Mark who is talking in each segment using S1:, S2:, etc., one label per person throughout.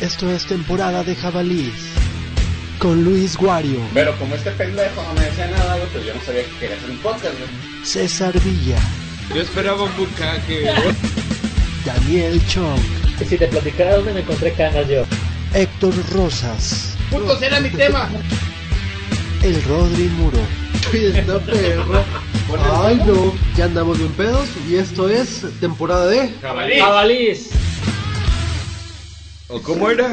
S1: Esto es temporada de jabalíes con Luis Guario,
S2: Pero como este pendejo no me decía nada, güey, pues yo no sabía que quería hacer un podcast, güey.
S1: César Villa,
S3: Yo esperaba un bucaque.
S1: Daniel Chong,
S4: Y si te platicara dónde me encontré canas yo.
S1: Héctor Rosas,
S2: ¡Putos era mi tema!
S1: el Rodri Muro.
S5: Fiesta perra. Ay no, ya andamos bien pedos y esto es temporada de
S2: ¡Jabalí!
S4: ¡Jabalís!
S3: ¿O cómo era?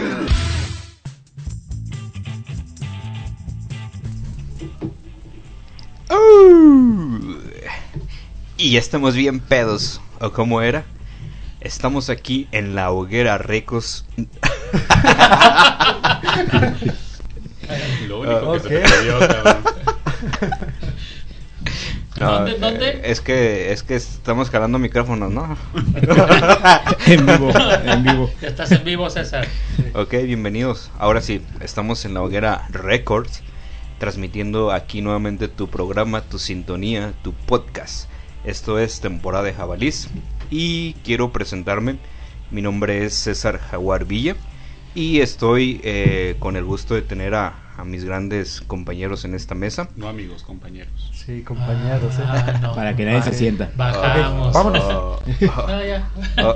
S6: Y ya estamos bien pedos, ¿o cómo era? Estamos aquí en la hoguera Recos.
S2: Lo único
S6: Ah,
S2: que se te dio, cabrón.
S6: No,
S3: Ah,
S4: ¿Dónde,
S6: eh,
S4: dónde?
S6: Es que, es que estamos jalando micrófonos, ¿no?
S7: En vivo, en vivo.
S4: Estás en vivo, César.
S6: Ok, bienvenidos. Ahora sí, estamos en la hoguera Records, transmitiendo aquí nuevamente tu programa, tu sintonía, tu podcast. Esto es temporada de jabalís y quiero presentarme. Mi nombre es César Jaguar Villa y estoy eh, con el gusto de tener a, a mis grandes compañeros en esta mesa.
S2: No amigos, compañeros.
S5: Sí, compañeros,
S4: Ah, no.
S7: Para que nadie se sienta.
S4: Bajamos.
S6: vámonos.
S4: No, ya.
S6: Oh,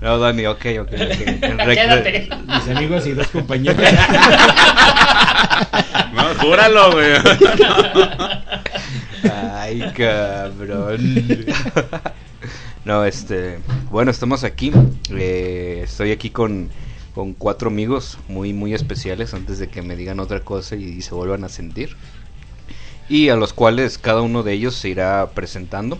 S6: no, Dani, ok, ok. ok.
S4: Quédate.
S7: Mis amigos y dos compañeros.
S2: No, júralo, güey.
S6: Ay, cabrón. No, este. Bueno, estamos aquí. Eh, estoy aquí con, con cuatro amigos muy, muy especiales antes de que me digan otra cosa y, se vuelvan a sentir. Y a los cuales cada uno de ellos se irá presentando.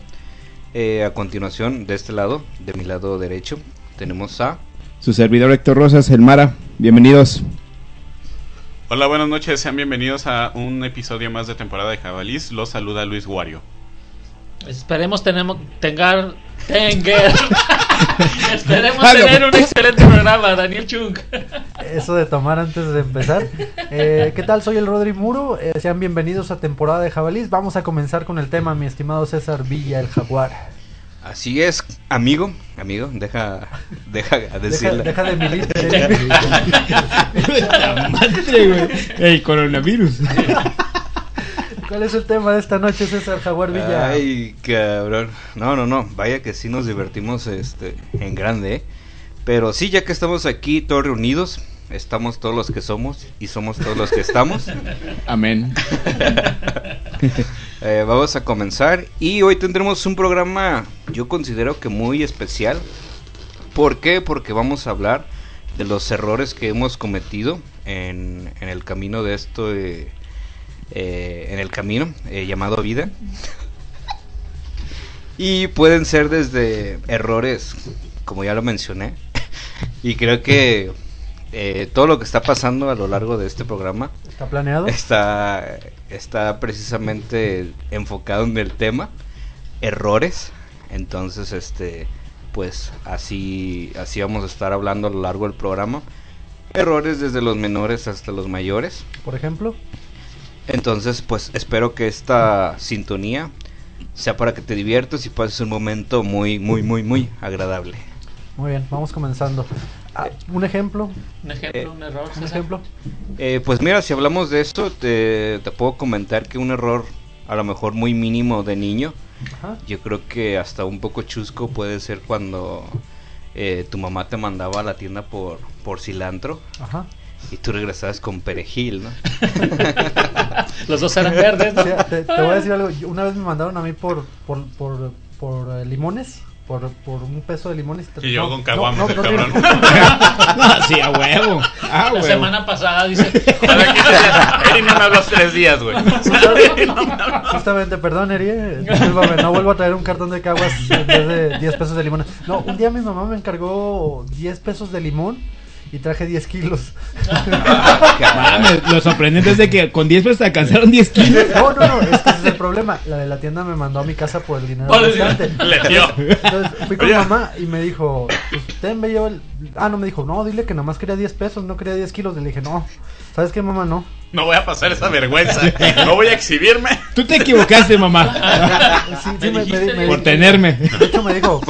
S6: Eh, a continuación, de este lado, de mi lado derecho, tenemos a.
S7: Su servidor Héctor Rosas, el Mara. Bienvenidos.
S2: Hola, buenas noches. Sean bienvenidos a un episodio más de temporada de Jabalís. Los saluda Luis Guario.
S4: Esperemos tenemos, tengar, tenger. Esperemos
S7: Ah, no.
S4: tener un excelente programa, Daniel Chung.
S5: Eso de tomar antes de empezar. Eh, ¿Qué tal? Soy el Rodri Muro. eh, sean bienvenidos a temporada de jabalís. Vamos a comenzar con el tema, mi estimado César Villa, el jaguar.
S6: Así es, amigo. Amigo, deja, deja
S5: Deja,
S6: decirle.
S5: deja de eh. militar.
S7: La madre, güey. El coronavirus.
S5: ¿Cuál es el tema de esta noche, César Jaguar Villa?
S6: Ay, cabrón. No, no, no. Vaya que sí nos divertimos este, en grande, ¿eh? Pero sí, ya que estamos aquí todos reunidos, estamos todos los que somos y somos todos los que estamos.
S7: Amén.
S6: Eh, vamos a comenzar y hoy tendremos un programa, yo considero que muy especial. ¿Por qué? Porque vamos a hablar de los errores que hemos cometido en, en el camino de esto, eh, eh, en el camino eh, llamado vida. y pueden ser desde errores, como ya lo mencioné. y creo que eh, todo lo que está pasando a lo largo de este programa
S5: ¿Está planeado?
S6: Está, está precisamente enfocado en el tema errores. Entonces, este, pues así, así vamos a estar hablando a lo largo del programa. Errores desde los menores hasta los mayores.
S5: Por ejemplo.
S6: Entonces, pues espero que esta sintonía sea para que te diviertas y pases un momento muy, muy, muy, muy agradable.
S5: Muy bien, vamos comenzando. Ah, un ejemplo.
S4: Un ejemplo, un error.
S5: Un
S4: César.
S5: ejemplo.
S6: Eh, pues mira, si hablamos de esto, te, te puedo comentar que un error a lo mejor muy mínimo de niño
S5: Ajá.
S6: Yo creo que hasta un poco chusco puede ser cuando eh, tu mamá te mandaba a la tienda por, por cilantro
S5: Ajá.
S6: y tú regresabas con perejil, ¿no?
S4: Los dos eran verdes, ¿no?
S5: Sí, te, te voy a decir algo. Yo- Una vez me mandaron a mí por por, por, por, eh, limones, por, por un peso de limones.
S2: Y yo
S5: No,
S2: con
S5: no,
S2: caguamas,
S5: no,
S2: el
S5: no,
S2: cabrón.
S5: no,
S7: No, sí, a huevo. A
S4: La
S7: huevo.
S4: semana pasada dice.
S2: Eri no me habló tres días, güey.
S5: Justamente, perdón, Eri, eh, discúlpame, no vuelvo a traer un cartón de caguas en vez de 10 pesos de limones. No, un día mi mamá me encargó 10 pesos de limón y traje 10 kilos.
S7: Mames, lo sorprendente es de que con 10 pesos alcanzaron 10 kilos.
S5: No, no, no, es que ese es el problema. La de la tienda me mandó a mi casa por el dinero.
S4: Por el
S5: restante.
S2: Le dio.
S5: Entonces fui con
S2: Oye.
S5: mamá y me dijo, pues, ten, me llevo el... Ah, no, me dijo, no, dile que nomás quería 10 pesos, no quería 10 kilos. Le dije, no, ¿sabes qué, mamá? No.
S2: No voy a pasar esa vergüenza. No voy a exhibirme.
S7: Tú te equivocaste, mamá,
S5: Sí,
S4: Ah, Me
S5: sí, me, me,
S4: dijiste
S5: me-
S7: por tenerme.
S5: De hecho, me dijo,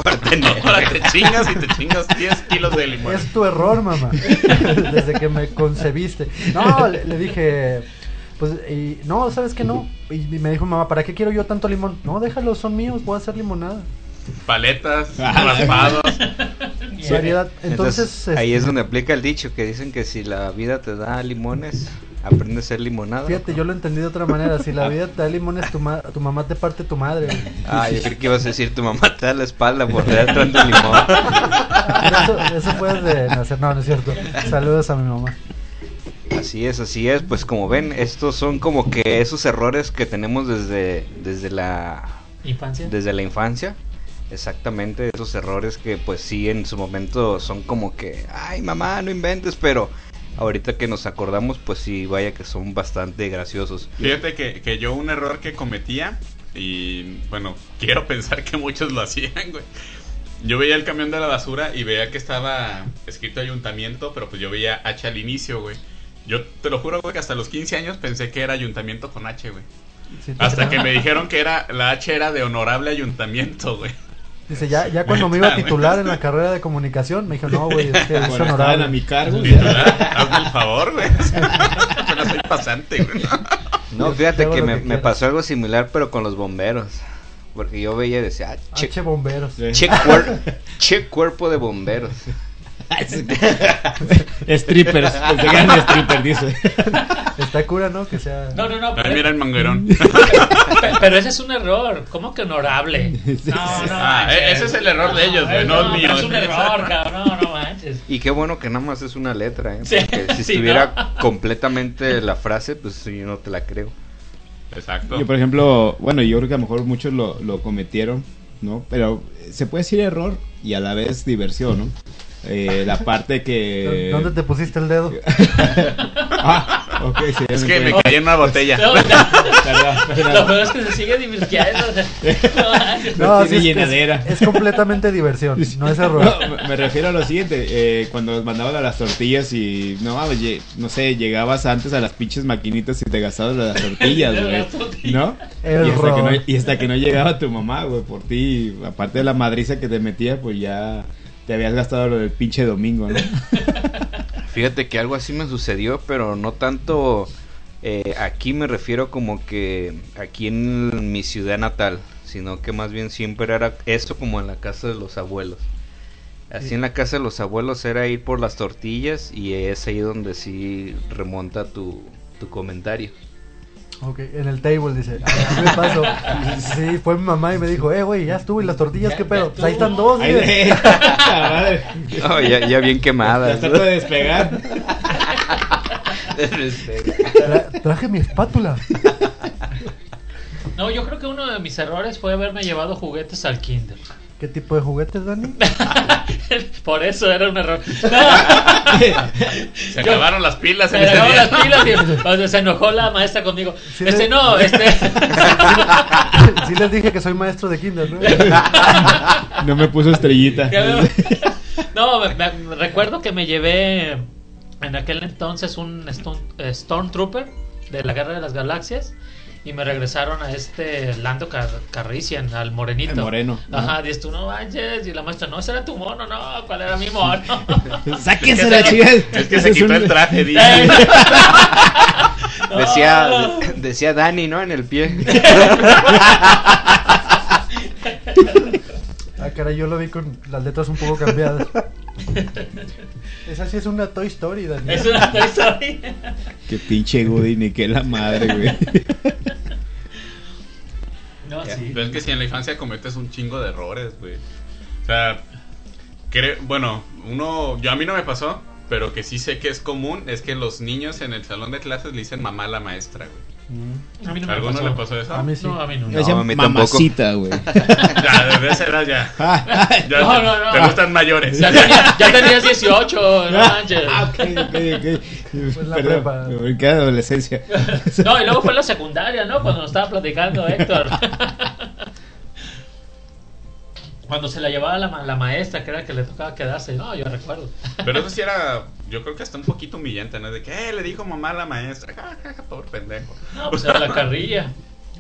S2: Ahora te chingas y te chingas 10 kilos de limón.
S5: es tu error, mamá. Desde que me concebiste. No, le, le dije, pues, y, no, ¿sabes qué no? Y, y me dijo, mamá, ¿para qué quiero yo tanto limón? No, déjalo, son míos, voy a hacer limonada.
S2: Paletas,
S7: Ah.
S2: raspados.
S5: Variedad. Entonces,
S6: ahí
S5: este,
S6: es donde aplica el dicho que dicen que si la vida te da limones, aprende a ser limonada.
S5: Fíjate, yo lo entendí de otra manera. Si la vida te da limones, tu, ma- tu mamá te parte tu madre. güey.
S6: Ah, yo creí que ibas a decir tu mamá te da la espalda por tener tanto limón.
S5: Eso, eso fue de nacer. No, no es cierto. Saludos a mi mamá.
S6: Así es, así es. Pues como ven, estos son como que esos errores que tenemos desde, desde la
S4: Infancia.
S6: desde la infancia. Exactamente, esos errores que pues sí en su momento son como que, ay mamá, no inventes, pero ahorita que nos acordamos pues sí, vaya que son bastante graciosos.
S2: Fíjate que, que yo un error que cometía, y bueno, quiero pensar que muchos lo hacían, güey. Yo veía el camión de la basura y veía que estaba escrito ayuntamiento, pero pues yo veía H al inicio, güey. Yo te lo juro, güey, que hasta los 15 años pensé que era ayuntamiento con H, güey.
S5: Sí, "Ah". te
S2: Hasta que
S5: creo.
S2: me dijeron que era la H era de honorable ayuntamiento, güey.
S5: Dice, ya, ya cuando me iba a titular en la carrera de comunicación, me dijo, no, güey, es que es
S7: Cuando estaban a mi
S5: honorable.
S7: cargo. ya.
S2: Titular, "Ah, Hazme el favor, güey. Apenas soy pasante, güey.
S6: No,
S5: Yo
S6: fíjate
S5: hago
S6: que
S5: lo
S6: me,
S5: que
S6: me
S5: quiero.
S6: pasó algo similar pero con los bomberos, porque yo veía y decía, ah, che,
S5: H bomberos.
S7: Sí.
S6: che cuer- che cuerpo de bomberos.
S7: Strippers, que se ganan stripper, dice.
S5: Está cura, ¿no? Que sea.
S4: No, no, no.
S2: Ay,
S4: Pero,
S2: mira el manguerón.
S4: pe- pero ese es un error. ¿Cómo que honorable? No, no.
S2: Ah,
S4: manches.
S2: e- ese es el error de ellos, güey, no el mío.
S4: pero Es un error, cabrón. No, no manches.
S6: Y qué bueno que nada más es una letra, ¿eh?
S4: Sí,
S6: Porque si
S4: sí,
S6: estuviera
S4: ¿no?
S6: completamente la frase, pues yo no te la creo.
S2: Exacto.
S7: Yo, por ejemplo, bueno, yo creo que a lo mejor muchos lo, lo cometieron, ¿no? Pero eh, se puede decir error y a la vez diversión, ¿no? Eh, la parte que...
S5: ¿Dónde te pusiste el dedo?
S7: Ah, ok, sí, ya
S2: Es que me
S7: fue.
S2: caí en una botella.
S4: pues, No, no,
S7: Perdón, perdón.
S4: lo peor es que se sigue divirtiendo. o sea, no manches.
S7: No
S5: sí,
S7: tiene
S5: es que
S7: llenadera.
S5: Es, es completamente diversión, no es error.
S7: No, me- me refiero a lo siguiente, eh, cuando mandaban a las tortillas y no, ah, oye, no sé, llegabas antes a las pinches maquinitas y te gastabas las tortillas,
S4: Las
S7: güey, ¿no? Y hasta, que no
S5: Error.
S7: y hasta que no llegaba tu mamá, güey, por ti, aparte de la madriza que te metía, pues ya te habías gastado lo del pinche domingo, ¿no?
S6: Fíjate que algo así me sucedió, pero no tanto eh, aquí me refiero como que aquí en mi ciudad natal, sino que más bien siempre era esto como en la casa de los abuelos. Así en la casa de los abuelos era ir por las tortillas y es ahí donde sí remonta tu, tu comentario.
S5: Ok, en el table dice, a mí me pasó. Sí, fue mi mamá y me dijo, eh, güey, ya estuve y las tortillas, ¿qué pedo? Pues ahí están dos,
S7: Ay,
S5: güey.
S7: de- la madre.
S6: No, ya, ya bien
S7: Ya
S6: quemada.
S7: trato de despegar.
S5: Tra- traje mi espátula.
S4: No, yo creo que uno de mis errores fue haberme llevado juguetes al kinder.
S5: ¿Qué tipo de juguetes, Dani?
S4: Por eso era un error. No,
S2: Ah, Se acabaron las pilas
S4: se
S2: en
S4: me
S2: ese
S4: acabaron
S2: día.
S4: las pilas y o sea, se enojó la maestra conmigo.
S5: Sí,
S4: este
S5: le-
S4: no, este.
S5: Sí les dije que soy maestro de kinder, ¿no?
S7: No me puso estrellita.
S4: Que me- no, me- me- recuerdo que me llevé en aquel entonces un Stone- eh, Stormtrooper de la Guerra de las Galaxias y me regresaron a este Lando Car Carrician, al morenito.
S7: El moreno,
S4: Ajá,
S7: ajá.
S4: dices tú, no manches. Y la maestra, no, ese era tu mono, no, ¿cuál era mi mono?
S7: Sáquense la chica.
S2: Es que se quitó el traje, di.
S4: Eh,
S6: Decía, decía Dani, ¿no? En el pie.
S5: Ah, caray, yo lo vi con las letras un poco cambiadas. Esa sí es una Toy Story, Dani.
S4: Es una Toy Story.
S7: Qué pinche Goody, que la madre, güey.
S4: No, sí.
S2: Pero es que si en la infancia cometes un chingo de errores, güey. O sea, cre- bueno, uno, yo a mí no me pasó, pero que sí sé que es común es que los niños en el salón de clases le dicen mamá a la maestra, güey.
S5: Mm,
S4: A mí no
S2: ¿A
S4: me
S2: alguno
S4: pasó.
S2: le pasó eso?
S5: A mí sí.
S4: No, a mí no.
S7: Le decían
S6: a mí tampoco.
S7: mamacita, güey.
S2: Ya, desde esa edad ya.
S7: Ah,
S2: Ya
S4: No,
S2: te-
S4: no, no.
S2: Te gustan mayores.
S4: Ya, tenía- ya tenías 18, no manches.
S7: Ah, ok, ok, ok.
S5: Pues la
S7: Perdón,
S5: prepa.
S7: me brinqué de adolescencia.
S4: No, y luego fue en la secundaria, ¿no? Cuando nos estaba platicando Héctor. Cuando se la llevaba la, ma- la maestra, que era la que le tocaba quedarse. No, yo recuerdo.
S2: Pero eso sí era, yo creo que hasta un poquito humillante, ¿no? De que "Eh, le dijo mamá a la maestra, ja, ja, ja, pobre pendejo.
S4: No, pues era la carrilla.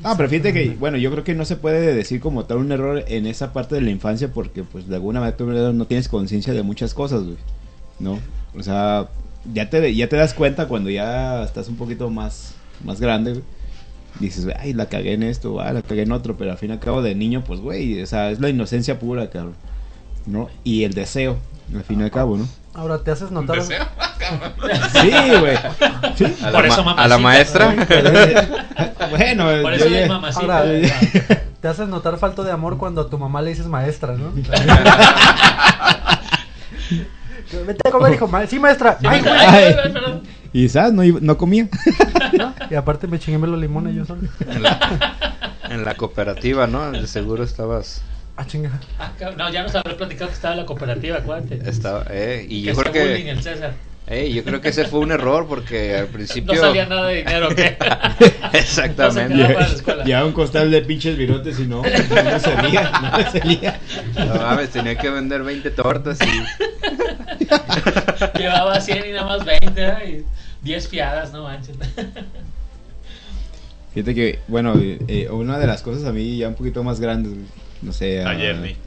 S7: Ah, pero fíjate que, bueno, yo creo que no se puede decir como tal un error en esa parte de la infancia porque, pues, de alguna manera tú no tienes conciencia de muchas cosas, güey. ¿No? O sea, ya te, ya te das cuenta cuando ya estás un poquito más, más grande, güey. Dices, güey, ay, la cagué en esto, ah, la cagué en otro, pero al fin y al cabo de niño, pues, güey, o sea, es la inocencia pura, cabrón. ¿No? Y el deseo, al fin y al cabo, ¿no?
S5: Ahora te haces
S2: Un
S5: notar.
S2: deseo, cabrón.
S7: Sí, güey. Sí.
S6: A
S4: Por
S6: la,
S4: eso,
S6: ma-
S4: mamacita.
S6: a la maestra.
S7: Bueno,
S4: Por eso
S7: oye,
S4: es mamacita.
S5: ahora-
S4: ¿verdad?
S5: Te haces notar falta de amor cuando a tu mamá le dices maestra, ¿no? Vete a comer, hijo. ma- Sí, maestra.
S4: Sí,
S5: Ay,
S4: mira,
S5: güey.
S4: ay, güey, perdón.
S7: quizás no, iba- no comía.
S5: Y aparte me chingué los limones yo solo.
S6: En la, en la cooperativa, ¿no? De seguro estabas.
S5: Ah, chinga.
S4: Ah, cabrón. No, ya nos había platicado que estaba en la cooperativa, acuérdate.
S6: estaba eh, y yo
S4: hacía
S6: creo que.
S4: bullying el César.
S6: Ey, yo creo que ese fue un error porque al
S4: No
S6: principio.
S4: salía nada de dinero, ¿qué?
S6: Exactamente.
S4: No se quedaba para la escuela.
S7: Ya un costal de pinches virotes y no, no me salía, no me salía.
S6: No mames, tenía que vender 20 tortas y.
S4: Llevaba 100 y nada más 20, ¿verdad? y 10 fiadas, no manches.
S7: Fíjate que, bueno, eh, eh, una de las cosas a mí ya un poquito más grandes, güey, no sé. a-
S2: Ayer, ni.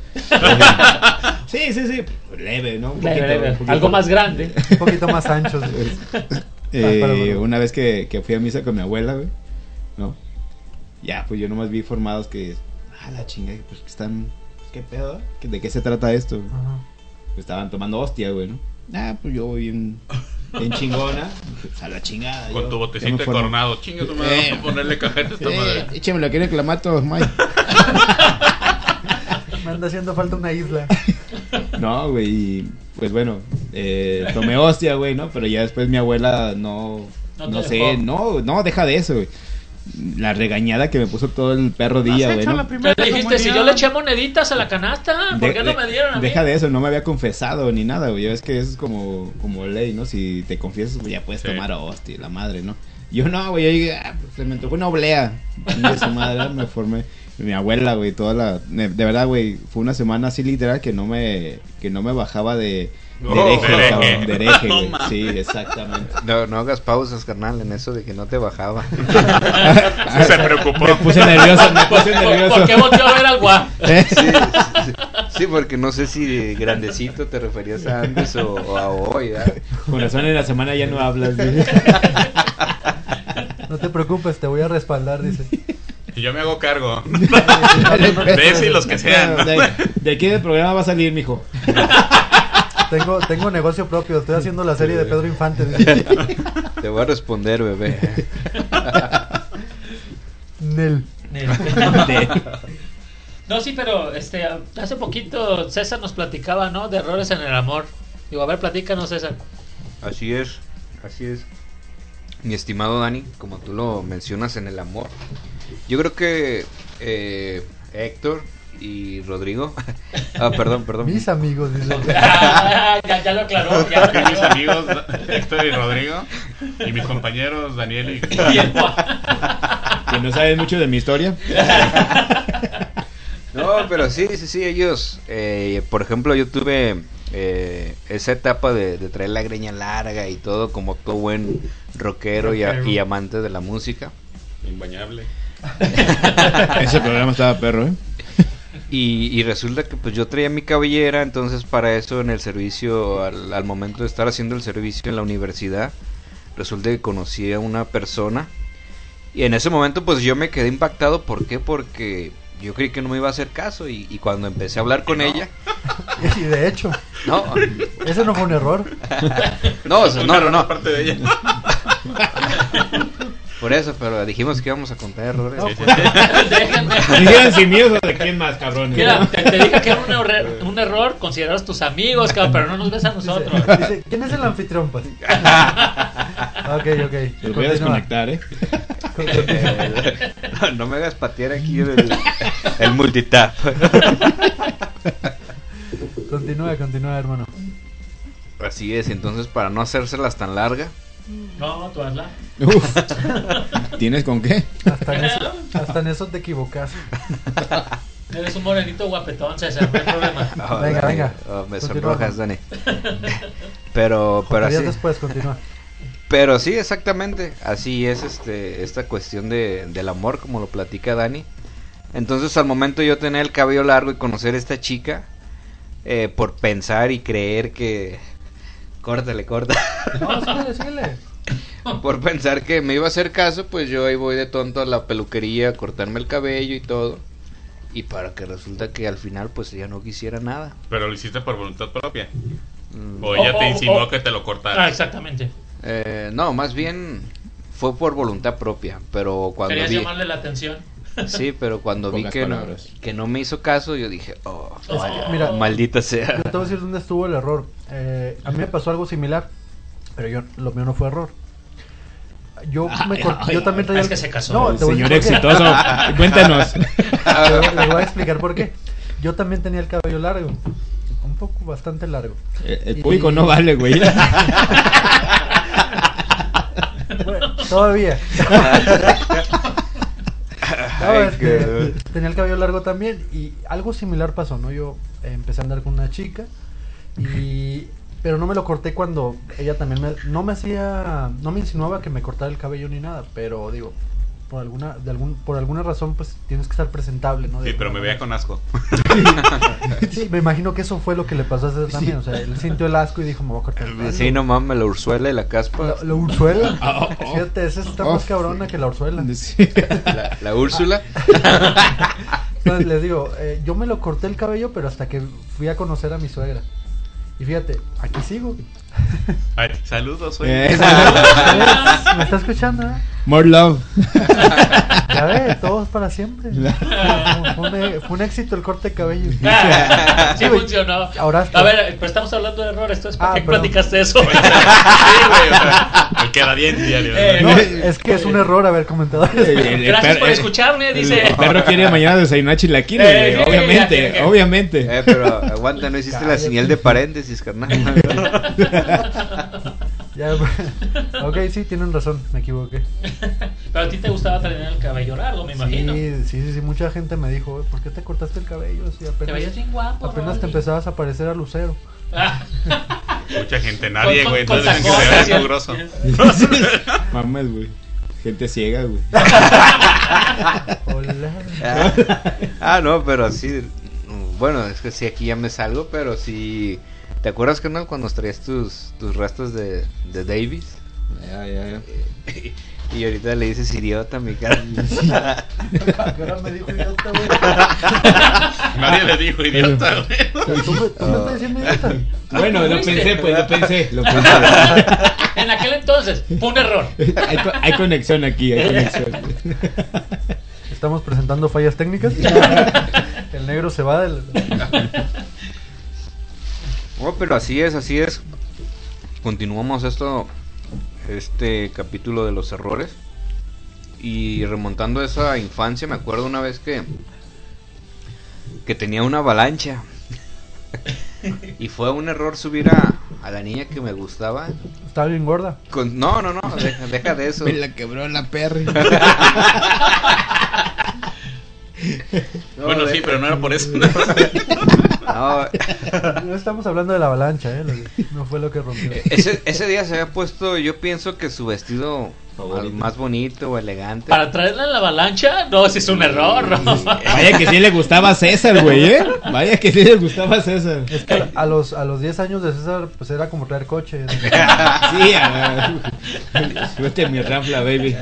S7: Sí, sí, sí, leve, ¿no? Un
S4: Leve,
S7: poquito,
S4: leve.
S7: un poquito.
S4: Algo más grande. Ah,
S5: Un poquito más anchos. güey.
S7: Eh,
S5: Para, para, para.
S7: Una vez que, que fui a misa con mi abuela, güey, ¿no? Ya, pues yo nomás vi formados que, ah, la chinga, pues que están, ¿qué pedo? ¿De qué se trata esto? güey?
S5: Ajá.
S7: Pues estaban tomando hostia, güey, ¿no? Ah, pues yo voy bien, bien chingona. pues, a la chingada.
S2: Con
S7: yo-
S2: tu
S7: yo
S2: botecito
S7: me
S2: de
S7: formo.
S2: coronado. Chinga tu madre,
S7: Eh.
S2: vamos a ponerle cajeta a esta
S7: Eh,
S2: madre.
S7: échame la que reclamato, Mike.
S5: Me anda haciendo falta una isla.
S7: No, güey, y, pues bueno, eh, tomé hostia, güey, ¿no? Pero ya después mi abuela no,
S4: No
S7: no,
S4: te
S7: sé,
S4: dejó.
S7: no, no, deja de eso, güey. La regañada que me puso todo el perro día, güey. ¿no?
S4: Le dijiste, si yo le eché moneditas a la canasta, ¿por
S7: De-
S4: qué no
S7: de-
S4: me dieron a mí?
S7: Deja de eso, no me había confesado ni nada, güey. Es que eso es como, como ley, ¿no? Si te confiesas, güey, ya puedes
S2: Sí.
S7: tomar hostia, la madre, ¿no? Yo no, güey, yo llegué, ah, pues, se me tocó una oblea. De su madre, me formé. Mi abuela, güey, toda la. De de verdad, güey, fue una semana así literal que no me, que no me bajaba de. De
S2: Oh,
S7: hereje,
S2: de
S7: cabrón,
S2: hereje.
S7: de hereje,
S2: No
S7: güey.
S2: mames.
S7: Sí, exactamente.
S6: No, no hagas pausas, carnal, en eso de que no te bajaba.
S2: Se preocupó.
S7: Me puse nervioso, me
S4: ¿Por,
S7: puse
S4: por-
S7: nervioso.
S4: por qué volteó a ver al guá?
S7: ¿Eh?
S6: Sí, sí, sí, porque no sé si de grandecito te referías a antes o, o a hoy. ¿verdad?
S7: Con razón en la semana ya no hablas, güey.
S5: No te preocupes, te voy a respaldar, dice.
S2: Y yo me hago cargo.
S7: De pues.
S2: De ese y los que sean. ¿no?
S7: De, de aquí del programa va a salir, mijo.
S5: Tengo, tengo negocio propio, estoy haciendo la serie de Pedro Infante. dice.
S6: Te voy a responder, bebé.
S5: Nel.
S4: No, sí, pero este, hace poquito César nos platicaba, ¿no? De errores en el amor. Digo, a ver, platícanos, César.
S6: Así es, así es. Mi estimado Dani, como tú lo mencionas en el amor, yo creo que eh, Héctor y Rodrigo. ah, perdón, perdón.
S5: Mis amigos, dice.
S4: Ah, ya, ya lo aclaró. Ya lo
S2: Y mis
S4: aclaró.
S2: amigos Héctor y Rodrigo. Y mis compañeros Daniel y.
S4: Y el guá.
S7: Que no saben mucho de mi historia.
S6: No, pero sí, sí, sí, ellos. eh, por ejemplo, yo tuve eh, esa etapa de, de traer la greña larga y todo, como todo buen rockero y, a- y amante de la música.
S2: Imbañable.
S7: Ese programa estaba perro, ¿eh?
S6: Y, y resulta que pues yo traía mi cabellera, entonces para eso en el servicio, al, al momento de estar haciendo el servicio en la universidad, resulta que conocí a una persona. Y en ese momento pues yo me quedé impactado, ¿por qué? Porque yo creí que no me iba a hacer caso y, y cuando empecé a hablar con ella...
S5: Y de hecho,
S6: No,
S5: ese no fue un error.
S6: no, o sea, no, no, no.
S2: Parte de ella.
S6: Por eso, pero dijimos que íbamos a contar errores.
S2: Sí, sí, sí.
S4: Déjenme.
S7: Dijeron sin miedo de quién más, cabrón.
S4: Mira, te, te dije que era un, error- un error considerados tus amigos, cabrón, pero no nos ves a
S5: Dice,
S4: nosotros.
S5: dice, ¿quién es el anfitrión, pues? ok, ok.
S7: Los voy a
S5: Continúa.
S7: desconectar, ¿eh?
S5: pues.
S6: Eh, no, no me hagas patear aquí el, el multitap.
S5: Continúa, continúa, hermano.
S6: Así es, entonces para no hacérselas tan larga,
S4: No, tú hazla.
S7: Uf. ¿Tienes con qué?
S5: Hasta en eso, hasta en eso te equivocaste.
S4: Eres un morenito guapetón, César, no hay problema.
S6: Oh,
S5: Venga,
S6: Dani,
S5: venga.
S6: oh, me
S5: Continuamos.
S6: sonrojas, Dani. Pero, pero
S5: Días
S6: así.
S5: después, continúa.
S6: Pero sí, exactamente. Así es este esta cuestión de, del amor, como lo platica Dani. Entonces, al momento yo tener el cabello largo y conocer a esta chica, eh, por pensar y creer que. Córtale, corta.
S5: No, síguele, síguele.
S6: por pensar que me iba a hacer caso, pues yo ahí voy de tonto a la peluquería a cortarme el cabello y todo. Y para que resulta que al final, pues ella no quisiera nada.
S2: Pero lo hiciste por voluntad propia.
S6: Mm.
S2: O ella
S4: O-
S2: te
S4: o-
S2: insinuó
S4: o-
S2: que te lo cortaras.
S4: Ah, exactamente.
S6: Eh, no, más bien fue por voluntad propia, pero cuando
S4: Querías
S6: vi...
S4: llamarle la atención.
S6: Sí, pero cuando vi
S7: Pocas
S6: que no,
S7: palabras.
S6: que no me hizo caso, yo dije, oh,
S4: Oh.
S5: mira,
S6: maldita sea.
S5: Yo te voy a decir dónde estuvo el error. Eh, a mí me pasó algo similar, pero yo lo mío no fue error. Yo,
S4: Ah,
S5: me cor-
S7: ay,
S5: yo también traía.
S4: eh, es que se casó.
S5: No,
S7: El
S5: te voy a
S7: señor
S5: decir por qué.
S7: exitoso, cuéntanos.
S5: Te voy- Les voy a explicar por qué. Yo también tenía el cabello largo. Un poco bastante largo.
S7: El, el público no vale, güey.
S5: Bueno, todavía. No,
S6: Ay,
S5: es
S6: qué-
S5: que tenía el cabello largo también y algo similar pasó, ¿no? Yo eh, empecé a andar con una chica y pero no me lo corté cuando ella también me, no me hacía no me insinuaba que me cortara el cabello ni nada, pero digo por alguna de algún por alguna razón pues tienes que estar presentable, ¿no? De
S2: Sí, pero me
S5: alguna
S2: veía con asco.
S5: manera. Sí, me imagino que eso fue lo que le pasó a César también, o sea, él sintió el asco y dijo, "Me voy a cortar el cabello".
S6: Sí, no mames, la ursuela y la caspa.
S5: La, la Ursuela.
S7: Pues, Ah, oh, oh.
S5: Fíjate, esa está
S7: Oh,
S5: más cabrona que la Ursuela.
S7: Sí.
S6: La, la Úrsula.
S5: Entonces les digo, eh, yo me lo corté el cabello, pero hasta que fui a conocer a mi suegra. Y fíjate, aquí sigo.
S2: Ay, saludos, soy.
S7: Eh,
S5: ¿Ves? ¿Me está escuchando? eh?
S7: More love.
S5: Ya ves, todos para siempre. Fue, fue un, fue un éxito el corte de cabello.
S4: Ah, sí
S5: Sí, güey.
S4: funcionó.
S5: Ahora
S4: a ver, eh, pero estamos hablando de error. Esto es para
S5: Ah,
S4: qué
S5: perdón.
S4: platicaste eso.
S2: Sí, güey, o sea, me queda bien diario.
S4: Eh,
S5: No, es que es un error haber comentado eso.
S7: El- el
S4: Gracias
S7: perro-
S4: por
S7: el-
S4: escucharme, dice.
S7: El perro quiere mañana desayunar chilaquiles,
S4: Eh,
S7: güey.
S4: sí, ya tiene que-
S7: Obviamente, obviamente.
S6: Eh, pero aguanta, no hiciste la
S5: Cállate.
S6: señal de paréntesis, carnal.
S5: Ya, pues. ok, sí, tienen razón, me equivoqué.
S4: Pero a ti te gustaba tener el cabello largo, me imagino.
S5: Sí, sí, sí, sí, mucha gente me dijo, "Güey, ¿por qué te cortaste el cabello? Si
S4: Te
S5: apenas,
S4: veías bien guapo.
S5: apenas te
S4: Rolly.
S5: empezabas a parecer a Lucero.
S4: Ah,
S2: Mucha gente, nadie,
S4: con-
S2: güey.
S4: con-
S2: Entonces dicen que
S4: con
S2: se
S4: tacones,
S2: ve
S4: ¿sí?
S2: grosso.
S7: Mames, güey. Gente ciega, güey.
S5: Hola.
S6: Ah, ah, no, pero sí. Bueno, es que sí, aquí ya me salgo, pero sí. ¿Te acuerdas, carnal, cuando traías tus, tus rastas de, de Davis?
S7: Ya, ya, ya.
S6: Y ahorita le dices idiota, mi cara.
S5: Ahora me dijo idiota, güey.
S2: Nadie le dijo idiota, güey.
S5: ¿Tú me, tú me estás diciendo idiota?
S7: Bueno, lo
S4: ¿Fuiste?
S7: pensé, pues lo pensé. Lo pensé.
S4: en aquel entonces, fue un error.
S7: hay, co- hay conexión aquí, hay conexión.
S5: Estamos presentando fallas técnicas. El negro se va del.
S6: No, pero así es, así es. Continuamos esto, este capítulo de los errores. Y remontando a esa infancia, me acuerdo una vez que que tenía una avalancha. y fue un error subir a, a la niña que me gustaba.
S5: Está bien gorda.
S6: Con, no, no, no, deja, deja de eso.
S7: Me la quebró la perra.
S6: No,
S2: Bueno, sí,
S6: deja-
S2: pero no era por eso.
S6: no,
S5: No estamos hablando de la avalancha, ¿eh? Lo- No fue lo que rompió.
S6: ese, ese día se había puesto, yo pienso que su vestido
S7: Favorito.
S6: más bonito o elegante.
S4: Para traerla en la avalancha, no, si es un error. ¿no?
S7: Vaya que sí le gustaba a César, güey, ¿eh? Vaya que sí le gustaba a César.
S5: Es que a los, a los 10 años de César, pues era como traer coche.
S7: Sí, a ver. Suelte mi rafla, baby.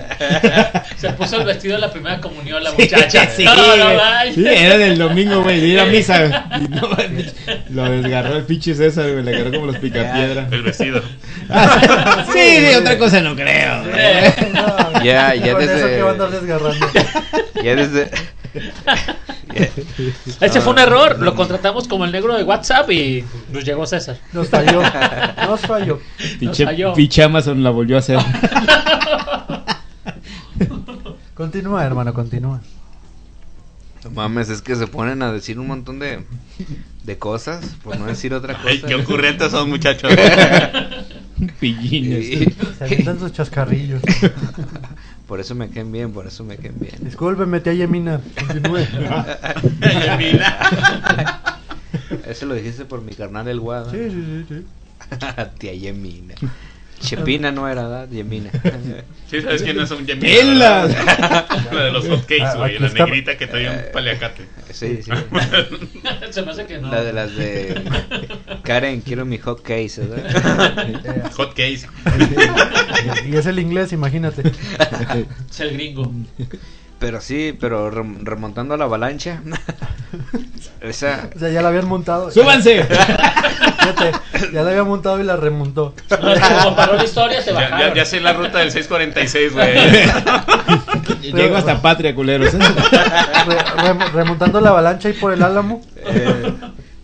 S4: Se puso el vestido de la primera comunión la muchacha.
S7: Sí,
S4: no, no,
S7: güey.
S4: vaya.
S7: Sí, era del domingo, güey, de ir a misa. Y no, el pinche- lo desgarró el pinche César, güey, le agarró como los picapiedra.
S2: El vestido.
S7: Sí, sí, otra cosa no creo. güey.
S5: No,
S6: Ya, ya
S5: Con eso
S6: desde-
S5: que va a andar desgarrando.
S6: Ya desde. Ya-
S4: Ese fue un
S7: Ah.
S4: error. Lo contratamos como el negro de WhatsApp y nos llegó César.
S5: Nos falló. Nos falló.
S7: Pinche,
S4: falló.
S7: pinche Amazon la volvió a hacer.
S5: Continúa, hermano, continúa.
S6: no mames, es que se ponen a decir un montón de, de cosas, por no decir otra cosa.
S2: Ay, qué ocurrentes son, muchachos.
S7: Pillines.
S6: Y-
S5: Se avientan sus chascarrillos.
S6: Por eso me caen bien, por eso me caen bien.
S5: Discúlpeme, tía Yemina. Continúe.
S2: Yemina.
S6: Eso lo dijiste por mi carnal el Guada.
S5: sí, sí, sí, sí.
S6: Tía Yemina. Chepina no era, ¿verdad? Yemina.
S2: Sí, sabes quién es un Yemina.
S7: ¡Pelas!
S2: ¿verdad? La de los hotcakes,
S5: Ah,
S2: güey.
S5: aquí
S2: La
S5: está.
S2: negrita que traía un paleacate.
S6: Sí, sí.
S4: Se me hace que no.
S6: La de las de Karen, quiero mi hot case, ¿verdad?
S5: Eh,
S2: Hotcakes.
S5: y es el inglés, imagínate.
S4: Es el gringo.
S6: Mm. Pero sí, pero rem- remontando a la avalancha. Esa.
S5: O sea, ya la habían montado.
S7: ¡Súbanse!
S5: Fíjate, ya la había montado y la remontó.
S4: No, es que como paró la historia, se
S2: Ya,
S4: bajaron.
S2: ya, ya sé la ruta del 646, güey.
S7: Llego hasta patria, culeros.
S5: Re- rem- remontando la avalancha y por el álamo.
S6: eh,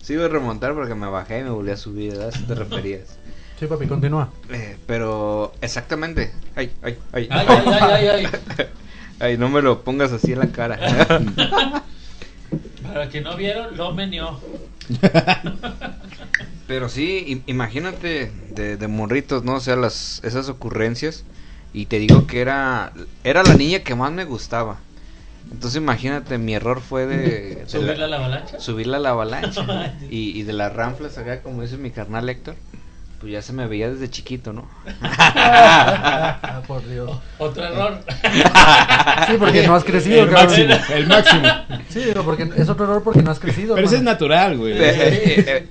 S6: sí, voy a remontar porque me bajé y me volví a subir, ¿verdad? Si te referías.
S5: Sí, papi, continúa.
S6: Eh, pero exactamente. Ay, ay, ay.
S4: Ay, ay, ay, ay, ay.
S6: Ay, no me lo pongas así en la cara.
S4: Para que no vieron, lo menió.
S6: Pero sí, im- imagínate de, de morritos, ¿no? O sea, las, esas ocurrencias. Y te digo que era, era la niña que más me gustaba. Entonces imagínate, mi error fue de... de la-
S4: Subirla a la avalancha.
S6: subirla a la avalancha.
S4: No
S6: ¿no?
S4: manches.
S6: y, y de las ranflas acá, como dice mi carnal Héctor, pues ya se me veía desde chiquito, ¿no?
S5: Ah, por Dios.
S4: Otro error.
S5: Sí, porque no has crecido,
S7: El
S5: cabrón.
S7: máximo, el máximo.
S5: Sí, pero porque es otro error porque no has crecido.
S7: Pero ese es
S5: hermano.
S7: natural, güey.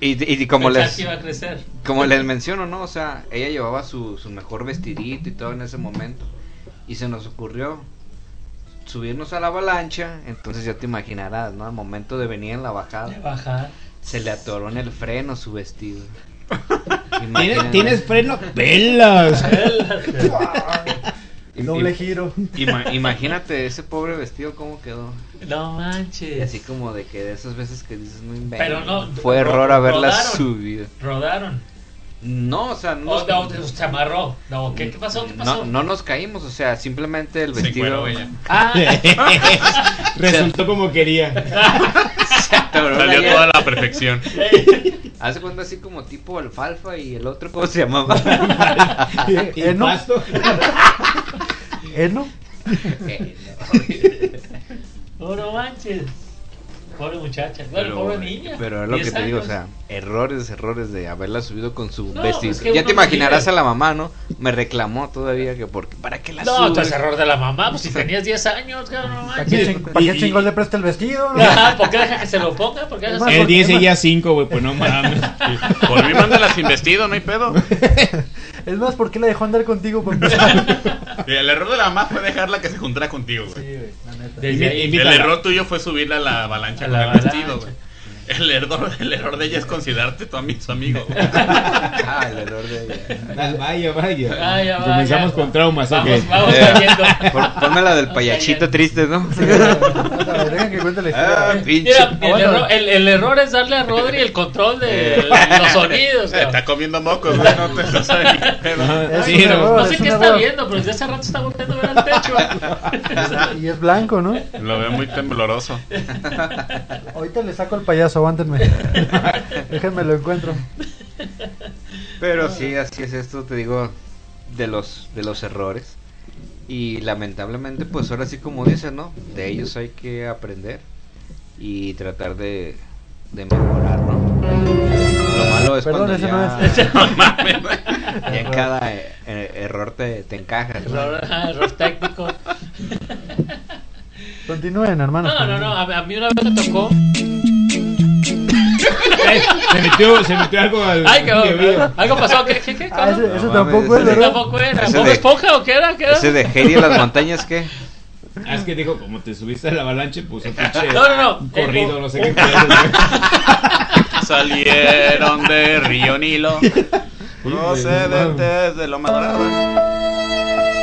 S6: y, y- y como
S4: Pensar
S6: les...
S4: que iba a crecer.
S6: Como les menciono, ¿no? O sea, ella llevaba su, su mejor vestidito y todo en ese momento. Y se nos ocurrió subirnos a la avalancha. Entonces ya te imaginarás, ¿no? Al momento de venir en la
S4: De
S6: bajada,
S4: bajar.
S6: se le atoró en el freno su vestido.
S7: ¿Tienes,
S6: Imagínate.
S7: tienes freno? ¡Pelas!
S6: Im-
S5: Doble
S6: im-
S5: giro.
S6: ima- imagínate ese pobre vestido cómo quedó.
S4: No
S6: Y así
S4: manches.
S6: como de que de esas veces que dices no inventes.
S4: Pero no,
S6: Fue
S4: ro-
S6: error haberla
S4: rodaron.
S6: subido.
S4: Rodaron.
S6: No, o sea, no.
S4: Oh, no, te- se amarró. No, ¿qué, qué pasó? ¿Qué
S6: No,
S4: pasó?
S6: no nos caímos, o sea, simplemente el
S2: Se
S6: vestido.
S2: encueró ella.
S4: Ah,
S7: Resultó como quería.
S6: Cabrón,
S2: Salió
S6: ayer-
S2: toda la perfección.
S6: Hace cuenta así como tipo alfalfa y el otro, ¿cómo se llamaba?
S5: Eh,
S7: ¿Y
S5: ¿Eno?
S7: pasto?
S5: ¿Eno?
S6: Eh,
S4: no, Oh, no manches. Pobre muchacha. Bueno,
S6: pero,
S4: pobre niña.
S6: pero es lo que
S4: 10
S6: te digo, o
S4: años.
S6: sea, errores, errores de haberla subido con su
S4: No,
S6: vestido.
S4: es que
S6: ya
S4: uno
S6: te
S4: no
S6: imaginarás a
S4: quiere.
S6: la mamá, ¿no? Me reclamó todavía que porque para qué la
S4: No, esto
S6: subes?
S4: es error de la mamá. Pues si tenías 10 años, cabrón, no
S5: ¿Para qué,
S4: manches.
S5: ching- pa' qué chingón le presta el vestido? no?
S4: Ajá, Ah, ¿Por qué deja que se lo ponga? ¿Por qué
S5: Es
S4: deja
S5: más,
S4: que se
S7: El
S4: lo-
S7: 10 y ya 5, güey, pues no mames.
S2: Por mí mándala sin vestido, no hay pedo.
S5: Es más, ¿por qué la dejó andar contigo? Por
S2: El error de la mamá fue dejarla que se juntara contigo, güey.
S5: la neta.
S4: Desde ahí.
S2: El
S7: Invítala.
S2: error tuyo fue subirla a la avalancha
S4: A
S2: con
S4: la
S2: el vestido,
S4: avalancha.
S2: güey. El error, el error de ella es considerarte tu ami- su amigo. güey.
S6: Ah, el error de ella.
S7: Ah, Vaya, vaya.
S4: Vaya, vaya.
S7: Comenzamos con traumas, ok.
S4: Vamos, vamos
S6: Eh,
S4: cayendo.
S6: Por- ponme la del payachito triste, ¿no?
S5: A ver, Dejen que cuente la
S6: Ah,
S5: historia.
S6: pinche.
S4: Mira, el,
S5: Bueno.
S4: error, el- el error es darle a Rodri el control de los sonidos.
S2: Se está
S4: cabrón.
S2: comiendo mocos, güey. No te no sabe ni qué pedo.
S7: Ah,
S5: Es
S7: sí,
S5: un
S7: no.
S5: error.
S4: No sé
S5: es
S4: qué
S5: un
S4: está
S5: error.
S4: viendo, pero desde hace rato está volteando a ver al techo.
S5: Y es blanco, ¿no?
S2: Lo veo muy tembloroso.
S5: Ahorita le saco al payaso, aguántenme. Déjenme lo encuentro.
S6: Pero sí, así es esto, te digo, de los, de los errores. Y lamentablemente, pues ahora sí como dicen, ¿no? De ellos hay que aprender y tratar de, de mejorar, ¿no? Lo malo es
S5: Perdón,
S6: cuando
S5: ese
S6: ya,
S5: no es.
S2: No mames, güey.
S6: ya en cada eh, eh, error te, te encajas. ¿no?
S4: Error, ajá, error técnico.
S5: Continúen, hermanos.
S4: No, no, no. A, a mí una vez me tocó.
S7: Eh, Se metió, se metió algo al.
S4: Ay,
S7: bebido.
S4: cabrón. Algo pasó. ¿Qué, qué, qué?
S5: Ah,
S4: cabrón?
S5: ese, ese
S6: No mames,
S5: tampoco
S6: ese
S5: es,
S4: Ese
S5: ¿verdad?
S4: tampoco era.
S6: Ese
S4: ¿Bob
S6: de-
S4: esponja o qué era? ¿Qué era?
S6: Ese de Heidi en las montañas, ¿qué?
S7: Ah, es que dijo, como te subiste a la avalancha, puso pinche.
S4: No, no, no.
S7: Corrido,
S4: Eh,
S7: no sé qué. pedo, güey.
S2: Salieron de Río Nilo. Procedentes de Loma Dorada.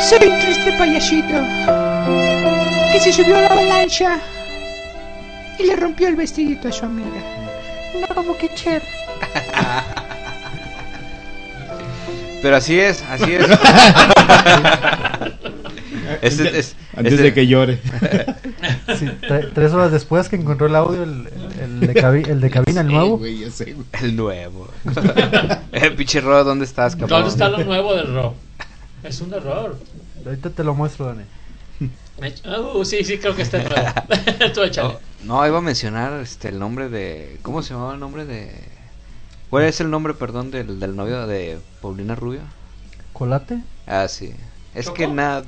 S8: Soy un triste payasito que se subió a la avalancha y le rompió el vestidito a su amiga. No como que cher.
S6: Pero así es, así es. Este- es-
S7: Antes
S6: este-
S7: de que llore.
S5: Sí, tre- tres horas después que encontró el audio, el, el- el de, cabi- el de cabina, el
S7: Sí,
S5: nuevo.
S7: güey, ya sé, güey.
S6: El nuevo. eh, pinche Rodo, ¿dónde estás, cabrón?
S4: ¿Dónde está lo nuevo del rock? Es un error.
S5: Ahorita te lo muestro, Dani.
S4: Ech- Uh, sí, sí, creo que está errado. Tú
S7: Oh.
S4: échale.
S6: Oh, No, iba a mencionar este el nombre de. ¿Cómo se llamaba el nombre de.? ¿Cuál es el nombre, perdón, del, del novio de Paulina Rubio?
S5: ¿Colate?
S6: Ah, sí. Es que
S4: ¿Chocó?
S6: nada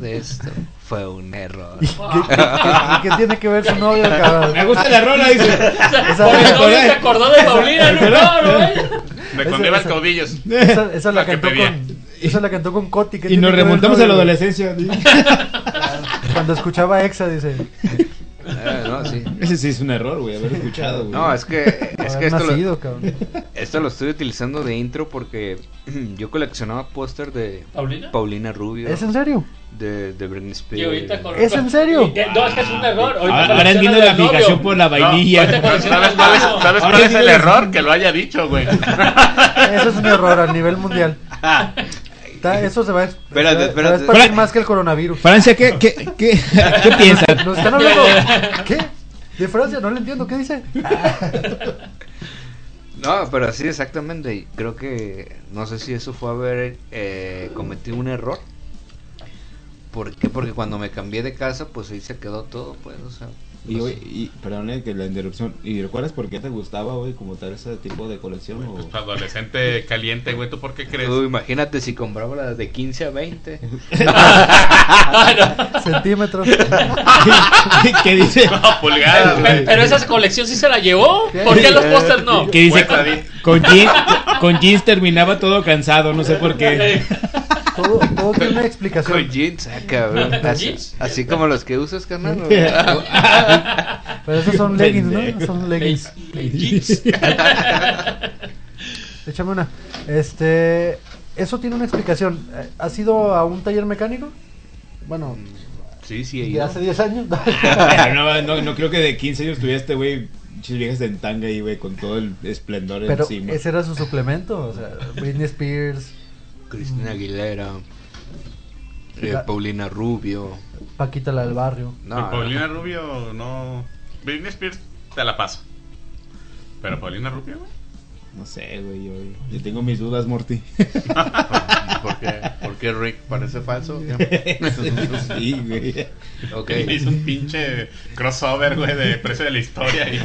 S6: de esto fue un error.
S5: ¿Qué, qué- qué- qué tiene que ver su novio, cabrón?
S7: Me gusta la rola, dice.
S4: O sea,
S5: Esa-
S4: porque
S5: esa-
S4: no se acordó de Paulina, no, no, güey.
S2: Recondeba
S5: Ese- ese-
S2: caudillos.
S5: Esa, esa la
S2: La que
S5: cantó
S2: pedía.
S5: con, esa la cantó con Coti. ¿qué
S7: Y
S5: tiene
S7: nos
S5: que ver el
S7: remontamos a la
S5: novio, güey?
S7: adolescencia.
S5: Cuando escuchaba Exa, dice.
S6: Eh, no, sí.
S7: Ese sí es un error, güey, haber escuchado, güey.
S6: No, es que, es que
S5: haber
S6: esto,
S5: nacido,
S6: lo,
S5: cabrón.
S6: esto lo estoy utilizando de intro porque yo coleccionaba póster de
S4: ¿Paulina?
S6: Paulina Rubio,
S5: ¿Es en serio?
S6: de, de Britney Spears.
S4: Y ahorita con-
S5: ¿Es en serio?
S7: Eh,
S4: Y- No, es que es un error.
S7: Ahora,
S4: Ahorita
S7: Ah, ahora
S4: colecciona
S7: entiendo
S4: del
S7: la aplicación
S4: novio.
S7: por la
S2: No,
S7: vainilla.
S4: ahorita con-
S2: ¿Sabes cuál es, sabes cuál es el error? Que lo haya dicho, güey.
S5: Eso es un error a nivel mundial.
S6: Ah,
S5: Está- eso se va a se va-
S6: Espérate,
S5: se va a
S6: espérate.
S5: esparcir más que el coronavirus.
S7: Francia, ¿qué, qué, qué, qué piensas?
S5: Nos están hablando. ¿Qué? De Francia, no le entiendo. ¿Qué dice?
S6: No, pero sí, exactamente. y Creo que no sé si eso fue haber eh, cometido un error. ¿Por qué? Porque cuando me cambié de casa, pues ahí se quedó todo, pues, o sea.
S7: Y, güey, y perdón eh, que la interrupción. ¿Y recuerdas por qué te gustaba, güey, como tal ese tipo de colección? o-
S2: Pues, tu adolescente caliente, güey, ¿tú por qué crees?
S6: pues, Tú imagínate si compraba las de 15 a 20.
S5: Centímetros.
S7: ¿Qué dice?
S2: No, pulgadas,
S4: Pe-
S2: güey.
S4: Pero esa colección sí se la llevó. ¿Por qué los pósters no?
S7: ¿Qué dice?
S2: Cuenta, di.
S7: Con, con jeans, con jeans terminaba todo cansado, no sé por qué.
S5: Todo, todo tiene una explicación.
S6: Con jeans, ah, cabrón.
S4: ¿Con
S6: Así,
S4: jeans?
S6: así como los que usas, carnal. ¿no?
S5: Pero esos son leggings, ¿no? Son leggings.
S4: Leggings.
S5: Échame una. Este. Eso tiene una explicación. Eh, ¿Has ido a un taller mecánico? Bueno,
S6: Sí, sí, ahí.
S5: de hace 10 años.
S7: Pero no, no, no creo que de 15 años tuviera este güey, chis viejas en tanga ahí, güey, con todo el esplendor
S5: Pero
S7: encima.
S5: ese era su suplemento. O sea, Britney Spears,
S6: Cristina Aguilera. eh,
S5: La-
S6: Paulina Rubio.
S5: Paquita la del barrio.
S6: No,
S2: Paulina Rubio, no. Britney Spears, te la paso. Pero Paulina Rubio, güey.
S7: No sé, güey, yo, yo tengo mis dudas, Morty.
S6: ¿Por qué? ¿Por qué Rick parece falso?
S7: sí, güey.
S6: ok.
S2: Hizo un pinche crossover, güey, de precio de la historia. ahí.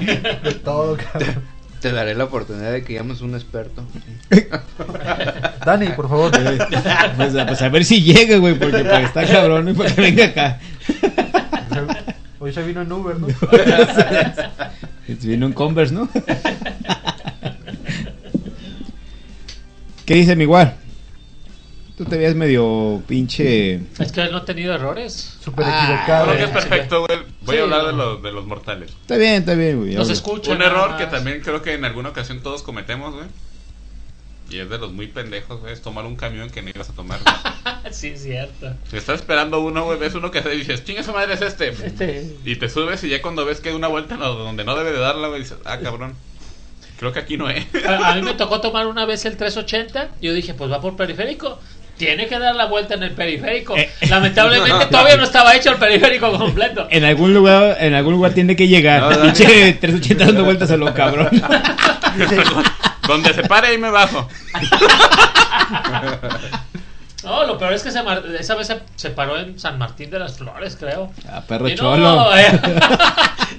S5: De todo, cabrón.
S6: Te daré la oportunidad de que llames un experto.
S5: Dani, por favor.
S7: Pues, a- pues a ver si llega, güey, porque pues, está cabrón y para que venga acá.
S5: Hoy se vino en Uber, ¿no?
S7: Vino Pues, un Converse, ¿no? ¿Qué dice mi guar? Tú te veías medio pinche.
S4: Es que él no ha tenido errores.
S5: Súper
S7: Ah,
S5: equivocado.
S2: Creo que es perfecto, güey. Voy
S4: Sí,
S2: a hablar
S4: no.
S2: de los, de los mortales.
S7: Está bien, está bien, güey.
S4: Nos
S7: habla.
S4: escucha.
S2: Un
S4: nada
S2: error
S4: más.
S2: que también creo que en alguna ocasión todos cometemos, güey. Y es de los muy pendejos, güey. Es tomar un camión que no ibas a tomar, güey.
S4: Ah, Sí, es cierto.
S2: Si estás esperando uno, güey, ves uno que se dices, chinga su madre es este. Y te subes y ya cuando ves que hay una vuelta no- donde no debe de darla, güey, dices, ah, cabrón. Creo que aquí no es.
S4: A, a mí me tocó tomar una vez el 380. Yo dije, pues va por periférico. Tiene que dar la vuelta en el periférico.
S7: Eh, eh.
S4: Lamentablemente todavía no estaba hecho el periférico completo.
S7: En algún lugar, en algún lugar tiene que llegar.
S6: No, no, no.
S7: pinche 380 dando vueltas a lo cabrón.
S5: Dice,
S2: donde se pare ahí me bajo.
S4: No, lo peor es que se mar- esa vez se, se paró en San Martín de las Flores, creo.
S7: Ah, perro
S4: Y no,
S7: cholo.
S4: eh.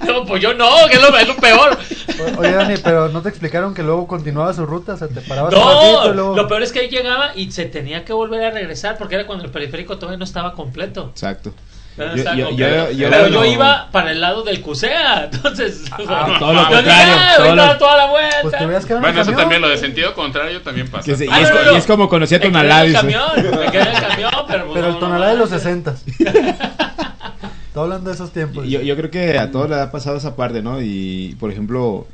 S4: No, pues yo no, que es lo, es lo peor.
S5: o- Oye, Dani, pero no te explicaron que luego continuaba su ruta. O sea, te parabas un ratito
S4: No,
S5: y luego.
S4: lo peor es que ahí llegaba y se tenía que volver a regresar porque era cuando el periférico todavía no estaba completo.
S7: Exacto.
S4: Todavía
S7: Yo-
S4: no estaba
S7: yo-
S4: completo.
S7: yo- yo-
S4: Pero
S7: yo-
S4: yo iba para el lado del CUSEA, entonces.
S7: todo lo
S4: yo dije,
S7: contrario,
S4: "Ah,
S7: todo
S4: ahorita
S7: lo-
S4: da toda la vuelta.
S5: Pues te hubieras quedado en
S2: Bueno,
S5: el
S2: eso
S5: camión.
S2: también, lo de sentido contrario también pasa.
S7: Que se- y,
S4: Ah,
S7: es,
S4: no,
S7: co-
S4: no.
S7: y es como conocí a
S4: Me quedé en
S7: Tonalá.
S4: el
S7: dice.
S4: camión, me quedé en el camión, pero. pues, no,
S5: Pero el
S4: no
S5: tonalá de los
S4: mames.
S5: 60. Está hablando de esos tiempos.
S7: Yo, yo creo que a todos le ha pasado esa parte, ¿no? Y, por ejemplo,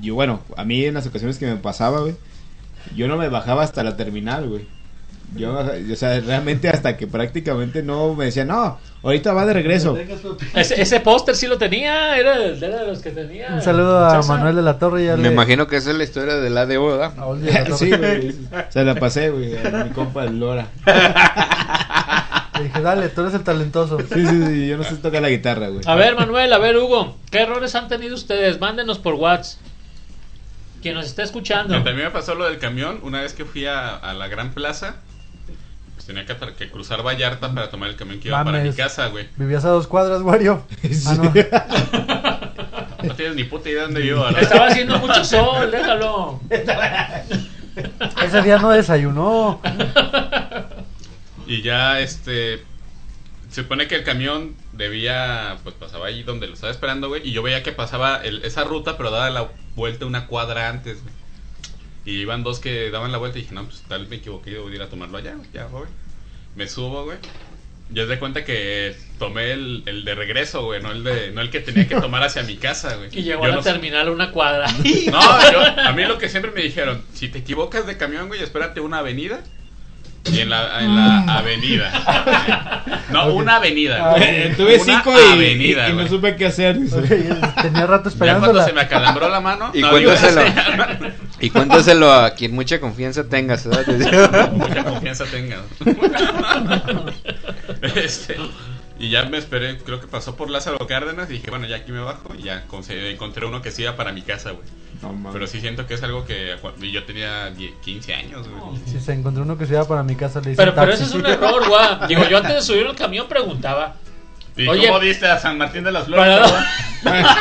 S7: yo, bueno, a mí en las ocasiones que me pasaba, güey, yo no me bajaba hasta la terminal, güey. Yo, o sea, realmente hasta que prácticamente no me decían, no, ahorita va de regreso.
S4: Ese, ese póster sí lo tenía, era, era de los que tenía.
S5: Un saludo a
S4: César.
S5: Manuel de la Torre y a
S6: Me imagino que esa es la historia del ADO,
S5: A
S6: ¿verdad?
S5: Olga de la Torre.
S7: Sí, güey. Se la pasé, güey, a mi compa el Lora.
S5: Le dije, dale, tú eres el talentoso.
S7: Sí, sí, sí, yo no sé tocar la guitarra, güey.
S4: A ver, Manuel, a ver, Hugo, ¿qué errores han tenido ustedes? Mándenos por WhatsApp. Quien nos está escuchando.
S2: También me pasó lo del camión una vez que fui a, a la Gran Plaza pues tenía que, atra- que cruzar Vallarta para tomar el camión que iba para
S5: Mames.
S2: mi casa, güey.
S5: Vivías a dos cuadras, Wario. Ah, no.
S2: No tienes ni puta idea de dónde vivo, ¿verdad?
S4: Estaba haciendo mucho sol, déjalo.
S5: Ese día no desayunó.
S2: Y ya, este. Se supone que el camión debía. Pues pasaba ahí donde lo estaba esperando, güey. Y yo veía que pasaba el- esa ruta, pero daba la vuelta una cuadra antes, güey. Y iban dos que daban la vuelta y dije, no, pues tal vez me equivoqué, yo voy a ir a tomarlo allá, güey. Ya, güey. Me subo, güey. Ya de cuenta que tomé el, el de regreso, güey, no el de, no el que tenía que tomar hacia mi casa, güey.
S4: Y llegó
S2: Yo
S4: a la
S2: no sé-
S4: terminal una cuadra.
S2: no, yo- a mí lo que siempre me dijeron, si te equivocas de camión, güey, espérate una avenida. Y en la, en
S7: Ah.
S2: la avenida. No, una avenida.
S5: Ah,
S2: güey.
S7: eh, Tuve
S2: Una
S7: cinco y,
S2: avenida,
S7: y- y no
S2: güey.
S7: supe qué hacer. dice.
S5: Ok, Tenía rato
S2: Ya cuando
S5: esperándola.
S2: se me acalambró la mano.
S6: Y
S2: no,
S6: cuéntaselo.
S2: digo, o sea,
S6: Y cuéntaselo a quien mucha confianza tengas. ¿verdad?
S2: mucha confianza tenga. Este, y ya me esperé, creo que pasó por Lázaro Cárdenas. Y dije, bueno, ya aquí me bajo. Y ya conseguí- encontré uno que sí iba para mi casa, güey.
S7: No, mames.
S2: Pero sí siento que es algo que y yo tenía 10, 15 años, güey.
S5: Si se encontró uno que se iba para mi casa, le hice
S4: Pero, pero
S5: taxi.
S4: eso es un error, guau. Digo, yo antes de subir al camión preguntaba.
S2: ¿Y
S4: Oye.
S2: cómo diste a San Martín de las Flores?
S4: Para-
S2: perdón?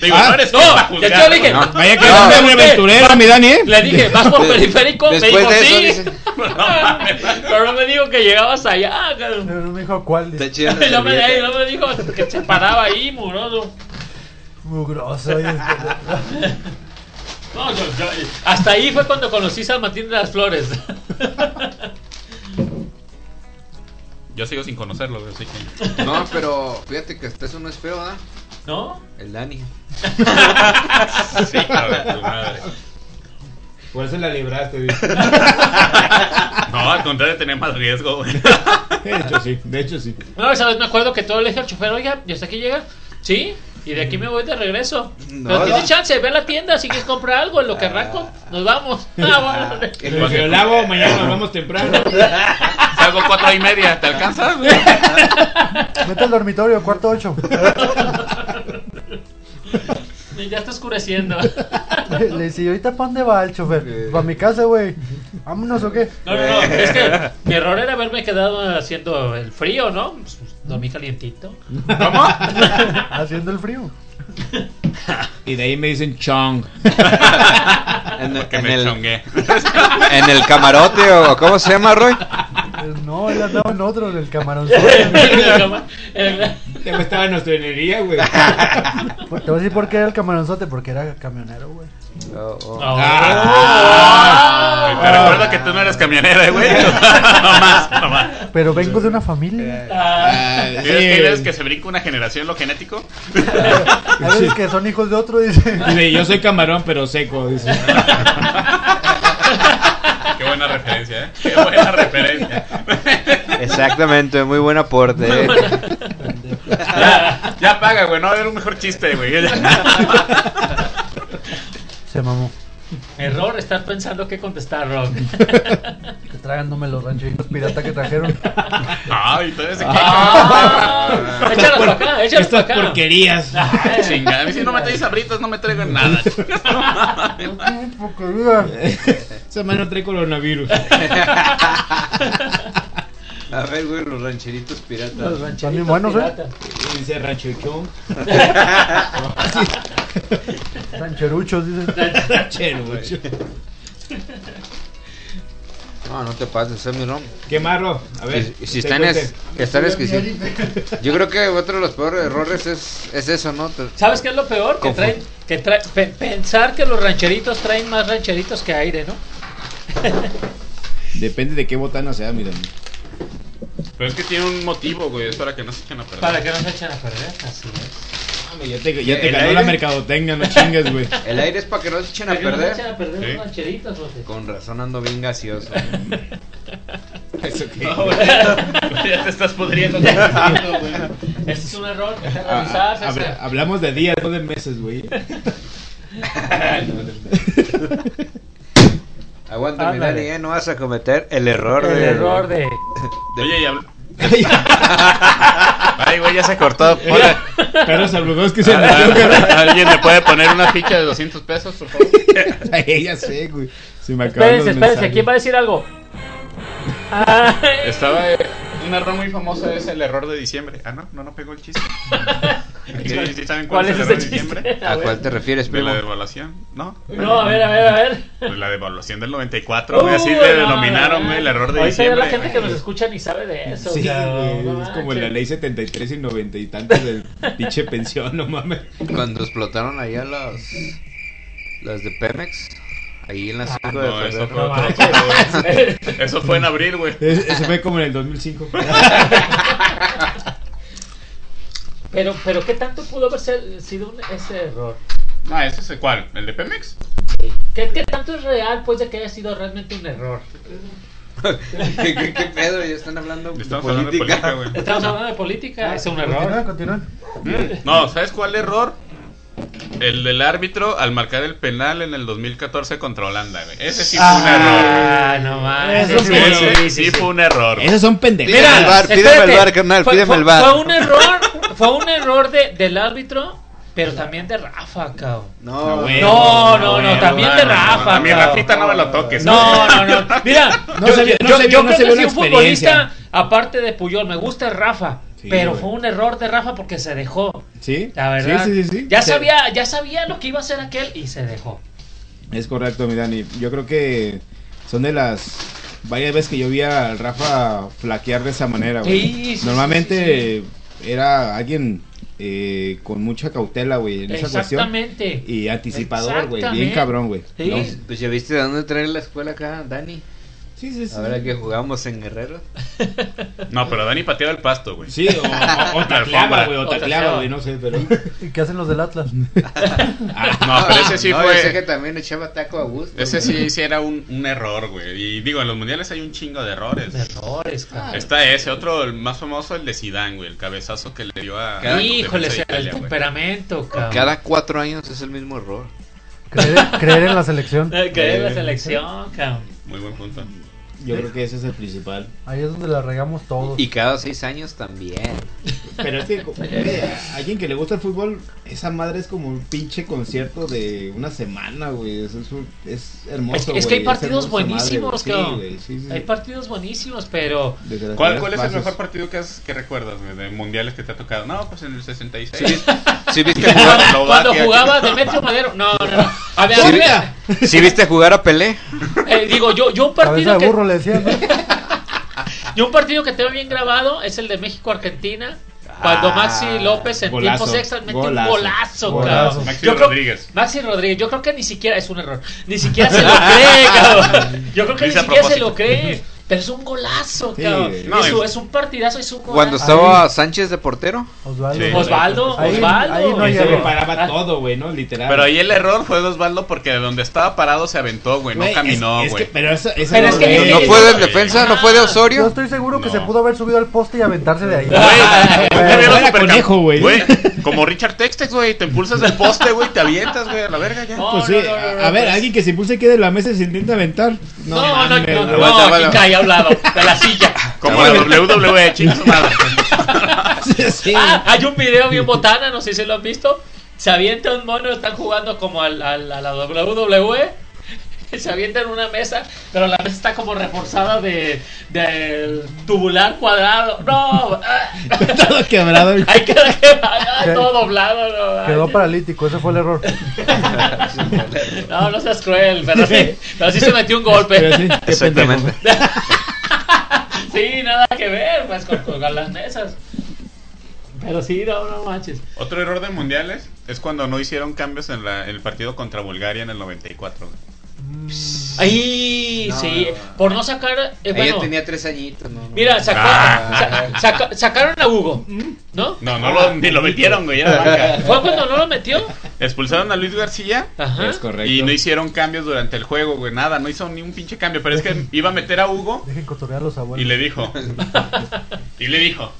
S2: Digo,
S7: Ah,
S2: no eres tú para
S4: No, ya
S2: juzgar,
S4: te dije.
S2: ¿no?
S7: Vaya que
S4: No,
S7: eres
S4: ¿por
S7: un
S4: qué?
S7: aventurero, mi Dani, ¿eh?
S4: Le dije, vas por periférico, me
S6: Después
S4: dijo
S6: de eso,
S4: sí.
S6: dice,
S2: No mames.
S4: Pero no me dijo que llegabas allá. cabrón.
S5: Pero no me dijo cuál.
S6: está
S5: dice,
S6: chida la
S4: No me,
S6: servilleta.
S4: no me dijo que se paraba ahí, muroso.
S5: Mugroso. y este-
S4: No, yo- yo- eh. hasta ahí fue cuando conocí San Martín de las Flores.
S2: Yo sigo sin conocerlo, güey, así que.
S6: No, pero fíjate que hasta eso no es feo, ¿ah?
S4: ¿No?
S6: El Dani.
S2: Sí, cabrón, tu madre.
S7: Por eso la libraste, dice.
S2: No, al contrario, tenía más riesgo, güey.
S7: De hecho, sí. De hecho, sí.
S4: No, esa vez me acuerdo que todo le dije al chofer, oiga, ¿y hasta aquí llega? Sí, y de aquí me voy de regreso.
S6: No,
S4: Pero tiene
S6: no.
S4: chance, ve a la tienda si quieres comprar algo, en lo que arranco, nos vamos. Ah, bueno.
S7: Si lo lavo, mañana nos vamos temprano.
S2: Salgo cuatro y media, ¿te alcanzas? güey?
S5: Vete al dormitorio, cuarto ocho.
S4: Y ya está oscureciendo.
S5: Le dice, "¿Y ahorita para dónde va el chofer? Para mi casa, güey. Vámonos o qué.
S4: No, no, no, es que mi error era haberme quedado haciendo el frío, ¿no? Pues, Dormí calientito.
S5: Haciendo el frío.
S7: Y de ahí me dicen chong.
S6: En,
S2: Porque
S6: en
S2: me
S6: el,
S2: chongué.
S6: en el camarote o ¿cómo se llama, Roy?
S5: Eh, No, él andaba en otro, en el camaroncito.
S7: Te estaba en nuestra energía, güey.
S5: Pues Te voy a decir por qué era el camaronzote, porque era camionero, güey.
S6: Oh, oh.
S2: Ah,
S7: Ah.
S2: Güey, Te recuerdo que tú no eres camionera, güey. No más, no más.
S5: Pero vengo de una familia.
S7: Ah,
S2: ¿Tienes que, eres que se brinca una generación lo genético?
S5: A veces que son hijos de otro, dice.
S7: Dice, yo soy camarón, pero seco. Dice.
S2: Qué buena referencia, ¿eh? Qué buena referencia.
S6: Exactamente, muy buen aporte. ¿eh?
S2: Ya, ya paga, güey. No, era un mejor chiste, güey.
S5: Se mamó.
S4: Error, estás pensando qué contestar, Rob.
S5: Que Tragándome los rancheritos pirata que trajeron.
S2: Ay, todavía se
S4: Ah, échalos para acá, échalos para acá.
S7: Estas porquerías.
S4: Ah,
S2: Chingada, a mí si no me traes sabritas no me traigan nada.
S5: Porquería.
S7: Esa mano trae coronavirus.
S6: A ver, güey, los rancheritos
S4: Los
S6: piratas.
S5: Están bien
S4: rancheritos
S5: buenos, ¿eh?
S4: piratas.
S7: Y Dice rancho chong.
S5: Rancheruchos, dice.
S7: Chero, güey.
S6: No, no te pases, Sammy Rom.
S7: Qué marro. A ver.
S6: Y- y si
S7: te
S6: están,
S7: cuente.
S6: es, están exquisitos. Yo creo que otro de los peores errores es, es eso, ¿no? Te-
S4: ¿Sabes qué es lo peor? Que
S6: Confu-
S4: traen, que traen, pe- pensar que los rancheritos traen más rancheritos que aire, ¿no?
S7: Depende de qué botana sea, mi Dani.
S2: Pero es que tiene un motivo, güey. Es para que no se echen a perder.
S4: Para que no se echen a perder, así es.
S7: Mami, Ya te, ya te
S6: ¿El
S7: ganó
S6: aire?
S7: la mercadotecnia, no chingas, güey.
S6: El aire es para que no se echen a
S4: Para que no se echen
S6: perder.
S4: a perder
S2: Sí.
S4: los rancheritos, José.
S6: Con razón ando bien gaseoso.
S7: Eso que.
S2: No, güey, ya te estás pudriendo. te estás pudriendo, güey.
S4: Este es un error que hay que
S7: Ah,
S4: revisar,
S7: ah, habla-
S4: César.
S7: hablamos de días, no de meses, güey.
S6: Aguanta, mi
S4: Ándale.
S6: Dani, ¿eh? No vas a cometer el error
S4: El
S6: de...
S4: error de...
S6: de-
S2: Oye, ya. Ay, güey, ya se cortó. Hola.
S7: Pero saludos que se
S2: ¿Alguien me puede poner una ficha de 200 pesos, por favor?
S7: Ay, ya sé, güey. Se me acabó.
S4: Espérense, espérense, ¿quién va a decir algo? Ay,
S2: Estaba. eh, un error muy famoso es el error de diciembre. Ah, no, no, no pegó el chiste. ¿Sí, sí saben cuál, es el error de
S4: ese chiste?
S2: diciembre?
S6: ¿A cuál te refieres,
S2: De
S6: primo?
S2: la devaluación. No.
S4: No, a ver, a ver, a ver.
S2: Pues la devaluación del 94, güey,
S4: Uy,
S2: así
S4: no,
S2: le denominaron,
S4: no,
S2: güey, el error de
S4: Ahorita ya
S2: diciembre.
S4: la gente que
S2: güey.
S4: nos escucha ni sabe de eso.
S7: Sí,
S4: o sea,
S7: güey,
S4: no
S7: es como
S4: manches.
S7: la ley 73 y 90 y tantos del pinche pensión, no mames.
S6: Cuando explotaron allá las, las de Pemex, ahí en las 5 de
S2: No, eso fue
S6: febrero.
S4: Ah, No
S2: otro-
S4: manches.
S2: otro, güey. Eso fue en abril, güey.
S7: Es- Eso fue como en el 2005.
S4: Pero, pero ¿qué tanto pudo haber ser- sido un- ese error?
S2: No, ese es el cuál, el de Pemex.
S4: ¿Qué, qué tanto es real, pues, de que haya sido realmente un error?
S6: ¿Qué, qué, qué pedo? Ya están hablando
S2: Estamos hablando de política, güey.
S4: Estamos hablando de Ah, política, es un
S5: Continúen,
S4: error.
S5: continúen.
S2: Mm, No, ¿sabes cuál error? El del árbitro al marcar el penal en el 2014 contra Holanda, güey. Ese sí fue un error.
S4: Ah, no mames.
S5: Eso sí,
S2: Ese sí, fue un error.
S7: Esos son pendejos.
S6: Mira, el bar, pídeme
S4: espérate.
S6: el bar, carnal,
S4: Fue-
S6: pídeme
S4: fue-
S6: el bar.
S4: Fue un error, fue un error de, del árbitro, pero también de Rafa, cabrón.
S6: No,
S7: güey.
S4: No, no,
S2: güey,
S4: no, también de
S2: no,
S4: Rafa,
S2: A mi
S4: cabrón.
S2: Rafita no me lo toques.
S4: No, no, no. Mira,
S7: No
S4: yo,
S7: se vio-
S4: yo-
S7: no se
S4: yo
S7: vio- no
S4: creo que
S7: se vio
S4: si
S7: la
S4: un futbolista,
S7: experiencia.
S4: aparte de Puyol, me gusta Rafa,
S7: Sí,
S4: pero
S7: güey.
S4: fue un error de Rafa porque se dejó.
S7: ¿Sí?
S4: La verdad.
S7: Sí, sí, sí, sí.
S4: Ya
S7: Se-
S4: sabía, ya sabía lo que iba a hacer aquel y se dejó.
S7: Es correcto, mi Dani. Yo creo que son de las varias veces que yo vi a Rafa flaquear de esa manera, güey.
S4: Sí, sí,
S7: Normalmente era alguien eh, con mucha cautela, güey, en esa cuestión.
S4: Exactamente.
S7: Y anticipador, güey. Bien
S4: Exactamente.
S7: cabrón, güey.
S4: Sí.
S7: ¿No?
S6: Pues ya viste de dónde trae la escuela acá, Dani.
S7: Sí, sí, sí.
S6: Ahora que jugamos en Guerrero.
S2: No, pero Dani pateaba el pasto, güey.
S7: Sí, o, o, o tacleaba, güey, o tacleaba, güey, no sé, pero... Ah,
S5: ¿Y qué hacen los del Atlas?
S2: No, pero ese sí
S6: no,
S2: fue.
S6: yo sé que también echaba taco a gusto.
S2: Ese
S6: güey.
S2: sí, sí era un, un error, güey. Y digo, en los mundiales hay un chingo de errores.
S4: De errores, cabrón.
S2: Está ese, otro, el más famoso, el de Zidane, güey. El cabezazo que le dio a...
S6: Cada-
S4: Híjole, sea,
S2: defensa de
S4: el
S2: Italia, güey.
S4: temperamento, cabrón.
S6: Cada cuatro años es el mismo error.
S5: Creer, creer en la selección.
S4: Eh, que es la
S7: Eh.
S4: selección, cabrón.
S2: Muy buen punto.
S7: Yo creo que ese es el principal.
S5: Ahí es donde la regamos todos.
S6: Y cada seis años también.
S7: Pero es que, como- güey, a alguien que le gusta el fútbol, esa madre es como un pinche concierto de una semana, güey. Es, es, un- es hermoso.
S4: Es- es que hay
S7: güey,
S4: partidos
S7: hermosa madre,
S4: buenísimos,
S7: güey.
S4: cabrón.
S7: Sí, güey, sí, sí,
S4: Hay
S7: sí.
S4: partidos buenísimos, pero
S7: Desde las
S2: ¿Cuál,
S7: primeras
S2: cuál es el
S7: fases.
S2: mejor partido que, has- que recuerdas, güey, de mundiales que te ha tocado? No, pues en el 66.
S6: ¿Sí viste jugar,
S2: Eslovaquia,
S4: cuando
S2: que-
S4: jugaba Demetrio Madero, no, no, no. A ver, a
S6: Sí,
S4: ver,
S6: ¿sí viste jugar a Pelé?
S4: eh, digo, yo, yo un
S5: Cabeza
S4: partido
S5: de
S4: que,
S5: burro le decían, ¿no?
S4: yo un partido que tengo bien grabado es el de México Argentina. Cuando
S6: Ah,
S4: Maxi López en
S7: golazo,
S4: tiempos extras metió
S7: golazo,
S4: un golazo,
S5: golazo.
S4: cabrón.
S2: Maxi
S4: Yo creo-
S2: Rodríguez.
S4: Maxi Rodríguez, yo creo que ni siquiera es un error. Ni siquiera se lo cree, cabrón. Yo creo que ni
S2: Dice a
S4: siquiera se
S2: propósito.
S4: lo cree. Pero es un golazo,
S7: Sí,
S4: cabrón.
S7: güey.
S2: No,
S4: es, un-
S2: es-
S4: es un partidazo, es un golazo.
S6: Cuando estaba Sánchez de portero.
S5: Osvaldo.
S2: Sí.
S4: Osvaldo,
S5: Ahí-
S4: Osvaldo.
S5: ahí no
S7: Que se
S5: llegó.
S7: le
S4: Ah,
S7: paraba todo, güey, ¿no? Literal.
S2: Pero ahí el error fue de Osvaldo porque de donde estaba parado se aventó, güey. No
S7: Güey, es-
S2: caminó,
S7: es que-
S2: güey.
S7: Pero esa- esa
S4: Pero
S7: no-
S4: es que-
S7: güey,
S6: ¿No
S4: Sí.
S6: fue del defensa? ¿No fue de
S5: Yo
S6: Osorio?
S5: estoy seguro que
S2: No.
S5: se pudo haber subido al poste y aventarse de ahí.
S2: Güey, ¿cómo
S5: Pero
S2: vieron
S7: Ah, era
S2: supercam-
S7: conejo, güey.
S2: Como Richard Textex, güey. Te impulsas del poste, güey. Te avientas, güey. A la verga ya.
S4: No,
S7: Pues sí,
S4: no, no, no, no,
S7: a ver,
S4: pues-
S7: alguien que se impulse aquí de la mesa y se intenta aventar.
S4: No, no, no,
S7: mames,
S4: no,
S7: güey.
S4: no,
S6: Aguanta,
S4: aquí
S6: aguanta.
S4: cae a un lado, de la silla.
S2: Como la
S4: E,
S2: WWE, chicos.
S7: Sí, sí.
S4: Ah, hay un video bien botana, no sé si lo han visto. Se avienta un mono, están jugando como al, al- a la WWE. Se avienta en una mesa, pero la mesa está como reforzada de, del tubular cuadrado. No, ah,
S7: Todo quebrado. güey.
S4: hay que ah, todo doblado. No,
S5: Quedó
S4: Ay,
S5: paralítico, ese fue el error.
S4: no, no seas cruel, pero sí, pero sí se metió un golpe.
S7: Pero sí, qué
S6: Exactamente.
S4: Sí, nada que ver, pues con, con las mesas. Pero sí, no, no manches.
S2: Otro error de mundiales es cuando no hicieron cambios en, la- en el partido contra Bulgaria en el 94. güey.
S4: Ahí,
S6: No,
S4: sí,
S6: no, no.
S4: por no sacar. eh, bueno,
S6: Ella tenía tres añitos. no, no.
S4: mira, sacó-
S2: Ah.
S4: sa- saca- sacaron a Hugo, ¿no?
S2: No, no lo, ni lo metieron, güey. Era banca.
S4: Fue cuando no lo metió.
S2: Expulsaron a Luis García
S4: Ajá.
S7: Es correcto.
S2: y no hicieron cambios durante el juego, güey. Nada, no hizo ni un pinche cambio. Pero es que iba a meter a Hugo
S5: Dejen cotorrear a los abuelos.
S2: y le dijo. Y le dijo.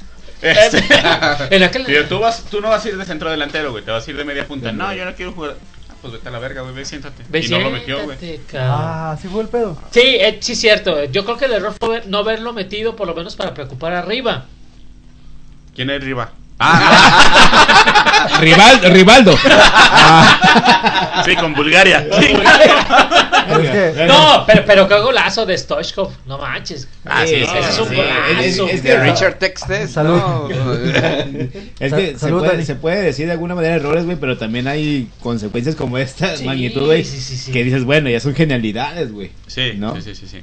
S4: Este,
S2: Este,
S4: en aquel-
S2: Digo, tú, vas, tú no vas a ir de centro delantero, güey. Te vas a ir de media punta. No, yo no quiero jugar. Ah, pues vete a la verga, güey. Ve, siéntate.
S4: Ve,
S2: y no lo metió,
S4: siéntate,
S2: güey.
S4: cabrón.
S5: Ah, sí fue el pedo.
S4: Sí, eh, sí, cierto. Yo creo que el error fue no haberlo metido, por lo menos para preocupar arriba.
S2: ¿Quién es Riva? Ah,
S7: Rivaldo, Rivaldo.
S2: Sí, con Bulgaria.
S5: Pero es que-
S4: No, pero, pero qué golazo de Stoichkov. No manches.
S2: Ah, sí, sí,
S4: Ese Eh, es un
S2: sí.
S4: golazo.
S7: Es- es-
S6: de Richard Textes.
S5: Salud.
S7: Es
S5: Sa-
S7: que se
S5: salud, Dani.
S7: puede, se puede decir de alguna manera errores, güey, pero también hay consecuencias como esta
S4: Sí,
S7: magnitud, güey.
S4: sí, sí, sí.
S7: Que dices, bueno, ya son genialidades, güey.
S2: Sí,
S7: ¿No?
S2: sí, sí, sí, sí.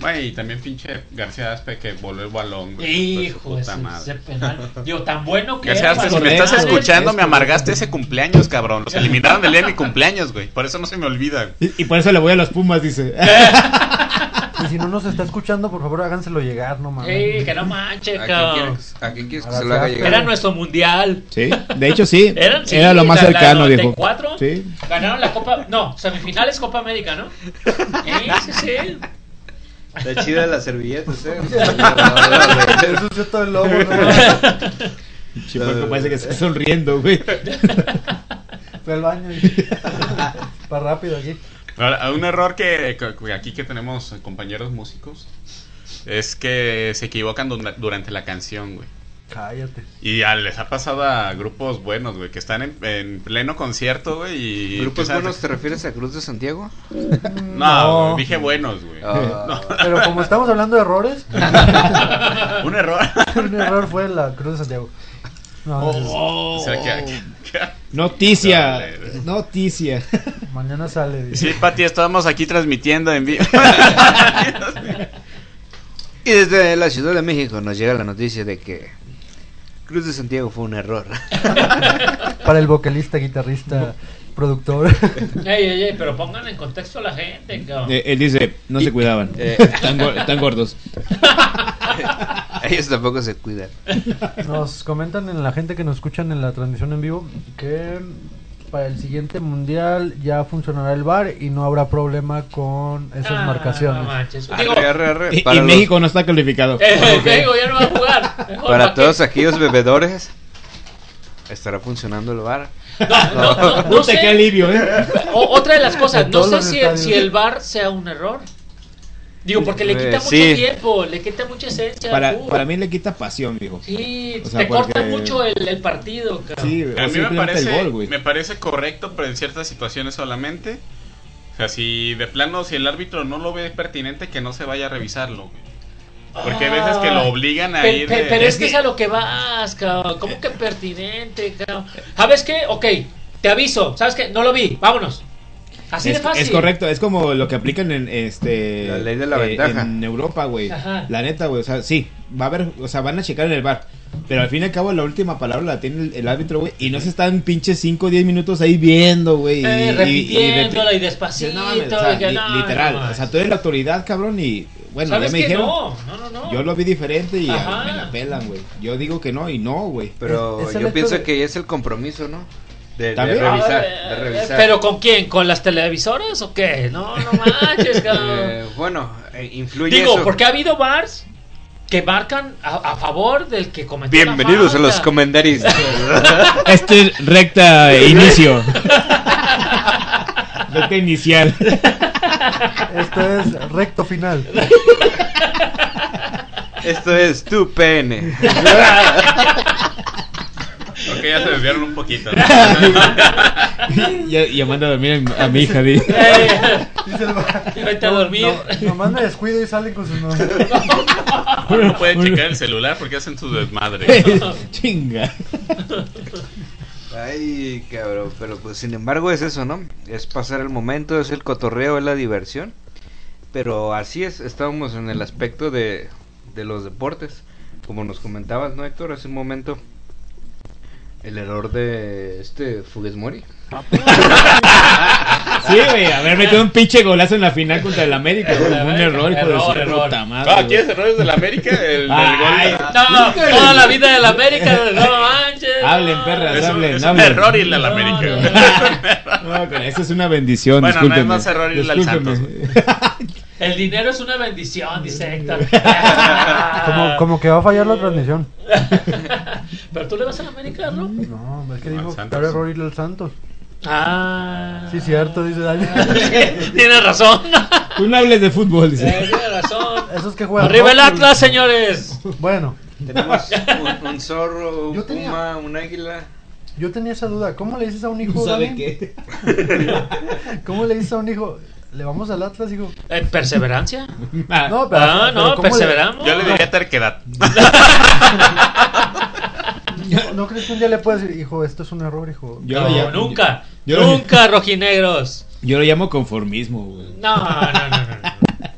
S2: Güey, y también pinche García Aspe que voló el balón, güey.
S4: Hijo
S2: Pues,
S4: de
S2: su puta
S4: su-
S2: madre.
S4: ese penal. Digo, tan bueno que.
S2: García
S4: era
S2: Aspe, si
S4: para
S2: me estás
S4: correr.
S2: escuchando, me amargaste ese cumpleaños, cabrón. Los eliminaron del día de mi cumpleaños, güey. Por eso no se me olvida.
S7: Y, y por eso le voy a los Pumas, dice.
S5: Y si no nos está escuchando, por favor háganselo llegar, no mames.
S4: Sí, que no manches,
S6: ¿A quién
S4: cabrón.
S6: quieres, a quién quieres que
S5: A
S6: se lo haga
S5: García.
S6: llegar?
S4: Era nuestro mundial.
S7: Sí, de hecho sí.
S4: Eran- sí,
S7: era lo
S4: la-
S7: más
S4: la
S7: cercano, viejo.
S4: 94.
S7: Sí.
S4: Ganaron la Copa. No, semifinales Copa América, ¿no? Eh, sí, sí.
S6: Está chida las servilletas, eh.
S5: Se ensució todo el lobo, no mames.
S7: Chipuerco parece que está sonriendo, güey.
S5: Fue al baño y... Para rápido aquí.
S2: Ahora, un error que, que aquí que tenemos compañeros músicos es que se equivocan dura- durante la canción, güey.
S5: Cállate.
S2: Y ya les ha pasado a grupos buenos, güey, que están en, en pleno concierto, güey, y...
S6: ¿Grupos
S2: empiezan a-
S6: buenos te refieres a Cruz de Santiago?
S2: No,
S5: No.
S2: güey, dije buenos, güey.
S6: Ah,
S5: Pero como estamos hablando de errores,
S2: Un error.
S5: un error fue la Cruz de Santiago. No,
S2: Oh, O sea, que- que-
S7: Oh. Noticia.
S2: Dale.
S7: Noticia.
S2: oh.
S5: mañana sale.
S7: Oh.
S5: dice.
S2: Sí, Pati, estamos aquí transmitiendo en vivo.
S6: Y desde la Ciudad de México nos llega la noticia de que Cruz de Santiago fue un error.
S5: Para el vocalista, guitarrista, productor.
S4: Ey, ey, ey, pero pongan en contexto a la gente, cabrón.
S7: Eh, él dice, no se cuidaban.
S6: Eh.
S7: Están gor- están gordos.
S6: Ellos tampoco se cuidan.
S5: Nos comentan en la gente que nos escuchan en la transmisión en vivo que para el siguiente mundial ya funcionará el bar y no habrá problema con esas
S4: Ah,
S5: marcaciones.
S4: no manches. Digo,
S6: Arre, arre, arre.
S7: Y, y
S6: Para los-
S7: México no está calificado.
S4: eh, digo, ya no va a jugar. Mejor,
S6: Para
S4: ¿pa'
S6: todos
S4: qué?
S6: aquellos bebedores, estará funcionando el bar.
S4: No, no, no, no
S7: Puta,
S4: sé.
S7: qué alivio, ¿eh?
S4: O- otra de las
S5: De
S4: cosas, no
S5: todos
S4: sé
S5: los
S4: si,
S5: estadios.
S4: si el bar sea un error. Digo, porque le quita
S6: Eh,
S4: mucho
S6: sí.
S4: tiempo, le quita mucha esencia. al
S7: Para,
S4: fútbol.
S7: para mí le quita pasión, viejo.
S4: Sí,
S7: O sea,
S4: te corta
S7: porque-
S4: mucho el, el partido, cabrón.
S7: Sí,
S2: A
S7: o
S2: mí me
S7: Pues simplemente
S2: parece,
S7: el gol, güey.
S2: me parece correcto, pero en ciertas situaciones solamente. O sea, si de plano, si el árbitro no lo ve pertinente, que no se vaya a revisarlo, güey. Porque hay veces que lo obligan a
S4: Ah. Pe-
S2: ir.
S4: pe-
S2: de-
S4: pero es que es a lo que vas, cabrón. ¿Cómo que pertinente, cabrón? ¿Sabes qué? Ok, te aviso. ¿Sabes qué? No lo vi, vámonos. Así
S7: es,
S4: de fácil.
S7: es correcto, es como lo que aplican en este
S6: La ley de la ventaja.
S7: en Europa, güey.
S4: Ajá.
S7: La neta, güey, o sea, sí, va a haber, o sea, van a checar en el bar, pero al fin y al cabo la última palabra la tiene el, el árbitro, güey, y no se están pinches 5 o 10 minutos ahí viendo, güey, y-
S4: Eh,
S7: y- y-
S4: repitiéndola y
S7: Sí,
S4: despacito.
S7: no mames, o
S4: y
S7: sea,
S4: que
S7: li-
S4: no,
S7: literal,
S4: no
S7: o sea,
S4: mames.
S7: tú eres la autoridad, cabrón, y bueno, ya
S4: ¿Sabes
S7: me
S4: que
S7: dijeron,
S4: no? No, no, no.
S7: yo lo vi diferente y
S4: Ajá.
S7: ah, me la pelan, güey. Yo digo que no y no, güey.
S6: Pero
S5: Es- es el
S6: yo
S5: hecho
S6: pienso
S5: de-
S6: que es el compromiso, ¿no? De, de
S7: También.
S6: revisar,
S4: Ah,
S6: de
S4: eh,
S6: revisar.
S4: ¿Pero con quién? ¿Con las televisoras o qué? No, no manches, cabrón.
S6: Eh, bueno, eh, influye
S4: Digo,
S6: eso.
S4: porque ha habido bars que marcan a, a favor del que cometió la
S6: Bienvenidos a los
S4: falta.
S6: comentarios.
S7: Este recta inicio. recta inicial.
S5: Esto es recto final.
S6: Esto es tu pene.
S2: Ok, ya se desviaron un poquito.
S7: ya, ya manda a dormir a, a mi hija, di.
S4: Eh,
S5: Dice el bar,
S4: Vete a dormir.
S5: "No, nomás me descuido y salen con sus nombres.
S2: No pueden checar el celular porque hacen su desmadre. ¿no?
S7: Chinga.
S6: Ay, cabrón, pero pues sin embargo es eso, ¿no? Es pasar el momento, es el cotorreo, es la diversión. Pero así es, estábamos en el aspecto de, de los deportes. Como nos comentabas, ¿no, Héctor? Hace un momento, el error de este Fugesmori.
S7: Sí, güey, haber metido un pinche golazo en la final contra el América, güey.
S4: El
S7: Un
S4: América,
S7: error, hijo de su
S4: error, error.
S7: puta madre.
S2: Ah,
S7: güey.
S2: ¿quieres errores del América? El, del
S7: Ay,
S2: gol.
S4: No, toda la vida del América, no manches. no.
S7: Hablen, perras,
S2: Es un,
S7: hablen,
S2: es un
S7: hablen.
S2: error ir al
S4: No,
S2: América.
S4: no.
S7: No, con eso es una bendición.
S2: Bueno, no,
S7: discúlpeme.
S2: es más error irle al
S7: Discúlpeme.
S4: El dinero es una bendición, dice Héctor. Ah.
S5: Como, como que va a fallar la transmisión.
S4: Pero tú le vas a la América, ¿no?
S5: No, es que
S2: Como
S5: digo,
S2: al Santos.
S5: claro, error ir al Santos.
S4: Ah.
S5: Sí, cierto, dice Dani.
S4: Tienes razón.
S7: Tú no hables de fútbol, dice.
S4: Tienes razón.
S5: Esos que juegan.
S4: Arriba el
S5: hockey,
S4: Atlas, señores.
S5: Bueno,
S6: Tenemos un, un zorro, un
S5: Yo tenía-
S6: puma, un águila.
S5: Yo tenía esa duda. ¿Cómo le dices a un hijo?
S7: ¿Sabe
S5: Dani?
S7: qué?
S5: ¿Cómo le dices a un hijo? ¿Le vamos al Atlas, hijo?
S4: Eh, perseverancia.
S5: No, pero-
S4: Ah,
S5: pero
S4: no,
S5: ¿cómo le-
S4: perseveramos.
S2: Yo le diría terquedad.
S5: ¿No, no crees que un día le puedes decir, hijo, esto es un error, hijo?
S7: Yo
S4: No,
S7: lo llamo-
S4: nunca,
S7: yo- yo lo-
S4: nunca, rojinegros.
S7: Yo lo llamo conformismo, güey.
S4: No, no, no, no. no.